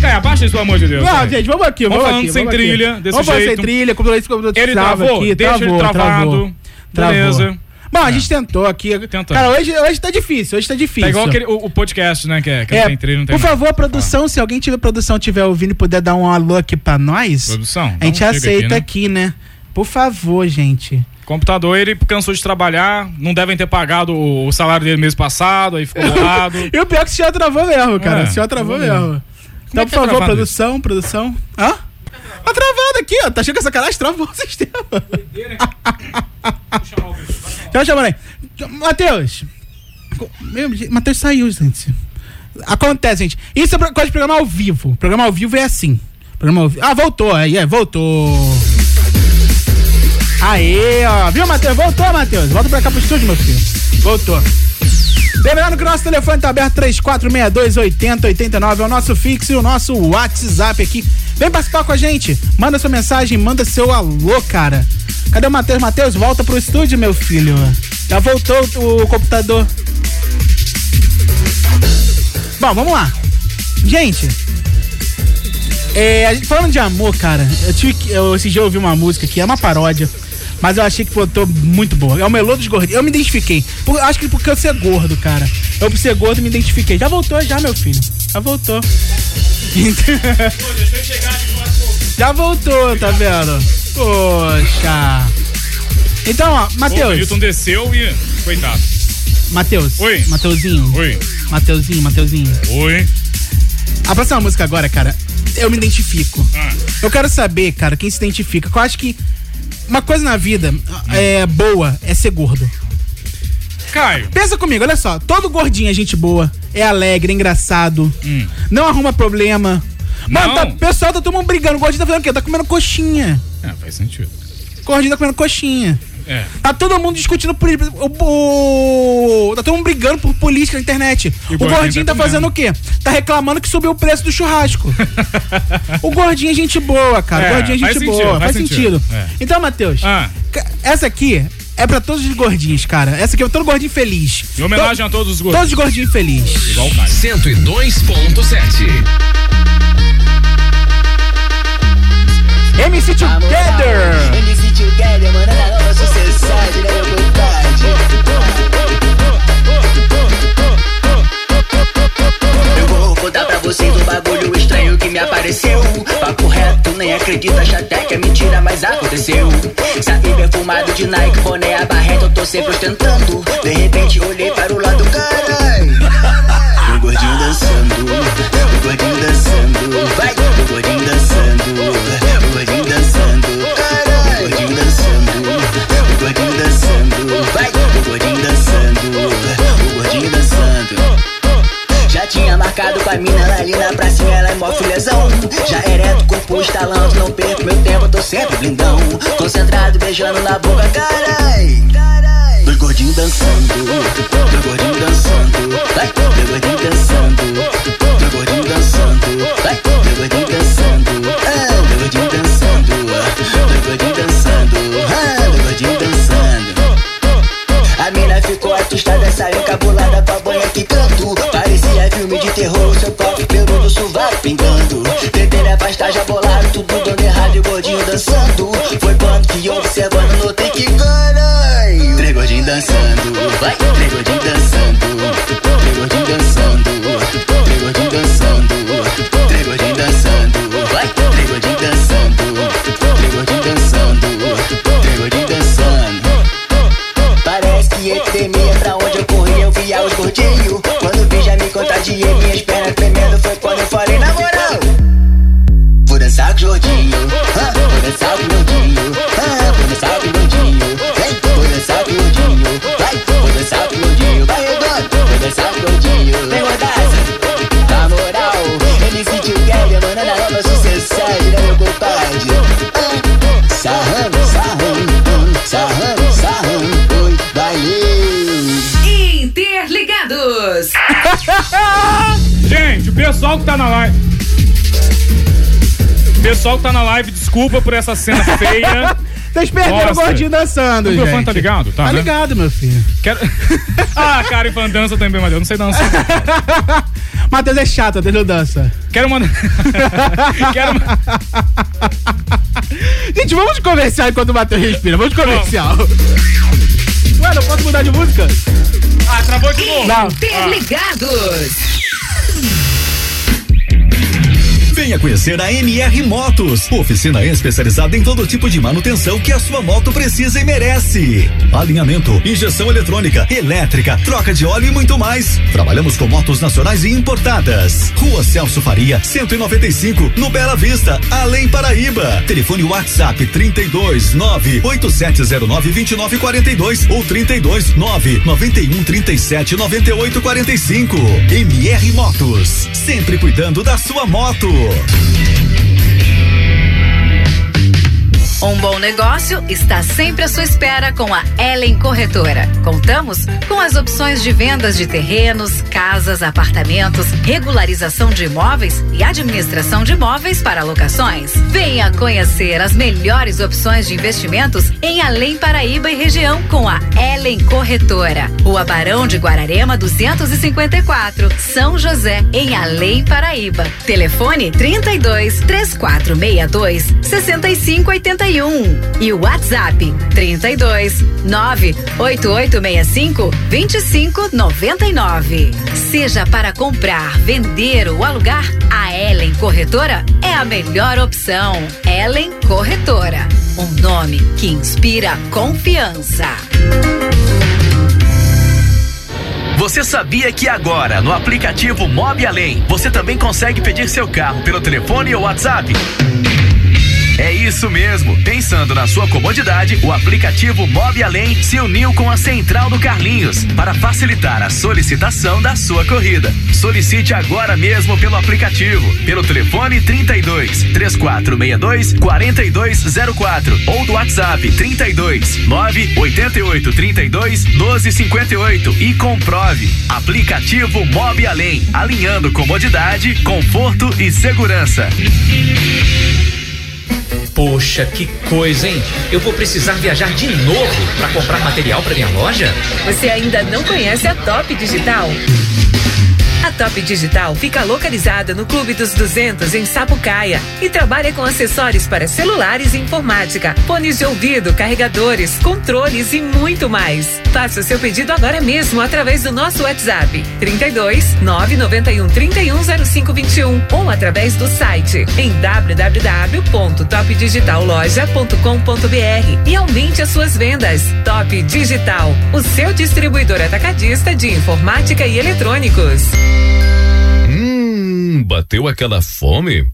Speaker 10: Cai, abaixa isso, pelo amor de Deus.
Speaker 4: Não,
Speaker 10: vai.
Speaker 4: gente, vamos aqui,
Speaker 10: Vamos
Speaker 4: vamos
Speaker 10: falando
Speaker 4: aqui,
Speaker 10: sem
Speaker 4: vamos aqui.
Speaker 10: trilha, desse
Speaker 4: Vamos falando
Speaker 10: jeito.
Speaker 4: sem trilha, como eu disse, como eu
Speaker 10: Ele
Speaker 4: trava
Speaker 10: travou,
Speaker 4: aqui,
Speaker 10: deixa
Speaker 4: travou,
Speaker 10: ele travado.
Speaker 4: travou. Travou.
Speaker 10: Beleza.
Speaker 4: Bom, a gente tentou aqui. Cara, hoje, hoje tá difícil, hoje tá difícil.
Speaker 10: É. Tá igual aquele, o, o podcast, né? Que, é, que não tem trilha, não Tá. tem
Speaker 4: por
Speaker 10: nada.
Speaker 4: favor, produção, se alguém tiver produção tiver ouvindo e puder dar um alô aqui pra nós,
Speaker 10: Produção,
Speaker 4: a gente
Speaker 10: dá um chega
Speaker 4: aceita
Speaker 10: aqui,
Speaker 4: aqui né? Por favor, gente.
Speaker 10: Computador, ele cansou de trabalhar, não devem ter pagado o, o salário dele mês passado, aí
Speaker 4: *laughs*
Speaker 10: ficou bolado.
Speaker 4: e o pior é que o senhor travou mesmo, cara.
Speaker 10: É,
Speaker 4: o senhor travou
Speaker 10: travou
Speaker 4: mesmo.
Speaker 10: mesmo.
Speaker 4: Então,
Speaker 10: é que
Speaker 4: por
Speaker 10: tá
Speaker 4: favor,
Speaker 10: travado
Speaker 4: produção, produção. Hã? Tá travando aqui, ó. Tá achando que é sacanagem? Travou o sistema. Deixa eu chamar aí. Matheus. Co- Meu, gente, Matheus saiu, gente. Acontece, gente. Isso é pro- coisa de programa ao vivo. Programa ao vivo é assim. Programa ao vivo. Ah, voltou. Aí, é, voltou. Aê, ó. Viu, Matheus? Voltou, Matheus. Volta pra cá pro estúdio, meu filho. Voltou. Lembrando que o nosso telefone tá aberto 3462-8089, é o nosso fixo e o nosso WhatsApp aqui. Vem participar com a gente, manda sua mensagem, manda seu alô, cara. Cadê o Matheus? Matheus, volta pro estúdio, meu filho. Já voltou o, o computador. Bom, vamos lá. Gente, é, a gente- falando de amor, cara, eu tive que, eu, esse dia eu ouvi uma música que é uma paródia, mas eu achei que botou muito boa. É o Melô dos Gordinhos. Eu me identifiquei. Por- acho que porque eu ser gordo, cara. Eu por ser gordo me identifiquei. Já voltou, já, meu filho. Já voltou. *laughs* já voltou, tá vendo? Poxa. Então, ó,
Speaker 10: O
Speaker 4: Matheus.
Speaker 10: Hilton desceu e. Coitado.
Speaker 4: Matheus. Oi. Mateuzinho. Oi. Mateuzinho, Mateuzinho.
Speaker 10: Oi.
Speaker 4: A próxima música agora, cara, eu me identifico.
Speaker 10: Ah.
Speaker 4: Eu quero saber, cara, quem se identifica. Eu acho que uma coisa na vida é boa é ser gordo.
Speaker 10: Caio.
Speaker 4: Pensa comigo, olha só. Todo gordinho é gente boa, é alegre, é engraçado, não arruma problema. Mano,
Speaker 10: Hum. Não.
Speaker 4: tá, pessoal tá todo mundo brigando. O gordinho tá fazendo o quê? Tá comendo coxinha.
Speaker 10: É, faz sentido.
Speaker 4: O gordinho tá comendo coxinha.
Speaker 10: É.
Speaker 4: Tá todo mundo discutindo por, o, o- tá todo mundo brigando por política na internet.
Speaker 10: E o
Speaker 4: o
Speaker 10: gordinho
Speaker 4: gordinho,
Speaker 10: tá
Speaker 4: tá,
Speaker 10: comendo.
Speaker 4: fazendo o quê? Tá reclamando que subiu o preço do
Speaker 10: *laughs*
Speaker 4: churrasco. o gordinho é gente boa, cara.
Speaker 10: É,
Speaker 4: o gordinho é gente
Speaker 10: faz sentido,
Speaker 4: boa.
Speaker 10: faz
Speaker 4: faz,
Speaker 10: sentido.
Speaker 4: sentido.
Speaker 10: É.
Speaker 4: Então, Matheus, ca- essa aqui é pra todos os gordinhos, cara. Essa aqui é pra todo gordinho feliz.
Speaker 10: Em homenagem a todos os gordinhos.
Speaker 4: Todos os gordinhos felizes.
Speaker 10: Igual o Caio.
Speaker 15: 102.7.
Speaker 4: MC Together!
Speaker 6: MC Together, mano, tá na nossa sociedade, né, meu Eu vou contar pra vocês um bagulho estranho que me apareceu. Papo reto, nem acredito, acha até que é mentira, mas aconteceu. Saí perfumado de Nike, boné abarreta, eu tô sempre ostentando. De repente olhei para o lado, carai. O gordinho dançando, o gordinho dançando, vai, o gordinho dançando, o gordinho dançando, carai. O gordinho dançando, o gordinho dançando, vai, o gordinho dançando, o gordinho dançando. Já tinha marcado com a mina lá ali na pracinha, ela é mó filhazão. Já ereto, corpo estalando, não perco meu tempo, tô sempre blindão. Concentrado, beijando na boca, carai. Dois gordinhos dançando, dois gordinhos dançando, vai, dois gordinhos dançando, dois gordinhos dançando, vai, dois gordinhos dançando, ah, dois gordinhos dançando, dois gordinhos dançando, ah, dois gordinhos dançando. A mina ficou atustada, saiu cabulada com a banha quicando. Parecia filme de terror, seu próprio pelo no sovaco pingando. Tentei me afastar, já bolaram, tudo dando errado e o gordinho dançando. Foi quando que observando, notei que caralho. Três gordinhos dançando, vai, três gordinhos dançando. Três gordinhos dançando, três gordinhos dançando. Três gordinhos dançando, vai, três gordinhos dançando. Três gordinhos dançando, três gordinhos dançando. Parece que epidemia pra onde eu corri eu via os gordinhos Quando vi já me contagiei, minhas pernas tremendo Foi quando eu falei na moral Vou dançar com o gordinho, ah, vou dançar com o gordinho é
Speaker 10: gente, o pessoal que tá na live. O pessoal que tá na live, desculpa por essa cena feia.
Speaker 4: *laughs* Vocês perderam o gordinho dançando,
Speaker 10: O
Speaker 4: gente.
Speaker 10: microfone tá ligado?
Speaker 4: Tá,
Speaker 10: né?
Speaker 4: ligado, meu filho.
Speaker 10: Quero... *laughs* ah, cara, e fã dança também, mas eu não sei dançar.
Speaker 4: Matheus é chato, Matheus não dança. *laughs*
Speaker 10: Quero mandar. Quero
Speaker 4: Gente, vamos de comercial enquanto o Matheus respira. Vamos de comercial. *laughs* Ué, não posso mudar de música?
Speaker 10: Ah, travou de novo.
Speaker 4: Não.
Speaker 9: Interligados.
Speaker 5: Venha conhecer a MR Motos, oficina especializada em todo tipo de manutenção que a sua moto precisa e merece. Alinhamento, injeção eletrônica, elétrica, troca de óleo e muito mais. Trabalhamos com motos nacionais e importadas. Rua Celso Faria, 195, no Bela Vista, Além Paraíba. Telefone WhatsApp 32 9 8709 2942 ou 32 9 91 37 98 45. MR Motos, sempre cuidando da sua moto.
Speaker 9: Um bom negócio está sempre à sua espera com a Ellen Corretora. Contamos com as opções de vendas de terrenos, casas, apartamentos, regularização de imóveis e administração de imóveis para locações. Venha conhecer as melhores opções de investimentos em Além Paraíba e região com a Ellen Corretora. Rua Barão de Guararema 254, São José, em Além Paraíba. Telefone 32 3462 6581 e o WhatsApp 32 98865 2599. Seja para comprar, vender ou alugar, a Ellen Corretora é a melhor opção. Ellen Corretora, um nome que inspira confiança.
Speaker 7: Você sabia que agora, no aplicativo Mob Além, você também consegue pedir seu carro pelo telefone ou WhatsApp? É isso mesmo. Pensando na sua comodidade, o aplicativo Mob Além se uniu com a Central do Carlinhos para facilitar a solicitação da sua corrida. Solicite agora mesmo pelo aplicativo, pelo telefone 32 3462 4204 ou do WhatsApp 32 988 32 1258 e comprove. Aplicativo Mob Além, alinhando comodidade, conforto e segurança.
Speaker 13: Poxa, que coisa, hein? Eu vou precisar viajar de novo para comprar material para minha loja?
Speaker 9: Você ainda não conhece a Top Digital? A Top Digital fica localizada no Clube dos 200 em Sapucaia e trabalha com acessórios para celulares e informática, fones de ouvido, carregadores, controles e muito mais. Faça o seu pedido agora mesmo através do nosso WhatsApp 32 991 310521 ou através do site em www.topdigitalloja.com.br e aumente as suas vendas. Top Digital, o seu distribuidor atacadista de informática e eletrônicos.
Speaker 15: Hum, bateu aquela fome?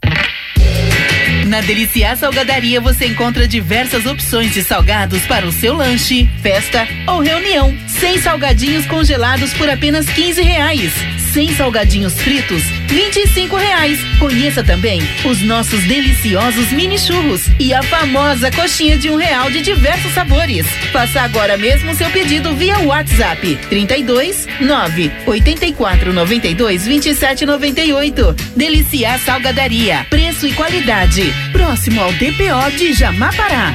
Speaker 16: Na Deliciar Salgadaria você encontra diversas opções de salgados para o seu lanche, festa ou reunião. Sem salgadinhos congelados por apenas 15 reais. Sem salgadinhos fritos, 25 reais. Conheça também os nossos deliciosos mini churros e a famosa coxinha de um real de diversos sabores. Faça agora mesmo seu pedido via WhatsApp 32 9 84 92 27 98. Deliciar Salgadaria. Preço e qualidade. Próximo ao DPO de Jamapará.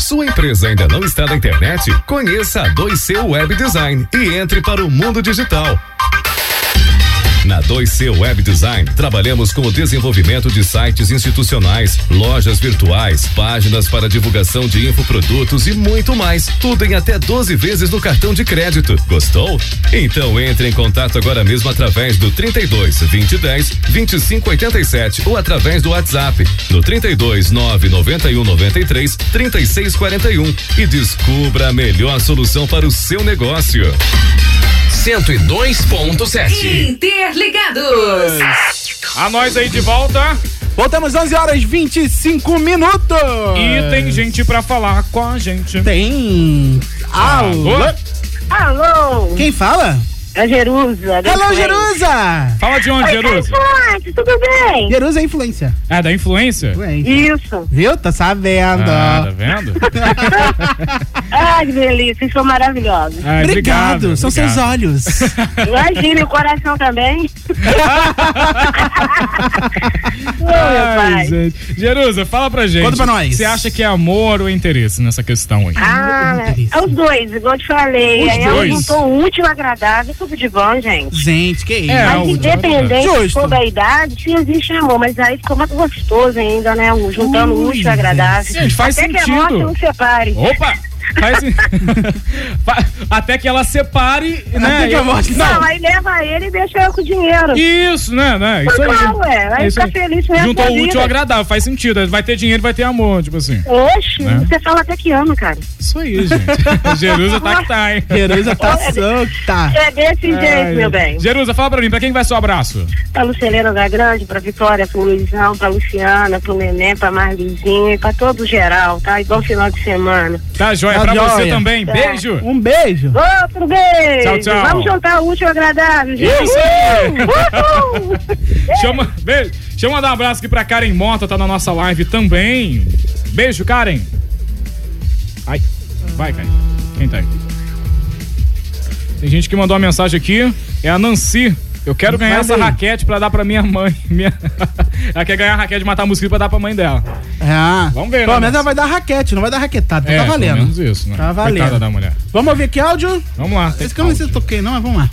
Speaker 15: Sua empresa ainda não está na internet? Conheça a 2C Web Design e entre para o mundo digital. Na 2C Web Design, trabalhamos com o desenvolvimento de sites institucionais, lojas virtuais, páginas para divulgação de infoprodutos e muito mais. Tudo em até 12 vezes no cartão de crédito. Gostou? Então entre em contato agora mesmo através do 32 2010 2587 ou através do WhatsApp no 32 991 93 3641 e descubra a melhor solução para o seu negócio.
Speaker 10: 102.7.
Speaker 9: Interligados.
Speaker 10: A nós aí de volta.
Speaker 4: Voltamos 11 horas 25 minutos.
Speaker 10: E tem gente pra falar com a gente.
Speaker 4: Tem. Alô?
Speaker 10: Alô?
Speaker 4: Alô? Quem fala?
Speaker 8: É Jerusa. da
Speaker 4: Hello,
Speaker 8: Influência.
Speaker 4: Jerusa!
Speaker 10: Fala de onde,
Speaker 8: Oi,
Speaker 10: Jerusa?
Speaker 8: Caifante, Ah, Tudo bem?
Speaker 4: Jerusa é influência.
Speaker 10: Ah, da influência?
Speaker 8: Isso.
Speaker 4: Viu? Tá sabendo.
Speaker 10: Ah, tá
Speaker 4: *laughs*
Speaker 10: vendo?
Speaker 8: *laughs* Ai, que delícia. Vocês são maravilhosos.
Speaker 10: Ah,
Speaker 4: obrigado, são seus olhos.
Speaker 10: *laughs*
Speaker 8: Imagina, e o
Speaker 4: *laughs*
Speaker 8: coração também.
Speaker 10: Ai, gente. Jerusa, fala pra gente.
Speaker 4: Conta pra nós.
Speaker 10: Você acha que é amor ou interesse nessa questão aí?
Speaker 8: Ah, é os dois, igual eu te falei.
Speaker 10: Os
Speaker 8: Aí
Speaker 10: dois.
Speaker 8: ela juntou o útil e o agradável, tudo de bom, gente.
Speaker 4: Gente, que
Speaker 10: É,
Speaker 4: isso?
Speaker 8: mas independente se
Speaker 4: Justo.
Speaker 8: for da idade, se existe amor, mas aí ficou mais gostoso ainda, né? O- Juntando o útil e o agradável.
Speaker 10: Gente, faz
Speaker 8: Até que a
Speaker 10: sentido.
Speaker 8: morte não separe.
Speaker 10: Opa! Faz- *laughs* Fa- Até que ela separe, né?
Speaker 8: Até que a morte-
Speaker 10: Não.
Speaker 8: Não, aí leva ele e deixa eu com o dinheiro.
Speaker 10: Isso, né? né? Isso aí.
Speaker 8: Não, ué, é. aí
Speaker 10: Isso
Speaker 8: fica feliz mesmo
Speaker 10: Juntou
Speaker 8: da
Speaker 10: o útil
Speaker 8: vida.
Speaker 10: ao agradável, faz sentido. Vai ter dinheiro, vai ter amor, tipo
Speaker 8: *laughs*
Speaker 10: assim.
Speaker 8: Oxe,
Speaker 10: Né?
Speaker 8: você fala até que ama, cara.
Speaker 10: Isso aí, gente. Jerusa tá que tá, hein?
Speaker 8: Jerusa tá
Speaker 4: tá.
Speaker 8: *laughs* É desse jeito, meu bem.
Speaker 10: Jerusa, fala pra mim, pra quem vai seu abraço?
Speaker 8: Pra Luceleira da Grande, pra Vitória, pro Luizão, pra Luciana, pro Neném, pra Marlizinha, pra todo geral, tá? E bom final de semana.
Speaker 10: Tá, joia.
Speaker 8: Tá
Speaker 10: pra você
Speaker 8: joia.
Speaker 10: também.
Speaker 8: Tá.
Speaker 10: Beijo.
Speaker 4: Um beijo.
Speaker 8: Outro beijo.
Speaker 10: Tchau, tchau.
Speaker 8: Vamos juntar o último agradável, gente. Uh!
Speaker 10: Isso aí. *laughs*
Speaker 8: Uhul.
Speaker 10: Chama, beijo. Deixa eu mandar um abraço aqui pra Karen Mota, tá na nossa live também. Beijo, Karen. Ai, vai, Karen. Quem tá aí? Tem gente que mandou uma mensagem aqui. É a Nancy. Eu quero ganhar
Speaker 4: Manda
Speaker 10: essa
Speaker 4: aí.
Speaker 10: raquete pra dar pra minha mãe. *laughs* Minha... Ela quer ganhar a raquete de matar mosquito pra dar pra mãe dela.
Speaker 4: Ah,
Speaker 10: Vamos ver, né,
Speaker 4: Pelo menos
Speaker 10: Nancy?
Speaker 4: ela vai dar raquete, não vai dar raquetada.
Speaker 10: É,
Speaker 4: tá
Speaker 10: pelo
Speaker 4: valendo.
Speaker 10: menos isso, né?
Speaker 4: Tá valendo.
Speaker 10: Coitada da mulher.
Speaker 4: Vamos ouvir aqui áudio?
Speaker 10: Vamos lá.
Speaker 4: Esse que eu não sei se eu toquei, não, mas vamos lá.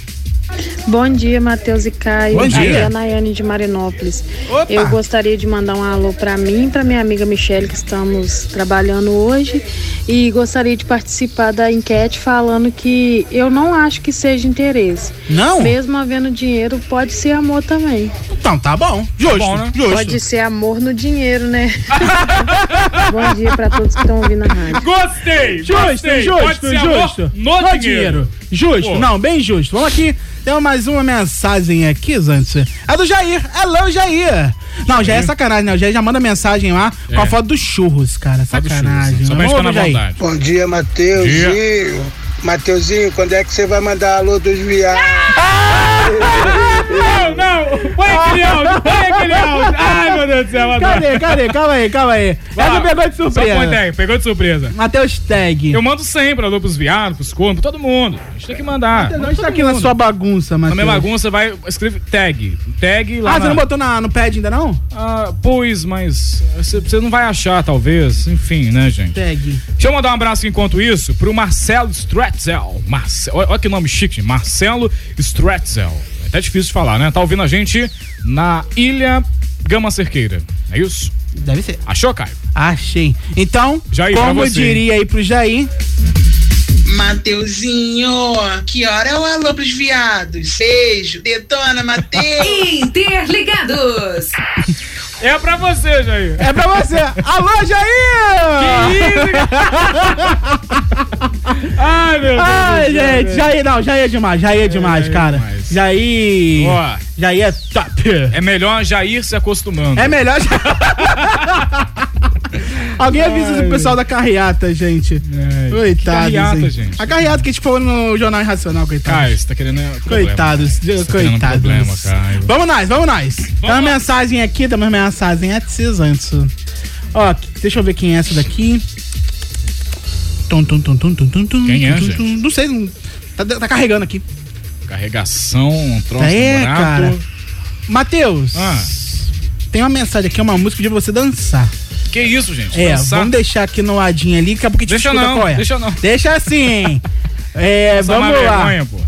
Speaker 26: Bom dia, Matheus e Caio.
Speaker 4: Bom dia.
Speaker 26: Aqui é a Nayane de Marinópolis. Eu gostaria de mandar um alô para mim, para minha amiga Michelle, que estamos trabalhando hoje. E gostaria de participar da enquete falando que eu não acho que seja interesse.
Speaker 4: Não?
Speaker 26: Mesmo havendo dinheiro, pode ser amor também.
Speaker 4: Então, tá bom. Justo,
Speaker 26: né?
Speaker 4: justo.
Speaker 26: Pode ser amor no dinheiro, né? *laughs* Bom dia para todos que estão ouvindo a rádio.
Speaker 10: Gostei!
Speaker 4: Justo,
Speaker 26: gostei.
Speaker 4: justo,
Speaker 26: Pode ser amor
Speaker 4: justo.
Speaker 26: no dinheiro.
Speaker 4: Justo,
Speaker 26: Pô.
Speaker 4: não, bem justo. Vamos aqui. Tem mais uma mensagem aqui, Zantes. É do Jair. Alô, Jair. Não, já é sacanagem, né? O Jair já manda mensagem lá com a
Speaker 25: É.
Speaker 4: foto dos churros, cara. Sacanagem.
Speaker 25: Só pra
Speaker 4: Vamos
Speaker 25: gente ficar
Speaker 4: ouvir
Speaker 25: na
Speaker 4: o Jair.
Speaker 25: vontade. Bom dia, Mateuzinho. Mateuzinho, quando é que você vai mandar alô dos viados?
Speaker 10: Não, não! Põe aquele áudio! Põe aquele áudio! Ai, meu Deus do céu!
Speaker 4: Cadê, cadê? Calma aí, calma aí. Essa pegou de surpresa.
Speaker 10: Só põe tag, pegou de surpresa.
Speaker 4: Matheus Tag.
Speaker 10: Eu mando sempre alô pros viados, pros cornos, pra todo mundo. A gente tem que mandar.
Speaker 4: Matheus,
Speaker 10: Manda
Speaker 4: onde
Speaker 10: todo
Speaker 4: tá aqui na
Speaker 10: mundo.
Speaker 4: sua bagunça,
Speaker 10: Na
Speaker 4: Matheus?
Speaker 10: minha bagunça vai, escreve tag. Tag lá
Speaker 4: Ah, você
Speaker 10: na-
Speaker 4: não botou na- no pad ainda não?
Speaker 10: Ah, pois, mas você você não vai achar, talvez. Enfim, né, gente?
Speaker 4: Tag.
Speaker 10: Deixa eu mandar um abraço enquanto isso pro Marcelo Stretzel. Marcelo, olha que nome chique, gente. Marcelo Stretzel. É até difícil de falar, né? Tá ouvindo a gente na Ilha Gama Cerqueira. É isso?
Speaker 4: Deve ser.
Speaker 10: Achou, Caio?
Speaker 4: Achei. Então,
Speaker 10: Jair, pra
Speaker 4: como eu
Speaker 10: você.
Speaker 4: diria aí pro Jair,
Speaker 27: Mateuzinho, que hora é o alô pros viados? Beijo, detona, Mateus.
Speaker 28: Interligados.
Speaker 10: É pra você, Jair.
Speaker 4: É pra você. Alô, Jair!
Speaker 10: *laughs* Ai, meu Deus.
Speaker 4: Ai,
Speaker 10: do céu,
Speaker 4: gente,
Speaker 10: velho.
Speaker 4: Jair não, Jair é demais, Jair é demais, cara. Jair.
Speaker 10: Ó.
Speaker 4: Jair é top.
Speaker 10: É melhor Jair se acostumando.
Speaker 4: É melhor. Alguém avisa o pessoal da carreata, gente. Coitados.
Speaker 10: que É, carreata,
Speaker 4: hein?
Speaker 10: gente?
Speaker 4: A carreata que a gente foi no Jornal Irracional, coitados.
Speaker 10: Caio, você tá querendo. é, problema.
Speaker 4: Coitados,
Speaker 10: Você tá querendo
Speaker 4: coitados.
Speaker 10: problema, Caio.
Speaker 4: Vamos nós, vamos nós. Tem uma mensagem aqui, tem uma mensagem é antes. Ó, que- deixa eu ver quem é essa daqui. Tum, tum, tum, tum, tum, tum, tum,
Speaker 10: Quem é,
Speaker 4: tum, tum,
Speaker 10: gente?
Speaker 4: tum. Não sei, não- tá, tá carregando aqui.
Speaker 10: Carregação, um troço
Speaker 4: é,
Speaker 10: buraco.
Speaker 4: cara. Matheus,
Speaker 10: Ah.
Speaker 4: tem uma mensagem aqui, é uma música de você dançar.
Speaker 10: Que isso, gente?
Speaker 4: É,
Speaker 10: Dançar.
Speaker 4: vamos deixar aqui no ladinho ali, daqui a pouco a gente
Speaker 10: Deixa
Speaker 4: escuta
Speaker 10: não,
Speaker 4: qual é.
Speaker 10: deixa não.
Speaker 4: Deixa assim. é,
Speaker 10: Passar
Speaker 4: vamos
Speaker 10: uma
Speaker 4: lá.
Speaker 10: vergonha, pô.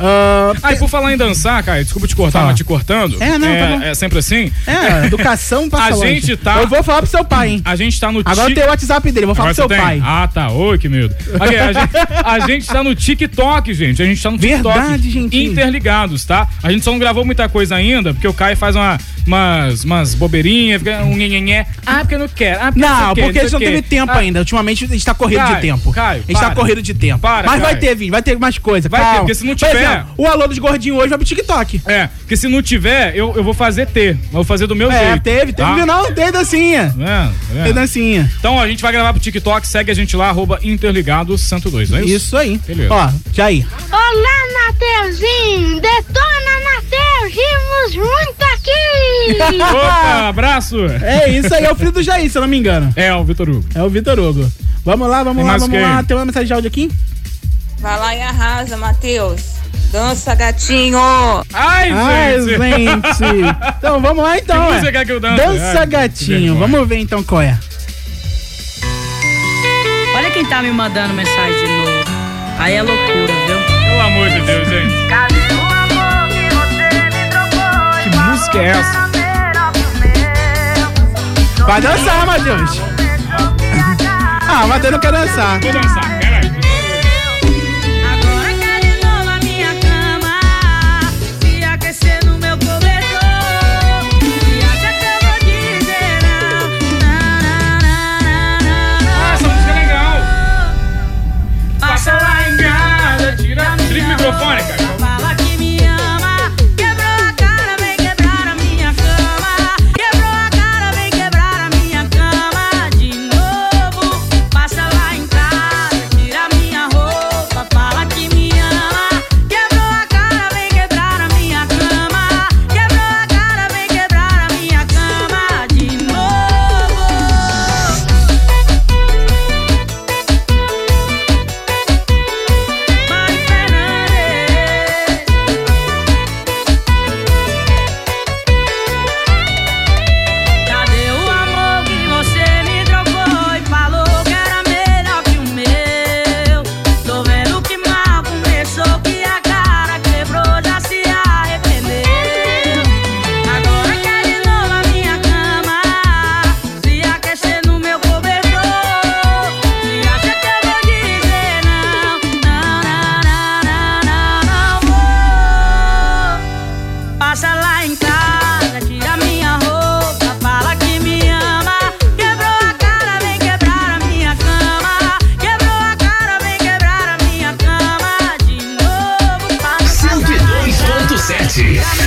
Speaker 4: Ah,
Speaker 10: Ah, e por falar em dançar, Caio, desculpa te cortar, mas te cortando.
Speaker 4: É, não,
Speaker 10: é,
Speaker 4: tá bom.
Speaker 10: é sempre assim. *laughs*
Speaker 4: É, educação passa
Speaker 10: A
Speaker 4: longe.
Speaker 10: gente tá.
Speaker 4: Eu vou falar pro seu pai, hein?
Speaker 10: A gente tá no
Speaker 4: Agora
Speaker 10: Tik-
Speaker 4: tem o WhatsApp dele, vou falar
Speaker 10: Agora
Speaker 4: pro seu
Speaker 10: você tem?
Speaker 4: pai.
Speaker 10: Ah, tá. Oi, que medo. Ok, a, gente, a
Speaker 4: *laughs*
Speaker 10: gente tá no TikTok, gente. A gente tá no TikTok.
Speaker 4: Verdade, gente.
Speaker 10: Interligados, tá? A gente só não gravou muita coisa ainda, porque o Caio faz uma, umas, umas bobeirinhas, fica um nhenhenhé. Ah, porque eu não quero. Ah, porque eu
Speaker 4: Não,
Speaker 10: sei o quê,
Speaker 4: porque a gente
Speaker 10: sei
Speaker 4: não
Speaker 10: o quê.
Speaker 4: teve tempo
Speaker 10: Ah,
Speaker 4: ainda. Ultimamente a gente tá corrido
Speaker 10: Caio,
Speaker 4: de tempo.
Speaker 10: Caio,
Speaker 4: a gente tá
Speaker 10: para.
Speaker 4: corrido de tempo.
Speaker 10: Para,
Speaker 4: Mas vai
Speaker 10: Caio.
Speaker 4: ter, Vini, vai ter mais coisa.
Speaker 10: Vai ter,
Speaker 4: calma.
Speaker 10: porque se não
Speaker 4: Por
Speaker 10: tiver,
Speaker 4: Daniel, o alô dos gordinhos hoje vai pro TikTok.
Speaker 10: É, que se não tiver, eu, eu vou fazer ter. Eu vou fazer do meu
Speaker 4: É,
Speaker 10: jeito. tá?
Speaker 4: teve, teve final, teve dancinha.
Speaker 10: É, tá vendo?
Speaker 4: Teve dancinha.
Speaker 10: Então ó, a gente vai gravar pro TikTok, segue a gente lá, arroba interligado102, não é isso?
Speaker 4: Isso aí.
Speaker 10: Beleza.
Speaker 4: Ó, Jair.
Speaker 8: Olá, Nateuzinho! Detona, Nateu! Vimos muito
Speaker 4: *laughs*
Speaker 8: aqui!
Speaker 10: Opa, abraço!
Speaker 4: É isso aí, é o filho do Jair, se eu não me engano.
Speaker 10: É, o Vitor Hugo.
Speaker 4: É o Vitor Hugo. Vamos lá, vamos
Speaker 10: Tem
Speaker 4: lá,
Speaker 10: mais
Speaker 4: vamos
Speaker 10: quem?
Speaker 4: lá. Tem uma mensagem de áudio aqui?
Speaker 18: Vai lá e arrasa, Matheus. Dança, gatinho.
Speaker 10: Ai,
Speaker 4: Ai,
Speaker 18: *laughs*
Speaker 4: gente. Então vamos lá então.
Speaker 18: Que
Speaker 4: ué.
Speaker 18: música que eu danço?
Speaker 4: Dança
Speaker 18: Ai,
Speaker 4: gatinho.
Speaker 18: vergonha.
Speaker 4: Vamos ver então qual é.
Speaker 11: Olha quem tá me mandando mensagem de novo. Aí é loucura, viu?
Speaker 10: Pelo amor de Deus, gente.
Speaker 4: Que música é essa? Vai dançar, Matheus. Ah, o Matheus não quer dançar.
Speaker 10: Vou dançar, peraí.
Speaker 11: Agora cá de novo a minha cama. Se aquecer no meu cobertor. E acha que eu vou dizer não. Na, na, na, na, na, na.
Speaker 10: Essa música é legal.
Speaker 11: Passa lá em casa, tira a
Speaker 10: Tira o
Speaker 11: minha
Speaker 10: microfone, cara.
Speaker 11: roupa, Fala que me ama. Quebrou a cara, vem quebrar a minha cama. Quebrou a cara, vem quebrar a minha cama de novo. Passa lá em casa, tira a minha roupa, fala que me ama. Quebrou a cara, vem quebrar a minha cama. Quebrou a cara, vem quebrar a minha cama de novo. Cadê o amor que você me trocou e falou que era melhor que o meu? Tô vendo que mal começou, que a cara quebrou, já se arrependeu. Agora quer de novo a minha cama, se aquecer no meu cobertor. Se acha que eu vou dizer não, não, não, não, não, não, não vou. Passa lá em casa, tira minha roupa, fala que me ama. Quebrou a cara, vem quebrar a minha cama. Quebrou a cara, vem quebrar a minha cama. De novo, passa lá
Speaker 3: 102.7.
Speaker 11: em casa, tira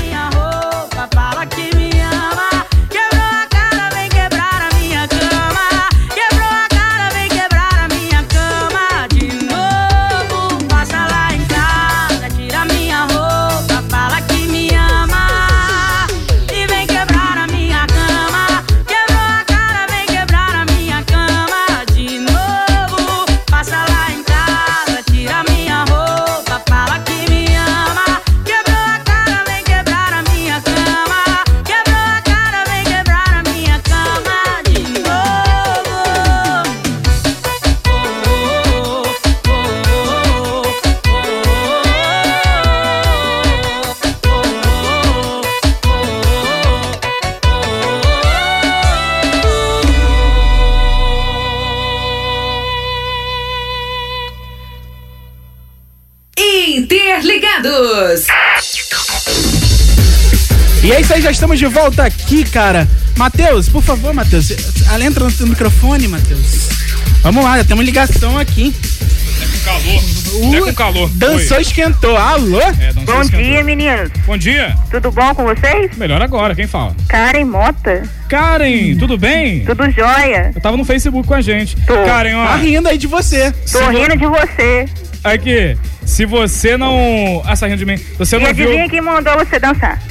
Speaker 11: minha roupa, fala que me ama. Quebrou a cara, vem quebrar a minha cama. Quebrou a cara, vem quebrar a minha cama. De novo, passa lá em casa, tira minha roupa, fala que me ama. E vem quebrar a minha cama. Quebrou a cara, vem quebrar a minha cama. De novo, passa lá em casa, tira minha roupa, fala que me ama. Quebrou a cara, vem quebrar a minha cama. Quebrou a cara, vem quebrar a minha cama de novo.
Speaker 28: Interligados.
Speaker 4: E é isso aí, já estamos de volta aqui, cara. Matheus, por favor, Matheus. Ela entra no seu microfone, Matheus. Vamos lá, já temos ligação aqui.
Speaker 10: É Calor.
Speaker 4: Uh,
Speaker 10: Até com calor.
Speaker 4: Dançou,
Speaker 10: Oi. É,
Speaker 4: esquentou. Alô?
Speaker 10: dançou, Bom esquentou. dia,
Speaker 18: meninos.
Speaker 10: Bom dia.
Speaker 18: Tudo bom com vocês?
Speaker 10: Melhor agora, quem fala?
Speaker 18: Karen Mota.
Speaker 10: Karen, tudo bem?
Speaker 18: Tudo jóia.
Speaker 10: Eu tava no Facebook com a gente. Karen, ó.
Speaker 18: Tá rindo
Speaker 4: aí de você.
Speaker 18: Tô rindo de você.
Speaker 10: Aqui, se você não. Ah, tá rindo de mim. Você
Speaker 18: e
Speaker 10: não viu.
Speaker 18: adivinha quem mandou você dançar?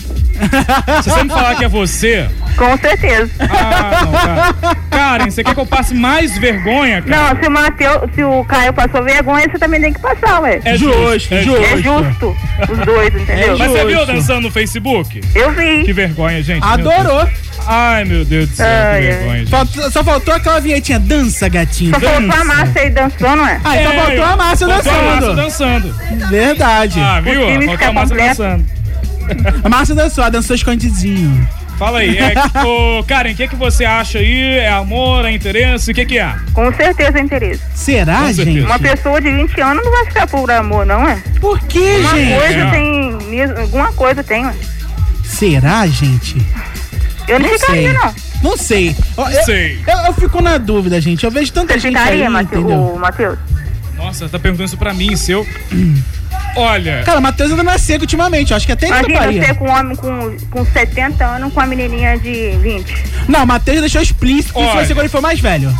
Speaker 10: Se você me falar que é você.
Speaker 18: Com certeza.
Speaker 10: Ah, não, cara. Karen, você quer que eu passe mais vergonha, cara?
Speaker 18: Não, se o Matheus, se o Caio passou vergonha, você também tem que passar, ué.
Speaker 10: É justo, é justo.
Speaker 18: É justo. Os dois, entendeu?
Speaker 10: Mas você viu dançando no Facebook?
Speaker 18: Eu vi.
Speaker 10: Que vergonha, gente. meu
Speaker 4: Adorou.
Speaker 10: Deus. Ai, meu Deus do céu, que vergonha, gente.
Speaker 4: Faltou- só faltou aquela vinhetinha. Dança, gatinho.
Speaker 18: Só faltou a Márcia aí dançando, ué.
Speaker 4: Ah, então
Speaker 18: É,
Speaker 4: faltou a Márcia
Speaker 18: faltou a
Speaker 4: dançando.
Speaker 18: Márcia
Speaker 10: dançando.
Speaker 4: Verdade.
Speaker 10: Ah, viu? O time Faltou a fica Márcia completo.
Speaker 4: A Márcia dançou, ela dançou escondidinho.
Speaker 10: Fala aí, é, ô, Karen, o que, que você acha aí? É amor, é interesse? O que, que é?
Speaker 18: Com certeza é interesse.
Speaker 4: Será,
Speaker 10: Com certeza. gente?
Speaker 18: Uma pessoa de 20 anos não vai ficar por amor, não, é?
Speaker 4: Por quê,
Speaker 18: Uma
Speaker 4: gente?
Speaker 18: coisa
Speaker 4: É.
Speaker 18: tem. mesmo- Alguma coisa tem, ué.
Speaker 4: Será, gente?
Speaker 18: Eu não ficaria, não.
Speaker 4: Não sei. Ó,
Speaker 18: Não
Speaker 4: eu,
Speaker 18: sei.
Speaker 4: Eu, eu fico na dúvida, gente. Eu vejo tanta
Speaker 18: Você
Speaker 4: gente
Speaker 18: ficaria,
Speaker 4: aí,
Speaker 18: Mateu-
Speaker 4: entendeu?
Speaker 18: ô, Matheus?
Speaker 10: Nossa, tá perguntando isso pra mim, seu. *clears throat* Olha.
Speaker 4: Cara, o Matheus anda na seca ultimamente. Eu acho que até ele
Speaker 18: Imagina
Speaker 4: Bahia.
Speaker 18: você com um homem com, com 70 anos com uma menininha de 20.
Speaker 4: Não, o Matheus deixou explícito que isso vai
Speaker 10: Olha.
Speaker 4: ser quando ele for mais velho.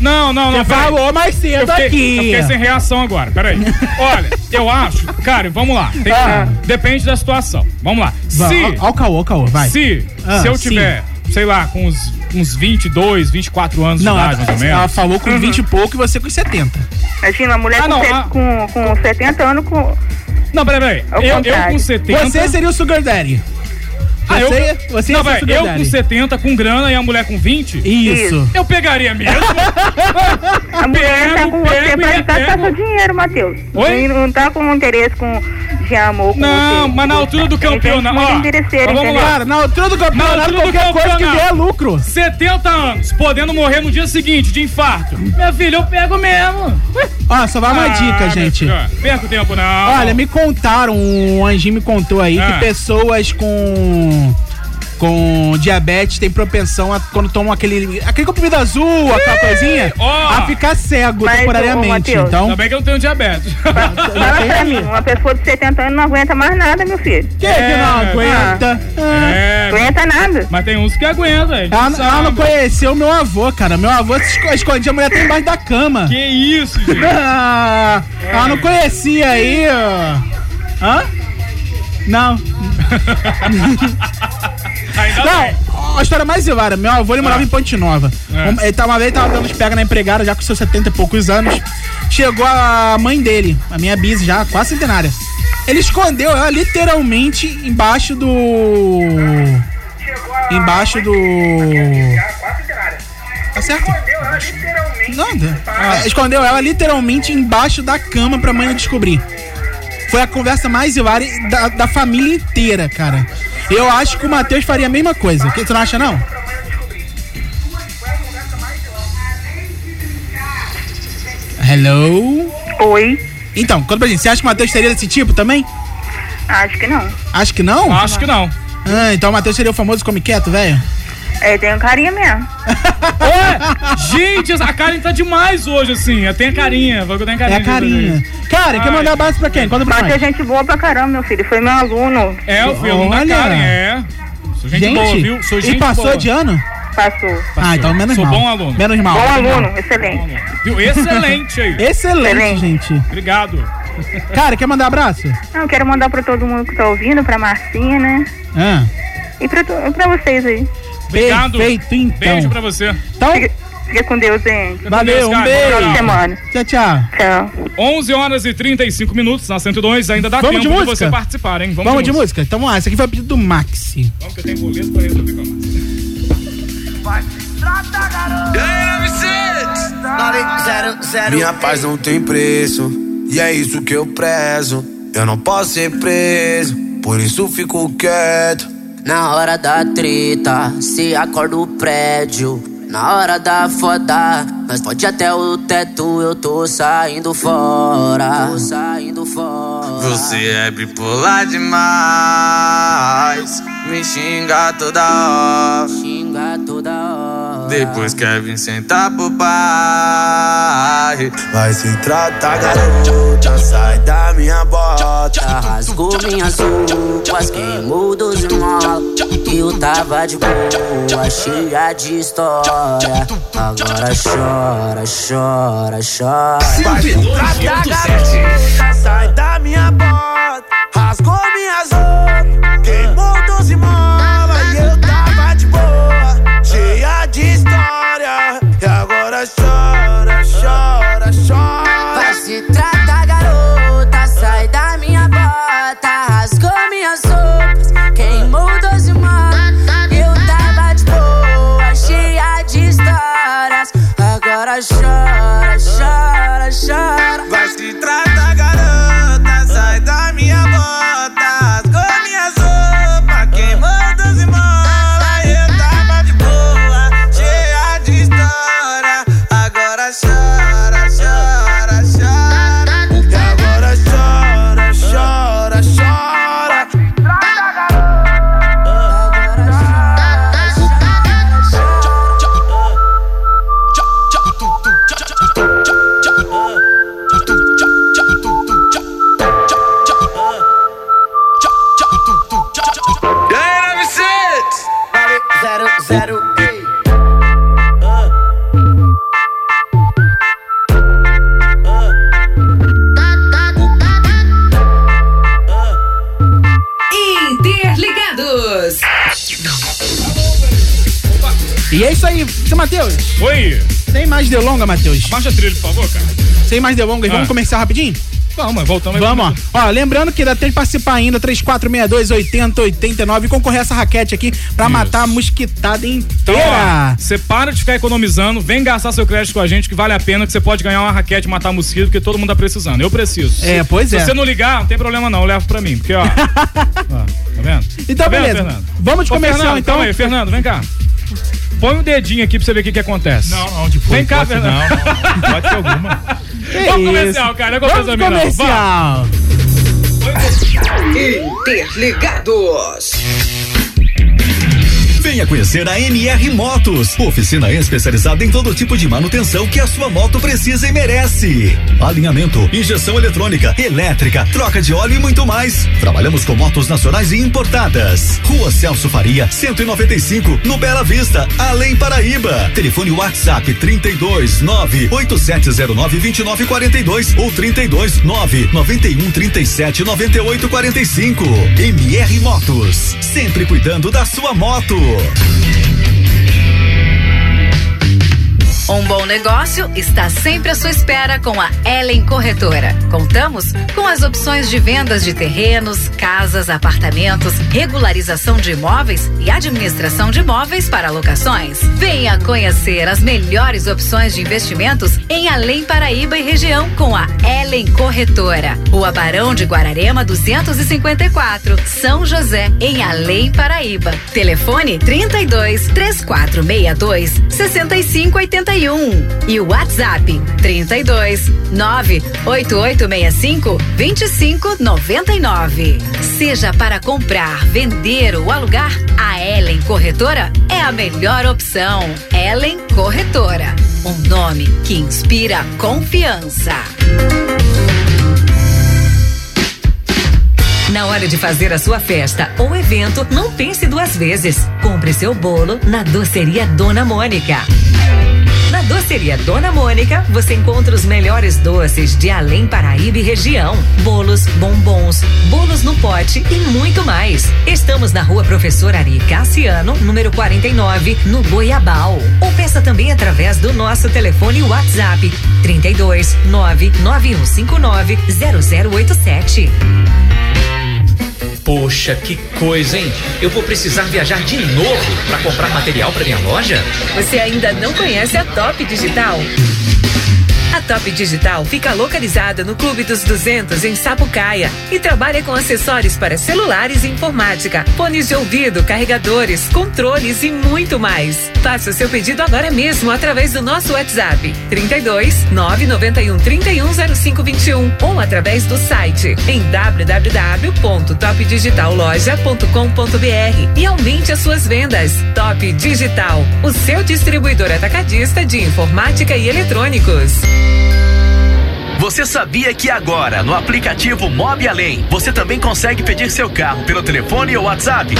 Speaker 10: Não, não, não.
Speaker 4: Você
Speaker 10: peraí.
Speaker 4: falou mais cedo
Speaker 10: eu fiquei,
Speaker 4: aqui.
Speaker 10: Eu fiquei sem reação agora, peraí. Olha, eu acho. Cara, vamos lá. Tem-
Speaker 4: Ah.
Speaker 10: Depende da situação. Vvamos lá.
Speaker 4: Vai,
Speaker 10: Se.
Speaker 4: ó- Ó o caô, ó o caô, vai.
Speaker 10: Se,
Speaker 4: Ah,
Speaker 10: se eu
Speaker 4: sim.
Speaker 10: tiver, sei lá, com uns, uns 22, 24 anos
Speaker 4: Não,
Speaker 10: de idade, mais
Speaker 4: ela,
Speaker 10: ou menos. Uhum.
Speaker 4: ela falou com 20 e pouco e você com 70.
Speaker 18: Imagina, uma mulher
Speaker 10: Ah,
Speaker 18: com,
Speaker 10: não,
Speaker 18: se-
Speaker 10: ah.
Speaker 18: com, com 70 anos com.
Speaker 10: Não, peraí,
Speaker 18: Ao
Speaker 10: Eu, eu
Speaker 18: contrário.
Speaker 10: com 70.
Speaker 4: Você seria o Sugar Daddy.
Speaker 10: Ah, eu,
Speaker 4: você- você ia
Speaker 10: não,
Speaker 4: ser
Speaker 10: peraí,
Speaker 4: sugar
Speaker 10: eu
Speaker 4: daddy.
Speaker 10: com 70, com grana e a mulher com 20?
Speaker 4: Isso.
Speaker 10: Eu pegaria mesmo.
Speaker 18: A mulher tá com você pra gastar seu dinheiro, Matheus.
Speaker 10: Oi?
Speaker 18: E Não tá com interesse com, de amor com
Speaker 10: Não,
Speaker 18: você.
Speaker 10: mas na altura do
Speaker 18: Tem gente
Speaker 10: campeonato.
Speaker 18: muito
Speaker 10: ó,
Speaker 18: interesseira,
Speaker 10: mas vamos
Speaker 18: entendeu?
Speaker 10: lá.
Speaker 4: na altura do
Speaker 18: campeonato,
Speaker 4: qualquer coisa que vier é lucro.
Speaker 10: 70 anos, podendo morrer no dia seguinte de infarto. Minha filha, eu pego mesmo.
Speaker 4: Ó, só vai uma
Speaker 10: Ah,
Speaker 4: dica,
Speaker 10: minha
Speaker 4: gente.
Speaker 10: filha, Perca o tempo, não.
Speaker 4: Olha, me contaram, um anjinho me contou aí
Speaker 10: Ah.
Speaker 4: que pessoas com com diabetes têm propensão a quando tomam aquele aquele comprimido azul, aquela coisinha,
Speaker 10: ó.
Speaker 4: a ficar cego
Speaker 18: Mas, ô,
Speaker 4: temporariamente.
Speaker 18: Matheus,
Speaker 4: Então,
Speaker 10: Ainda bem que eu não tenho diabetes.
Speaker 18: Fala pra mim, uma pessoa de 70 anos não aguenta mais nada, meu filho. Ah.
Speaker 4: Que que não aguenta? Ah.
Speaker 10: É.
Speaker 18: Aguenta nada.
Speaker 10: Mas tem uns que aguentam, velho.
Speaker 4: ela, ela não conheceu meu avô, cara. Meu avô se esco- escondia a mulher até embaixo da cama.
Speaker 10: Que isso, gente?
Speaker 4: *laughs* Ah, Ela não conhecia aí, ó. Hã? Não. não, é, a história mais hilária. Meu avô ele morava em Ponte Nova. Um- Ele tava, uma vez tava dando uns pega na empregada, já com seus 70 e poucos anos. Chegou a mãe dele, a minha bis já, quase centenária. Ele escondeu ela literalmente embaixo do. Embaixo do.
Speaker 3: é
Speaker 4: Tá certo? Nada.
Speaker 18: Ah.
Speaker 4: É, Escondeu ela literalmente embaixo da cama pra mãe não descobrir. Foi a conversa mais hilária da, da família inteira, cara. Eu acho que o Matheus faria a mesma coisa. Que- Tu não acha, não? Hello?
Speaker 18: Oi?
Speaker 4: Então, conta pra gente. Você acha que o Matheus seria desse tipo também?
Speaker 18: Acho que não.
Speaker 4: Acho que não?
Speaker 18: Acho que
Speaker 10: não.
Speaker 4: Ah, então o Matheus seria o famoso come quieto, velho?
Speaker 18: É, tem um carinha mesmo.
Speaker 10: Ué, gente, a Karen tá demais hoje, assim. Tem a carinha. Falou que eu tenho carinha. Ah,
Speaker 4: É a carinha. Cara, quer mandar abraço pra quem? Conta pra
Speaker 18: Mas é
Speaker 4: nós.
Speaker 18: gente boa pra caramba, meu filho. Foi meu aluno.
Speaker 10: É, o filme da
Speaker 4: Olha.
Speaker 10: Karen, é. Sou gente, boa, viu? Sou gente
Speaker 4: e passou
Speaker 10: boa.
Speaker 4: de ano?
Speaker 18: Passou.
Speaker 4: Ah, então menos
Speaker 10: Sou
Speaker 4: mal.
Speaker 10: bom aluno.
Speaker 4: Menos mal.
Speaker 10: Bom
Speaker 4: menos
Speaker 10: aluno,
Speaker 18: Bom, Excelente.
Speaker 10: Viu? Excelente aí.
Speaker 4: *laughs* Excelente, gente.
Speaker 10: Obrigado.
Speaker 4: Cara, quer mandar abraço?
Speaker 18: Não, eu quero mandar pra todo mundo que tá ouvindo, pra Marcinha, né?
Speaker 4: Ah,
Speaker 18: E pra, to- pra vocês aí.
Speaker 10: Obrigado.
Speaker 4: Perfeito, então.
Speaker 10: Beijo pra você.
Speaker 4: Então,
Speaker 18: Fica com Deus, hein?
Speaker 4: valeu, um beijo. Tchau, tchau.
Speaker 18: Tchau.
Speaker 10: 11 horas e 35 minutos na 102. Ainda dá
Speaker 4: Vamos de
Speaker 10: tempo de,
Speaker 4: música?
Speaker 10: você participar, hein?
Speaker 4: Vamos, de, música? Então vamos lá, esse aqui foi o pedido do Maxi.
Speaker 10: Vamos que eu tenho boleto pra resolver com a música.
Speaker 8: tá
Speaker 3: Minha paz não tem preço, e é isso que eu prezo. Eu não posso ser preso, por isso fico quieto.
Speaker 29: Na hora da treta, se acorda o prédio. Na hora da foda, mas pode até o teto, eu tô saindo fora. Tô saindo fora.
Speaker 6: Você é bipolar demais. Me xinga toda hora.
Speaker 29: Xinga toda hora.
Speaker 6: Depois quer vir sentar pro pai.
Speaker 3: Vai se tratar, garota, sai da minha bota.
Speaker 29: Rasgou minhas roupas, queimou dos molos. Eu tava de boa, cheia de história. Agora chora, chora, chora.
Speaker 3: um, Sai da minha bota, rasgou minhas roupas, queimou 12 molas. E eu tava de boa, cheia de história. E agora chora, chora, chora.
Speaker 29: Vai se tratar, garota, sai da minha bota. Rasgou minhas roupas, queimou doze manos. Eu tava de boa, cheia de histórias. Agora chora, chora, chora.
Speaker 6: Vai se tratar, garota. Sai da minha bota. Rasgou minhas
Speaker 21: sincero, ei.
Speaker 12: Interligados.
Speaker 4: E é isso aí, seu Matheus.
Speaker 10: Oi.
Speaker 4: Sem mais delonga, Matheus.
Speaker 10: Baixa a trilha, por favor, cara.
Speaker 4: Sem mais delongas,
Speaker 10: Ah.
Speaker 4: vamos começar rapidinho?
Speaker 10: Vamos, voltamos.
Speaker 4: Vamos, ó. Ó, lembrando que dá tempo de participar ainda, 3462-8089 e concorrer a essa raquete aqui pra matar a mosquitada
Speaker 10: Então, ó,
Speaker 4: inteira.
Speaker 10: você para de ficar economizando, vem gastar seu crédito com a gente, que vale a pena, que você pode ganhar uma raquete e matar mosquito, porque todo mundo tá precisando. Eu preciso.
Speaker 4: É, pois é.
Speaker 10: Se você não ligar, não tem problema não, eu levo pra mim,
Speaker 4: *laughs*
Speaker 10: porque ó... ó tá vendo?
Speaker 4: Então,
Speaker 10: Tá vendo,
Speaker 4: beleza.
Speaker 10: Fernando?
Speaker 4: Vamos de
Speaker 10: Ô,
Speaker 4: comercial,
Speaker 10: Fernando,
Speaker 4: então.
Speaker 10: calma aí, Fernando, vem cá. Põe o dedinho aqui pra você ver o que que acontece. Não, não, de Vem cá, Fernando. *laughs*
Speaker 4: Que
Speaker 10: Vamos
Speaker 4: isso?
Speaker 10: comercial, cara. Eu
Speaker 4: Vamos comercial.
Speaker 21: Interligados.
Speaker 5: Venha conhecer a NR Motos, oficina especializada em todo tipo de manutenção que a sua moto precisa e merece. Alinhamento, injeção eletrônica, elétrica, troca de óleo e muito mais. Trabalhamos com motos nacionais e importadas. Rua Celso Faria, 195, no Bela Vista, além Paraíba. Telefone WhatsApp 32 8709 2942 ou 32 91 37 98 45. MR Motos, sempre cuidando da sua moto.
Speaker 12: Um bom negócio está sempre à sua espera com a Ellen Corretora. Contamos com as opções de vendas de terrenos, casas, apartamentos, regularização de imóveis e administração de imóveis para locações. Venha conhecer as melhores opções de investimentos em Além Paraíba e região com a Ellen Corretora. Rua Barão de Guararema 254, São José, em Além Paraíba. Telefone 32 3462 6581 e o WhatsApp 32 98865 2599. Seja para comprar, vender ou alugar, a Ellen Corretora é a melhor opção. Ellen Corretora, um nome que inspira confiança. Na hora de fazer a sua festa ou evento, não pense duas vezes. Compre seu bolo na Doceria Dona Mônica.
Speaker 11: oh.
Speaker 12: Na Doceria Dona Mônica, você encontra os melhores doces de Além Paraíba e região. Bolos, bombons, bolos no pote e muito mais. Estamos na rua Professor Ari Cassiano, número 49, no Goiabal. Ou peça também através do nosso telefone WhatsApp 32 99159 0087.
Speaker 13: Poxa, que coisa, hein? Eu vou precisar viajar de novo para comprar material para minha loja?
Speaker 12: Você ainda não conhece a Top Digital? A Top Digital fica localizada no Clube dos 200 em Sapucaia e trabalha com acessórios para celulares e informática, fones de ouvido, carregadores, controles e muito mais. Faça o seu pedido agora mesmo através do nosso WhatsApp 32 991 310521 ou através do site em www.topdigitalloja.com.br e aumente as suas vendas. Top Digital, o seu distribuidor atacadista de informática e eletrônicos.
Speaker 7: Você sabia que agora, no aplicativo Mob Além, você também consegue pedir seu carro pelo telefone ou WhatsApp?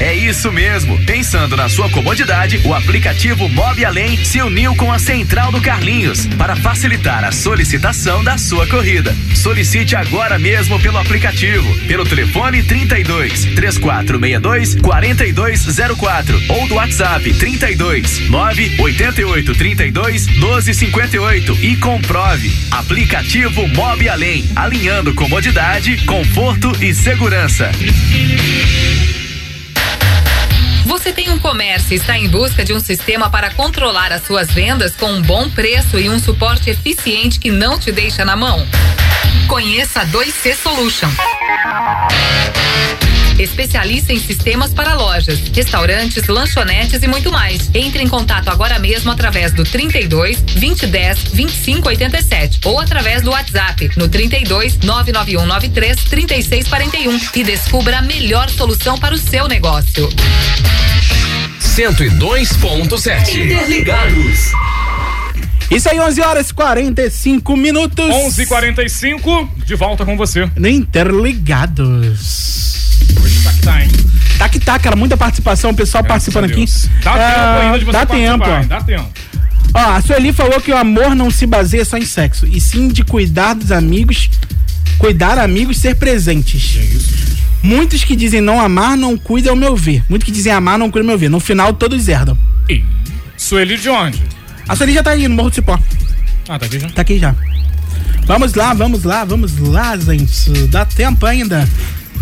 Speaker 7: É isso mesmo. Pensando na sua comodidade, o aplicativo Mob Além se uniu com a Central do Carlinhos para facilitar a solicitação da sua corrida. Solicite agora mesmo pelo aplicativo, pelo telefone 32 3462 4204 ou do WhatsApp 32 988 32 1258 e comprove. Aplicativo Mob Além, alinhando comodidade, conforto e segurança.
Speaker 12: Você tem um comércio e está em busca de um sistema para controlar as suas vendas com um bom preço e um suporte eficiente que não te deixa na mão? Conheça a 2C Solution. Especialista em sistemas para lojas, restaurantes, lanchonetes e muito mais. Entre em contato agora mesmo através do 32 2010 2587 ou através do WhatsApp no 32 99193 3641 e descubra a melhor solução para o seu negócio.
Speaker 13: 102.7.
Speaker 4: Interligados. Isso aí, 11 horas e 45 minutos.
Speaker 10: 11:45, de volta com você.
Speaker 4: Interligados.
Speaker 10: Hoje tá que tá, hein?
Speaker 4: Tá que tá, cara. Muita participação, o pessoal participando aqui.
Speaker 10: Dá
Speaker 4: Ah,
Speaker 10: tempo ainda de você
Speaker 4: Dá
Speaker 10: participar,
Speaker 4: tempo.
Speaker 10: hein? Dá tempo.
Speaker 4: Ó, a Sueli falou que o amor não se baseia só em sexo, e sim de cuidar dos amigos, cuidar amigos, ser presentes.
Speaker 10: É
Speaker 4: Muitos que dizem não amar não cuidam ao meu ver. Muitos que dizem amar não cuidam ao meu ver. No final, todos herdam.
Speaker 10: E Sueli de onde?
Speaker 4: A Sueli já tá aí no Morro do Cipó.
Speaker 10: Ah, tá aqui já?
Speaker 4: Tá aqui já. Vamos lá, vamos lá, vamos lá, gente. Dá tempo ainda.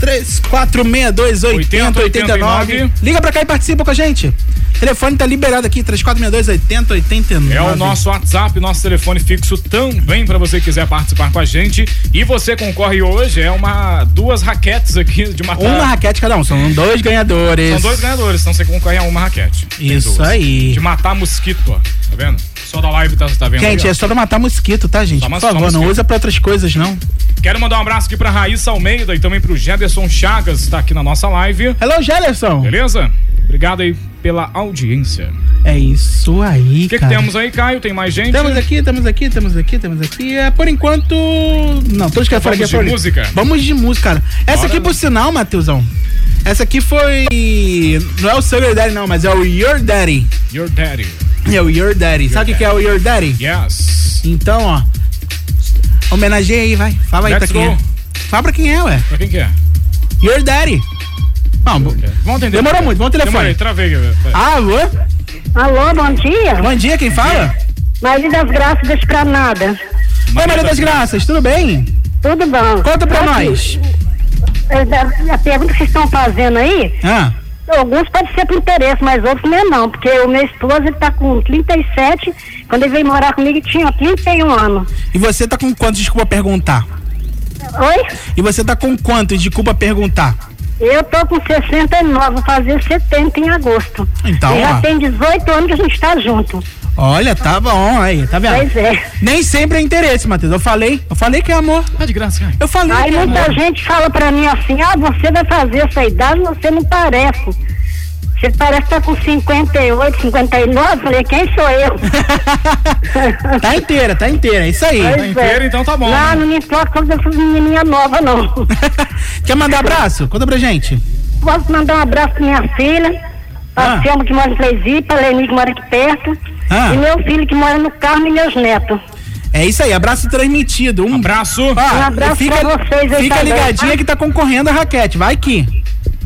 Speaker 4: 3, 4, 6, 2, 80, 89. Liga pra cá e participa com a gente. O telefone tá liberado aqui, 3462 80, 89.
Speaker 10: É o nosso WhatsApp, nosso telefone fixo também para você que quiser participar com a gente. E você concorre hoje é uma duas raquetes aqui de matar.
Speaker 4: Uma raquete cada um, são dois ganhadores.
Speaker 10: É. São dois ganhadores, então você concorre a uma raquete. Tem
Speaker 4: Isso
Speaker 10: duas.
Speaker 4: aí.
Speaker 10: De matar mosquito, ó. Tá vendo? Só da live tá, tá vendo?
Speaker 4: Gente,
Speaker 10: aí, ó?
Speaker 4: é só pra matar mosquito, tá, gente?
Speaker 10: Só
Speaker 4: Por
Speaker 10: mas- só
Speaker 4: favor, não
Speaker 10: mosquito.
Speaker 4: usa pra outras coisas, não.
Speaker 10: Quero mandar um abraço aqui pra Raíssa Almeida e também pro Jederson Chagas, que tá aqui na nossa live.
Speaker 4: Hello, Jederson!
Speaker 10: Beleza? Obrigado aí pela audiência.
Speaker 4: É isso aí,
Speaker 10: O que, que
Speaker 4: cara.
Speaker 10: temos aí, Caio? Tem mais gente?
Speaker 4: Temos aqui, temos aqui, temos aqui, temos aqui. É, por enquanto. Não, todos que
Speaker 10: Vamos
Speaker 4: aqui é
Speaker 10: de
Speaker 4: por ali.
Speaker 10: música?
Speaker 4: Vamos de música, cara. Essa aqui, por sinal, Matheusão. Essa aqui foi. Não é o seu Your Daddy, não, mas é o Your Daddy.
Speaker 10: Your Daddy.
Speaker 4: É o Your Daddy. Sabe o que que é o Your Daddy?
Speaker 10: Yes.
Speaker 4: Então, ó. Homenageia aí, vai. Fala aí
Speaker 10: Let's
Speaker 4: pra quem
Speaker 10: go.
Speaker 4: é. Fala pra quem é, ué.
Speaker 10: Pra quem que é?
Speaker 4: Your Daddy. Não,
Speaker 10: vamos entender.
Speaker 4: Demorou muito, vamos ao telefone.
Speaker 10: Demorei, travei. Ah.
Speaker 4: Alô?
Speaker 8: Alô, bom dia.
Speaker 4: Bom dia, quem fala?
Speaker 8: Maria das Graças Desgranada.
Speaker 4: Oi, Maria das Graças, tudo bem?
Speaker 8: Tudo bom.
Speaker 4: Conta pra
Speaker 8: Aqui,
Speaker 4: nós.
Speaker 8: é, da- A pergunta que vocês estão fazendo aí,
Speaker 4: Ah,
Speaker 8: alguns pode ser por interesse, mas outros não é não, porque o meu esposo ele tá com 37, quando ele veio morar comigo ele tinha 31 anos.
Speaker 4: e você tá com quanto? Desculpa perguntar.
Speaker 8: Oi?
Speaker 4: E você tá com quanto? Desculpa perguntar.
Speaker 8: Eu tô com 69, vou fazer 70 em agosto.
Speaker 4: Então,
Speaker 8: E já
Speaker 4: ó.
Speaker 8: tem 18 anos que a gente tá junto.
Speaker 4: Olha, tá bom aí, tá vendo?
Speaker 8: Pois é.
Speaker 4: Nem sempre é interesse, Matheus. Eu falei, eu falei que é amor. Tá de graça, cara. Eu falei
Speaker 8: Aí
Speaker 4: que é
Speaker 8: muita
Speaker 4: amor.
Speaker 8: gente fala pra mim assim, ah, você vai fazer essa idade, você não parece. Você parece que tá com 58, 59, eu falei, quem sou eu?
Speaker 4: Tá inteira, tá então inteira, tá é isso aí.
Speaker 8: Pois é.
Speaker 4: né?
Speaker 8: Lá não me toca quando eu fui menininha nova, não.
Speaker 4: Quer mandar abraço? Conta pra gente.
Speaker 8: Posso mandar um abraço pra minha filha, a Selma que mora em Flesipa, a Leni que mora aqui perto,
Speaker 4: Ah.
Speaker 8: e meu filho que mora no Carmo e meus netos.
Speaker 4: É isso aí, abraço transmitido. Um
Speaker 10: abraço.
Speaker 8: Um abraço
Speaker 4: fica,
Speaker 8: pra vocês aí
Speaker 4: Fica
Speaker 8: também.
Speaker 4: ligadinha que tá concorrendo a raquete. Vai que.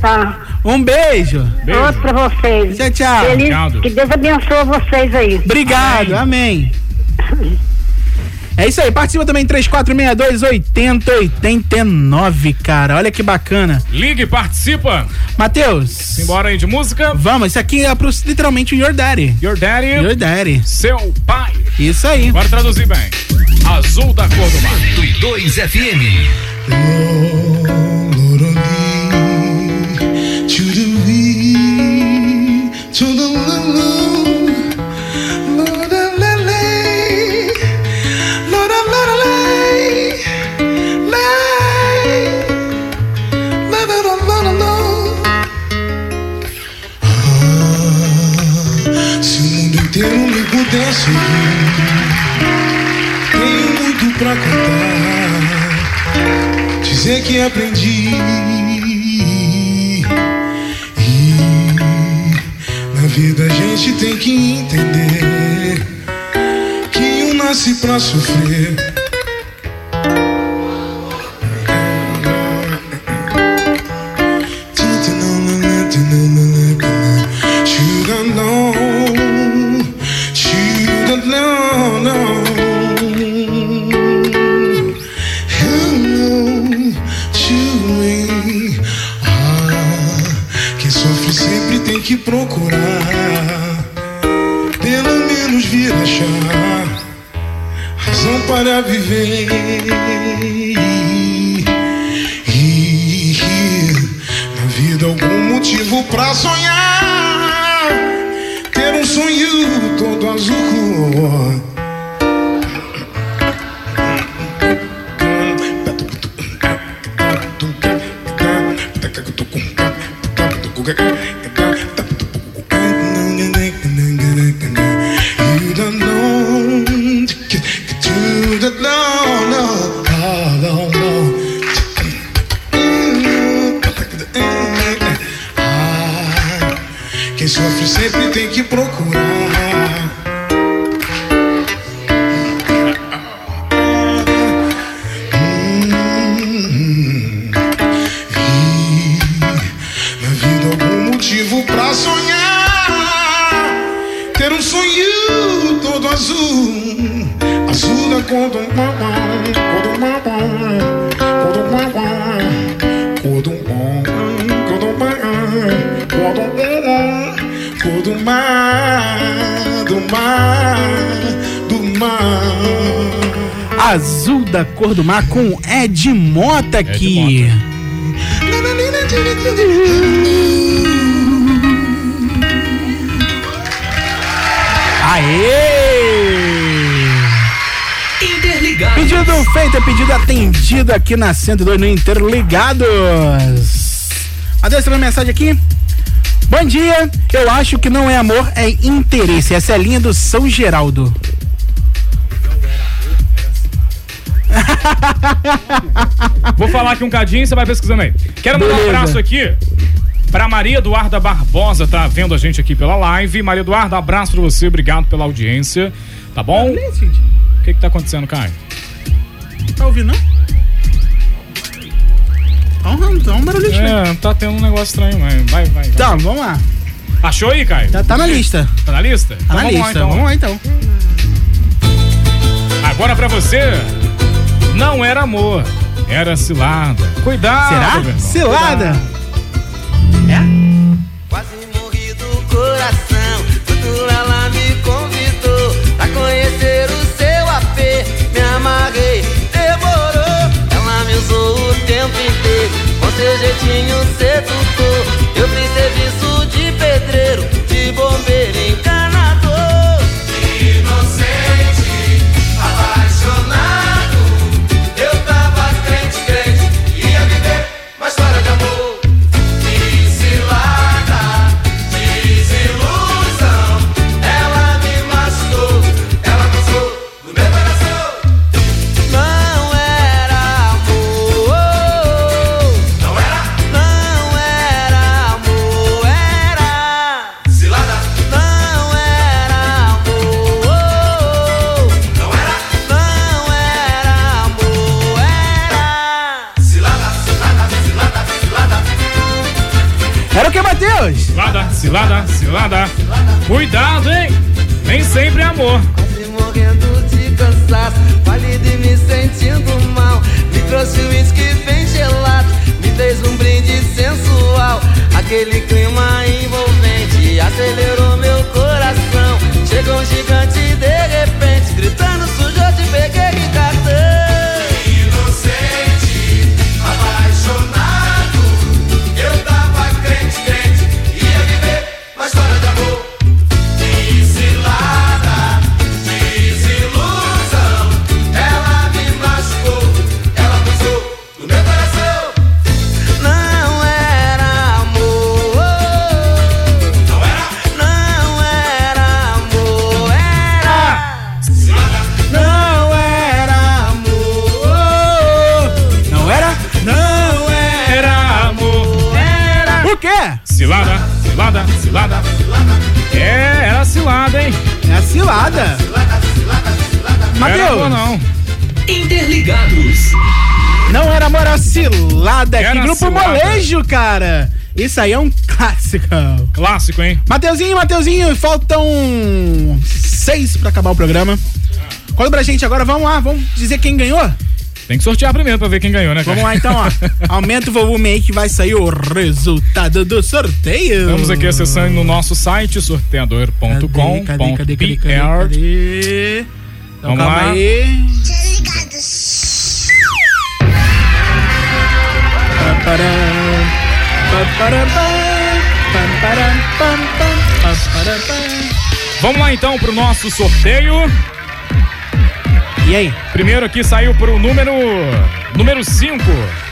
Speaker 8: Tá.
Speaker 4: Um beijo.
Speaker 8: Beijo. Outro pra vocês.
Speaker 4: Tchau, tchau.
Speaker 8: Feliz-
Speaker 4: Obrigado.
Speaker 8: que Deus abençoe vocês aí.
Speaker 4: Obrigado, amém. É isso aí, participa também 3462-8089, cara. Olha que bacana.
Speaker 10: Ligue, participa.
Speaker 4: Matheus.
Speaker 10: Simbora aí de música.
Speaker 4: Vamos, isso aqui é pro, literalmente o Your Daddy.
Speaker 10: Your Daddy.
Speaker 4: Your Daddy.
Speaker 10: Seu pai.
Speaker 4: Isso aí.
Speaker 10: Bora traduzir bem. Azul da cor do mar.
Speaker 30: 2 FM.
Speaker 25: Se o mundo inteiro me pudesse ouvir, tenho muito pra contar. Dizer que aprendi. E na vida a gente tem que entender que um nasce pra sofrer. Should've known, should've known, known. Hello to me. Ah, quem sofre sempre tem que procurar, pelo menos vir achar razão para viver. E na vida algum motivo pra sonhar, ter um sonho todo azul. You don't know to the no, no, ah, no, no. Ah, Quem sofre sempre tem que procurar. Hum, vi na vida algum motivo pra sonhar. Ter um sonho todo azul, azul da cor do mamão, cor do mamão, cor do mamão, cor do mamão, cor do mamão, cor do mamão, cor do mar, do mar, do mar.
Speaker 4: Azul da cor do mar com Ed Mota aqui. Aê!
Speaker 13: Interligado.
Speaker 4: Pedido feito, é pedido atendido aqui na 102 no Interligados. Adeus, tem uma mensagem aqui. Bom dia, eu acho que não é amor, é interesse. Essa é a linha do São Geraldo.
Speaker 10: Vou falar aqui um cadinho e você vai pesquisando aí. Quero mandar um
Speaker 6: Beleza.
Speaker 10: abraço aqui pra Maria Eduarda Barbosa, tá vendo a gente aqui pela live. Maria Eduarda, abraço pra você, obrigado pela audiência, tá bom? O que que tá acontecendo, Caio?
Speaker 4: Tá ouvindo, não? Tá um, tá um barulho
Speaker 10: É, tá tendo um negócio estranho, mas vai, vai. vai.
Speaker 4: Tá, vamos lá.
Speaker 10: Achou aí, Caio?
Speaker 4: Tá, tá na lista.
Speaker 10: Tá na lista?
Speaker 4: Tá na lista. Vamos lá, então.
Speaker 10: Agora pra você, não era amor, era cilada. Cuidado!
Speaker 4: Será?
Speaker 10: meu irmão.
Speaker 4: Cilada?
Speaker 6: coração. Quando ela me convidou pra conhecer o seu apê, me amarrei, demorou. Ela me usou o tempo inteiro, com seu jeitinho sedutor. Eu fiz serviço de pedreiro, de bombeiro encanador. Inocente, apaixonado, eu tava crente, crente, ia viver uma história de amor. Cilada, desilusão. Ela me machucou, ela passou no meu coração. Não era amor, não era, não era amor, era cilada. Não era amor, não era, não era amor, era cilada, cilada, cilada, cilada.
Speaker 4: Era o que, Matheus?
Speaker 10: Cilada, cilada, cilada. Cuidado, hein? Nem sempre é amor.
Speaker 6: Quase morrendo de cansaço, pálido e me sentindo mal. Me trouxe um uísque bem gelado, me fez um brinde sensual. Aquele clima envolvente acelerou meu coração. Chegou um gigante de repente, gritando sujo, eu te peguei de cartão. Inocente, apaixonado, eu tava crente, crente, ia viver uma história de amor. Cilada, desilusão. Ela me machucou, ela passou no meu coração. Não era amor. Não era, não era amor. Era cilada. Não era amor.
Speaker 4: Não era?
Speaker 6: Não
Speaker 10: era amor.
Speaker 6: Era.
Speaker 4: O quê?
Speaker 10: Cilada, cilada, cilada. É, era cilada, hein?
Speaker 4: É cilada.
Speaker 10: Não era
Speaker 4: Matheus.
Speaker 10: amor, não.
Speaker 13: Interligados.
Speaker 4: Não era amor, era cilada. que
Speaker 10: Era
Speaker 4: grupo
Speaker 10: cilada.
Speaker 4: molejo, cara. Isso aí é um clássico.
Speaker 10: Clássico, hein?
Speaker 4: Mateuzinho, Mateuzinho, faltam seis pra acabar o programa. Conta pra gente agora, vamos lá, vamos dizer quem ganhou?
Speaker 10: Tem que sortear primeiro pra ver quem ganhou, né? cara?
Speaker 4: Vamos lá então, ó.
Speaker 10: *laughs*
Speaker 4: Aumenta o volume aí que vai sair o resultado do sorteio.
Speaker 10: Estamos aqui acessando no nosso site, sorteador.com.br.
Speaker 4: Cadê, cadê, cadê, cadê, cadê? Então,
Speaker 10: Vamos
Speaker 4: calma
Speaker 10: lá.
Speaker 4: aí.
Speaker 10: Vamos lá então pro nosso sorteio.
Speaker 4: E aí?
Speaker 10: Primeiro aqui saiu pro número. Número 5.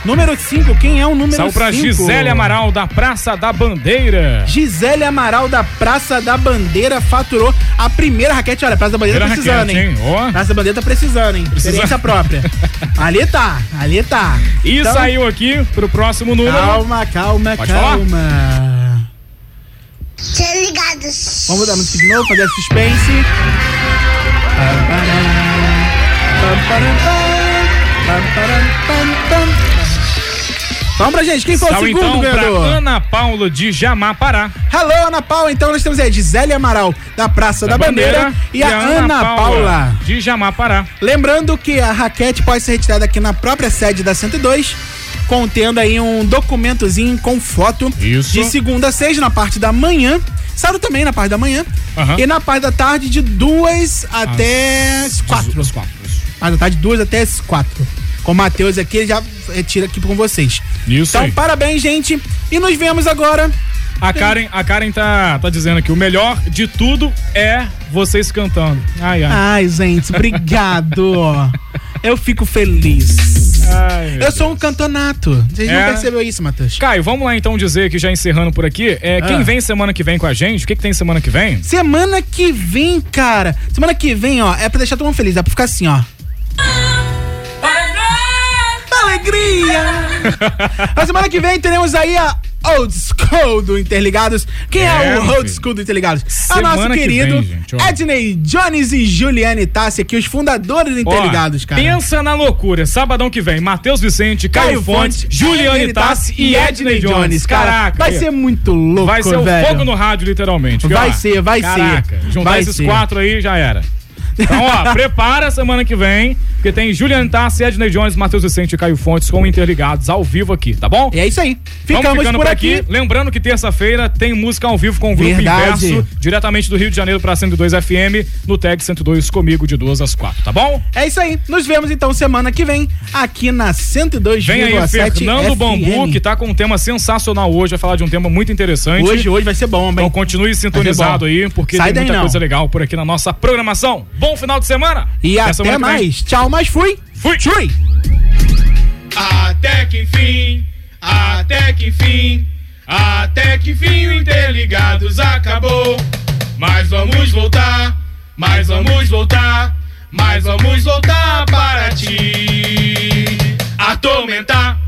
Speaker 4: Número 5, quem é o número 5?
Speaker 10: Saiu pra Gisele Amaral da Praça da Bandeira.
Speaker 4: Gisele Amaral da Praça da Bandeira faturou a primeira raquete. Olha, a Praça da Bandeira tá
Speaker 10: Primeira
Speaker 4: precisando,
Speaker 10: raquete,
Speaker 4: hein?
Speaker 10: hein? Ó.
Speaker 4: Praça da Bandeira tá precisando, hein? Experiência
Speaker 10: *laughs*
Speaker 4: própria. ali tá, ali tá.
Speaker 10: E
Speaker 4: Então,
Speaker 10: um. saiu aqui pro próximo número.
Speaker 4: Calma, calma,
Speaker 10: Pode
Speaker 4: calma.
Speaker 17: Ser ligados.
Speaker 4: Vamos mudar a música de novo, fazer suspense. Pam, param, pam, param, pam, pam, param, pam, pam. Fala pra gente, quem foi o
Speaker 10: Salve,
Speaker 4: segundo
Speaker 10: então, pra
Speaker 4: ganhador?
Speaker 10: Ana Paula de Jamapará.
Speaker 4: Alô, Ana Paula, então nós temos aí de Zélia Amaral, da Praça da, Bandeira, e, a Ana Paula.
Speaker 10: De Jamapará.
Speaker 4: Lembrando que a raquete pode ser retirada aqui na própria sede da 102, contendo aí um documentozinho com foto.
Speaker 10: Isso.
Speaker 4: De segunda a sexta, na parte da manhã. Sábado também, na parte da manhã.
Speaker 10: Aham.
Speaker 4: E na parte da tarde, de duas até as quatro. Às
Speaker 10: quatro.
Speaker 4: Ah, tá de duas até as quatro. Com o Matheus aqui, ele já retira aqui com vocês.
Speaker 10: Isso
Speaker 4: Então,
Speaker 10: aí.
Speaker 4: parabéns, gente. E nos vemos agora.
Speaker 10: A Karen, a Karen tá, tá dizendo aqui, o melhor de tudo é vocês cantando. Ai, ai.
Speaker 4: Ai, gente,
Speaker 10: *laughs*
Speaker 4: obrigado. Eu Ah, fico feliz.
Speaker 10: Ai,
Speaker 4: Eu sou um cantonato. Vocês não
Speaker 10: É.
Speaker 4: percebeu isso, Matheus?
Speaker 10: Caio, vamos lá então dizer que já encerrando por aqui, é, quem
Speaker 4: Ah.
Speaker 10: vem semana que vem com a gente, o que, que tem semana que vem?
Speaker 4: Semana que vem, cara. Semana que vem, ó, é pra deixar todo mundo feliz. Dá pra ficar assim, ó.
Speaker 10: *laughs*
Speaker 4: Alegria! A semana que vem teremos aí a Old School do Interligados. Quem é,
Speaker 10: É,
Speaker 4: o Old
Speaker 10: filho.
Speaker 4: School do Interligados?
Speaker 10: Semana
Speaker 4: é o nosso
Speaker 10: que
Speaker 4: querido
Speaker 10: vem, gente, ó.
Speaker 4: Edney Jones e Juliane Tassi aqui, os fundadores do
Speaker 10: Ó,
Speaker 4: Interligados, cara.
Speaker 10: Pensa na loucura. Sabadão que vem, Matheus Vicente, Caio,
Speaker 4: Caio
Speaker 10: Fontes,
Speaker 4: Fontes,
Speaker 10: Juliane
Speaker 4: Juliane
Speaker 10: Tassi
Speaker 4: Tassi
Speaker 10: e Edney Jones.
Speaker 4: cara.
Speaker 10: Caraca.
Speaker 4: Vai ser muito louco,
Speaker 10: Vai ser
Speaker 4: velho.
Speaker 10: o fogo no rádio, literalmente. viu?
Speaker 4: Vai ser, vai ser.
Speaker 10: Caraca, Juntar
Speaker 4: Vai
Speaker 10: esses
Speaker 4: ser.
Speaker 10: quatro aí já era. Então,
Speaker 4: *laughs*
Speaker 10: ó, prepara semana que vem, porque tem Juliane Tassi, Edney Jones, Matheus Vicente e Caio Fontes com interligados ao vivo aqui, tá bom?
Speaker 4: É isso aí.
Speaker 10: Ficamos
Speaker 4: Ficamos
Speaker 10: ficando
Speaker 4: por
Speaker 10: por aqui.
Speaker 4: aqui.
Speaker 10: Lembrando que terça-feira tem música ao vivo com o Grupo
Speaker 4: Verdade.
Speaker 10: Inverso, diretamente do Rio de Janeiro pra 102 FM, no Tag 102 comigo de 2 às 4, tá bom?
Speaker 4: É isso aí. Nos vemos então semana que vem aqui na 102,7
Speaker 10: Vem aí, Fernando
Speaker 4: FM.
Speaker 10: Bambu, que tá com um tema sensacional hoje, vai falar de um tema muito interessante.
Speaker 4: Hoje, hoje vai ser bom, hein?
Speaker 10: Então continue sintonizado
Speaker 4: Vai ser bom.
Speaker 10: aí, porque
Speaker 4: Sai
Speaker 10: tem
Speaker 4: daí,
Speaker 10: muita
Speaker 4: não.
Speaker 10: coisa legal por aqui na nossa programação. Bom final de semana!
Speaker 4: E
Speaker 10: semana
Speaker 4: até
Speaker 10: que vem.
Speaker 4: mais. Tchau, mas fui.
Speaker 10: Fui.
Speaker 4: Tchau.
Speaker 10: Até que fim, até que fim, até que fim o Interligados acabou. Mas vamos voltar, mas vamos voltar, mas vamos voltar para ti. Atormentar,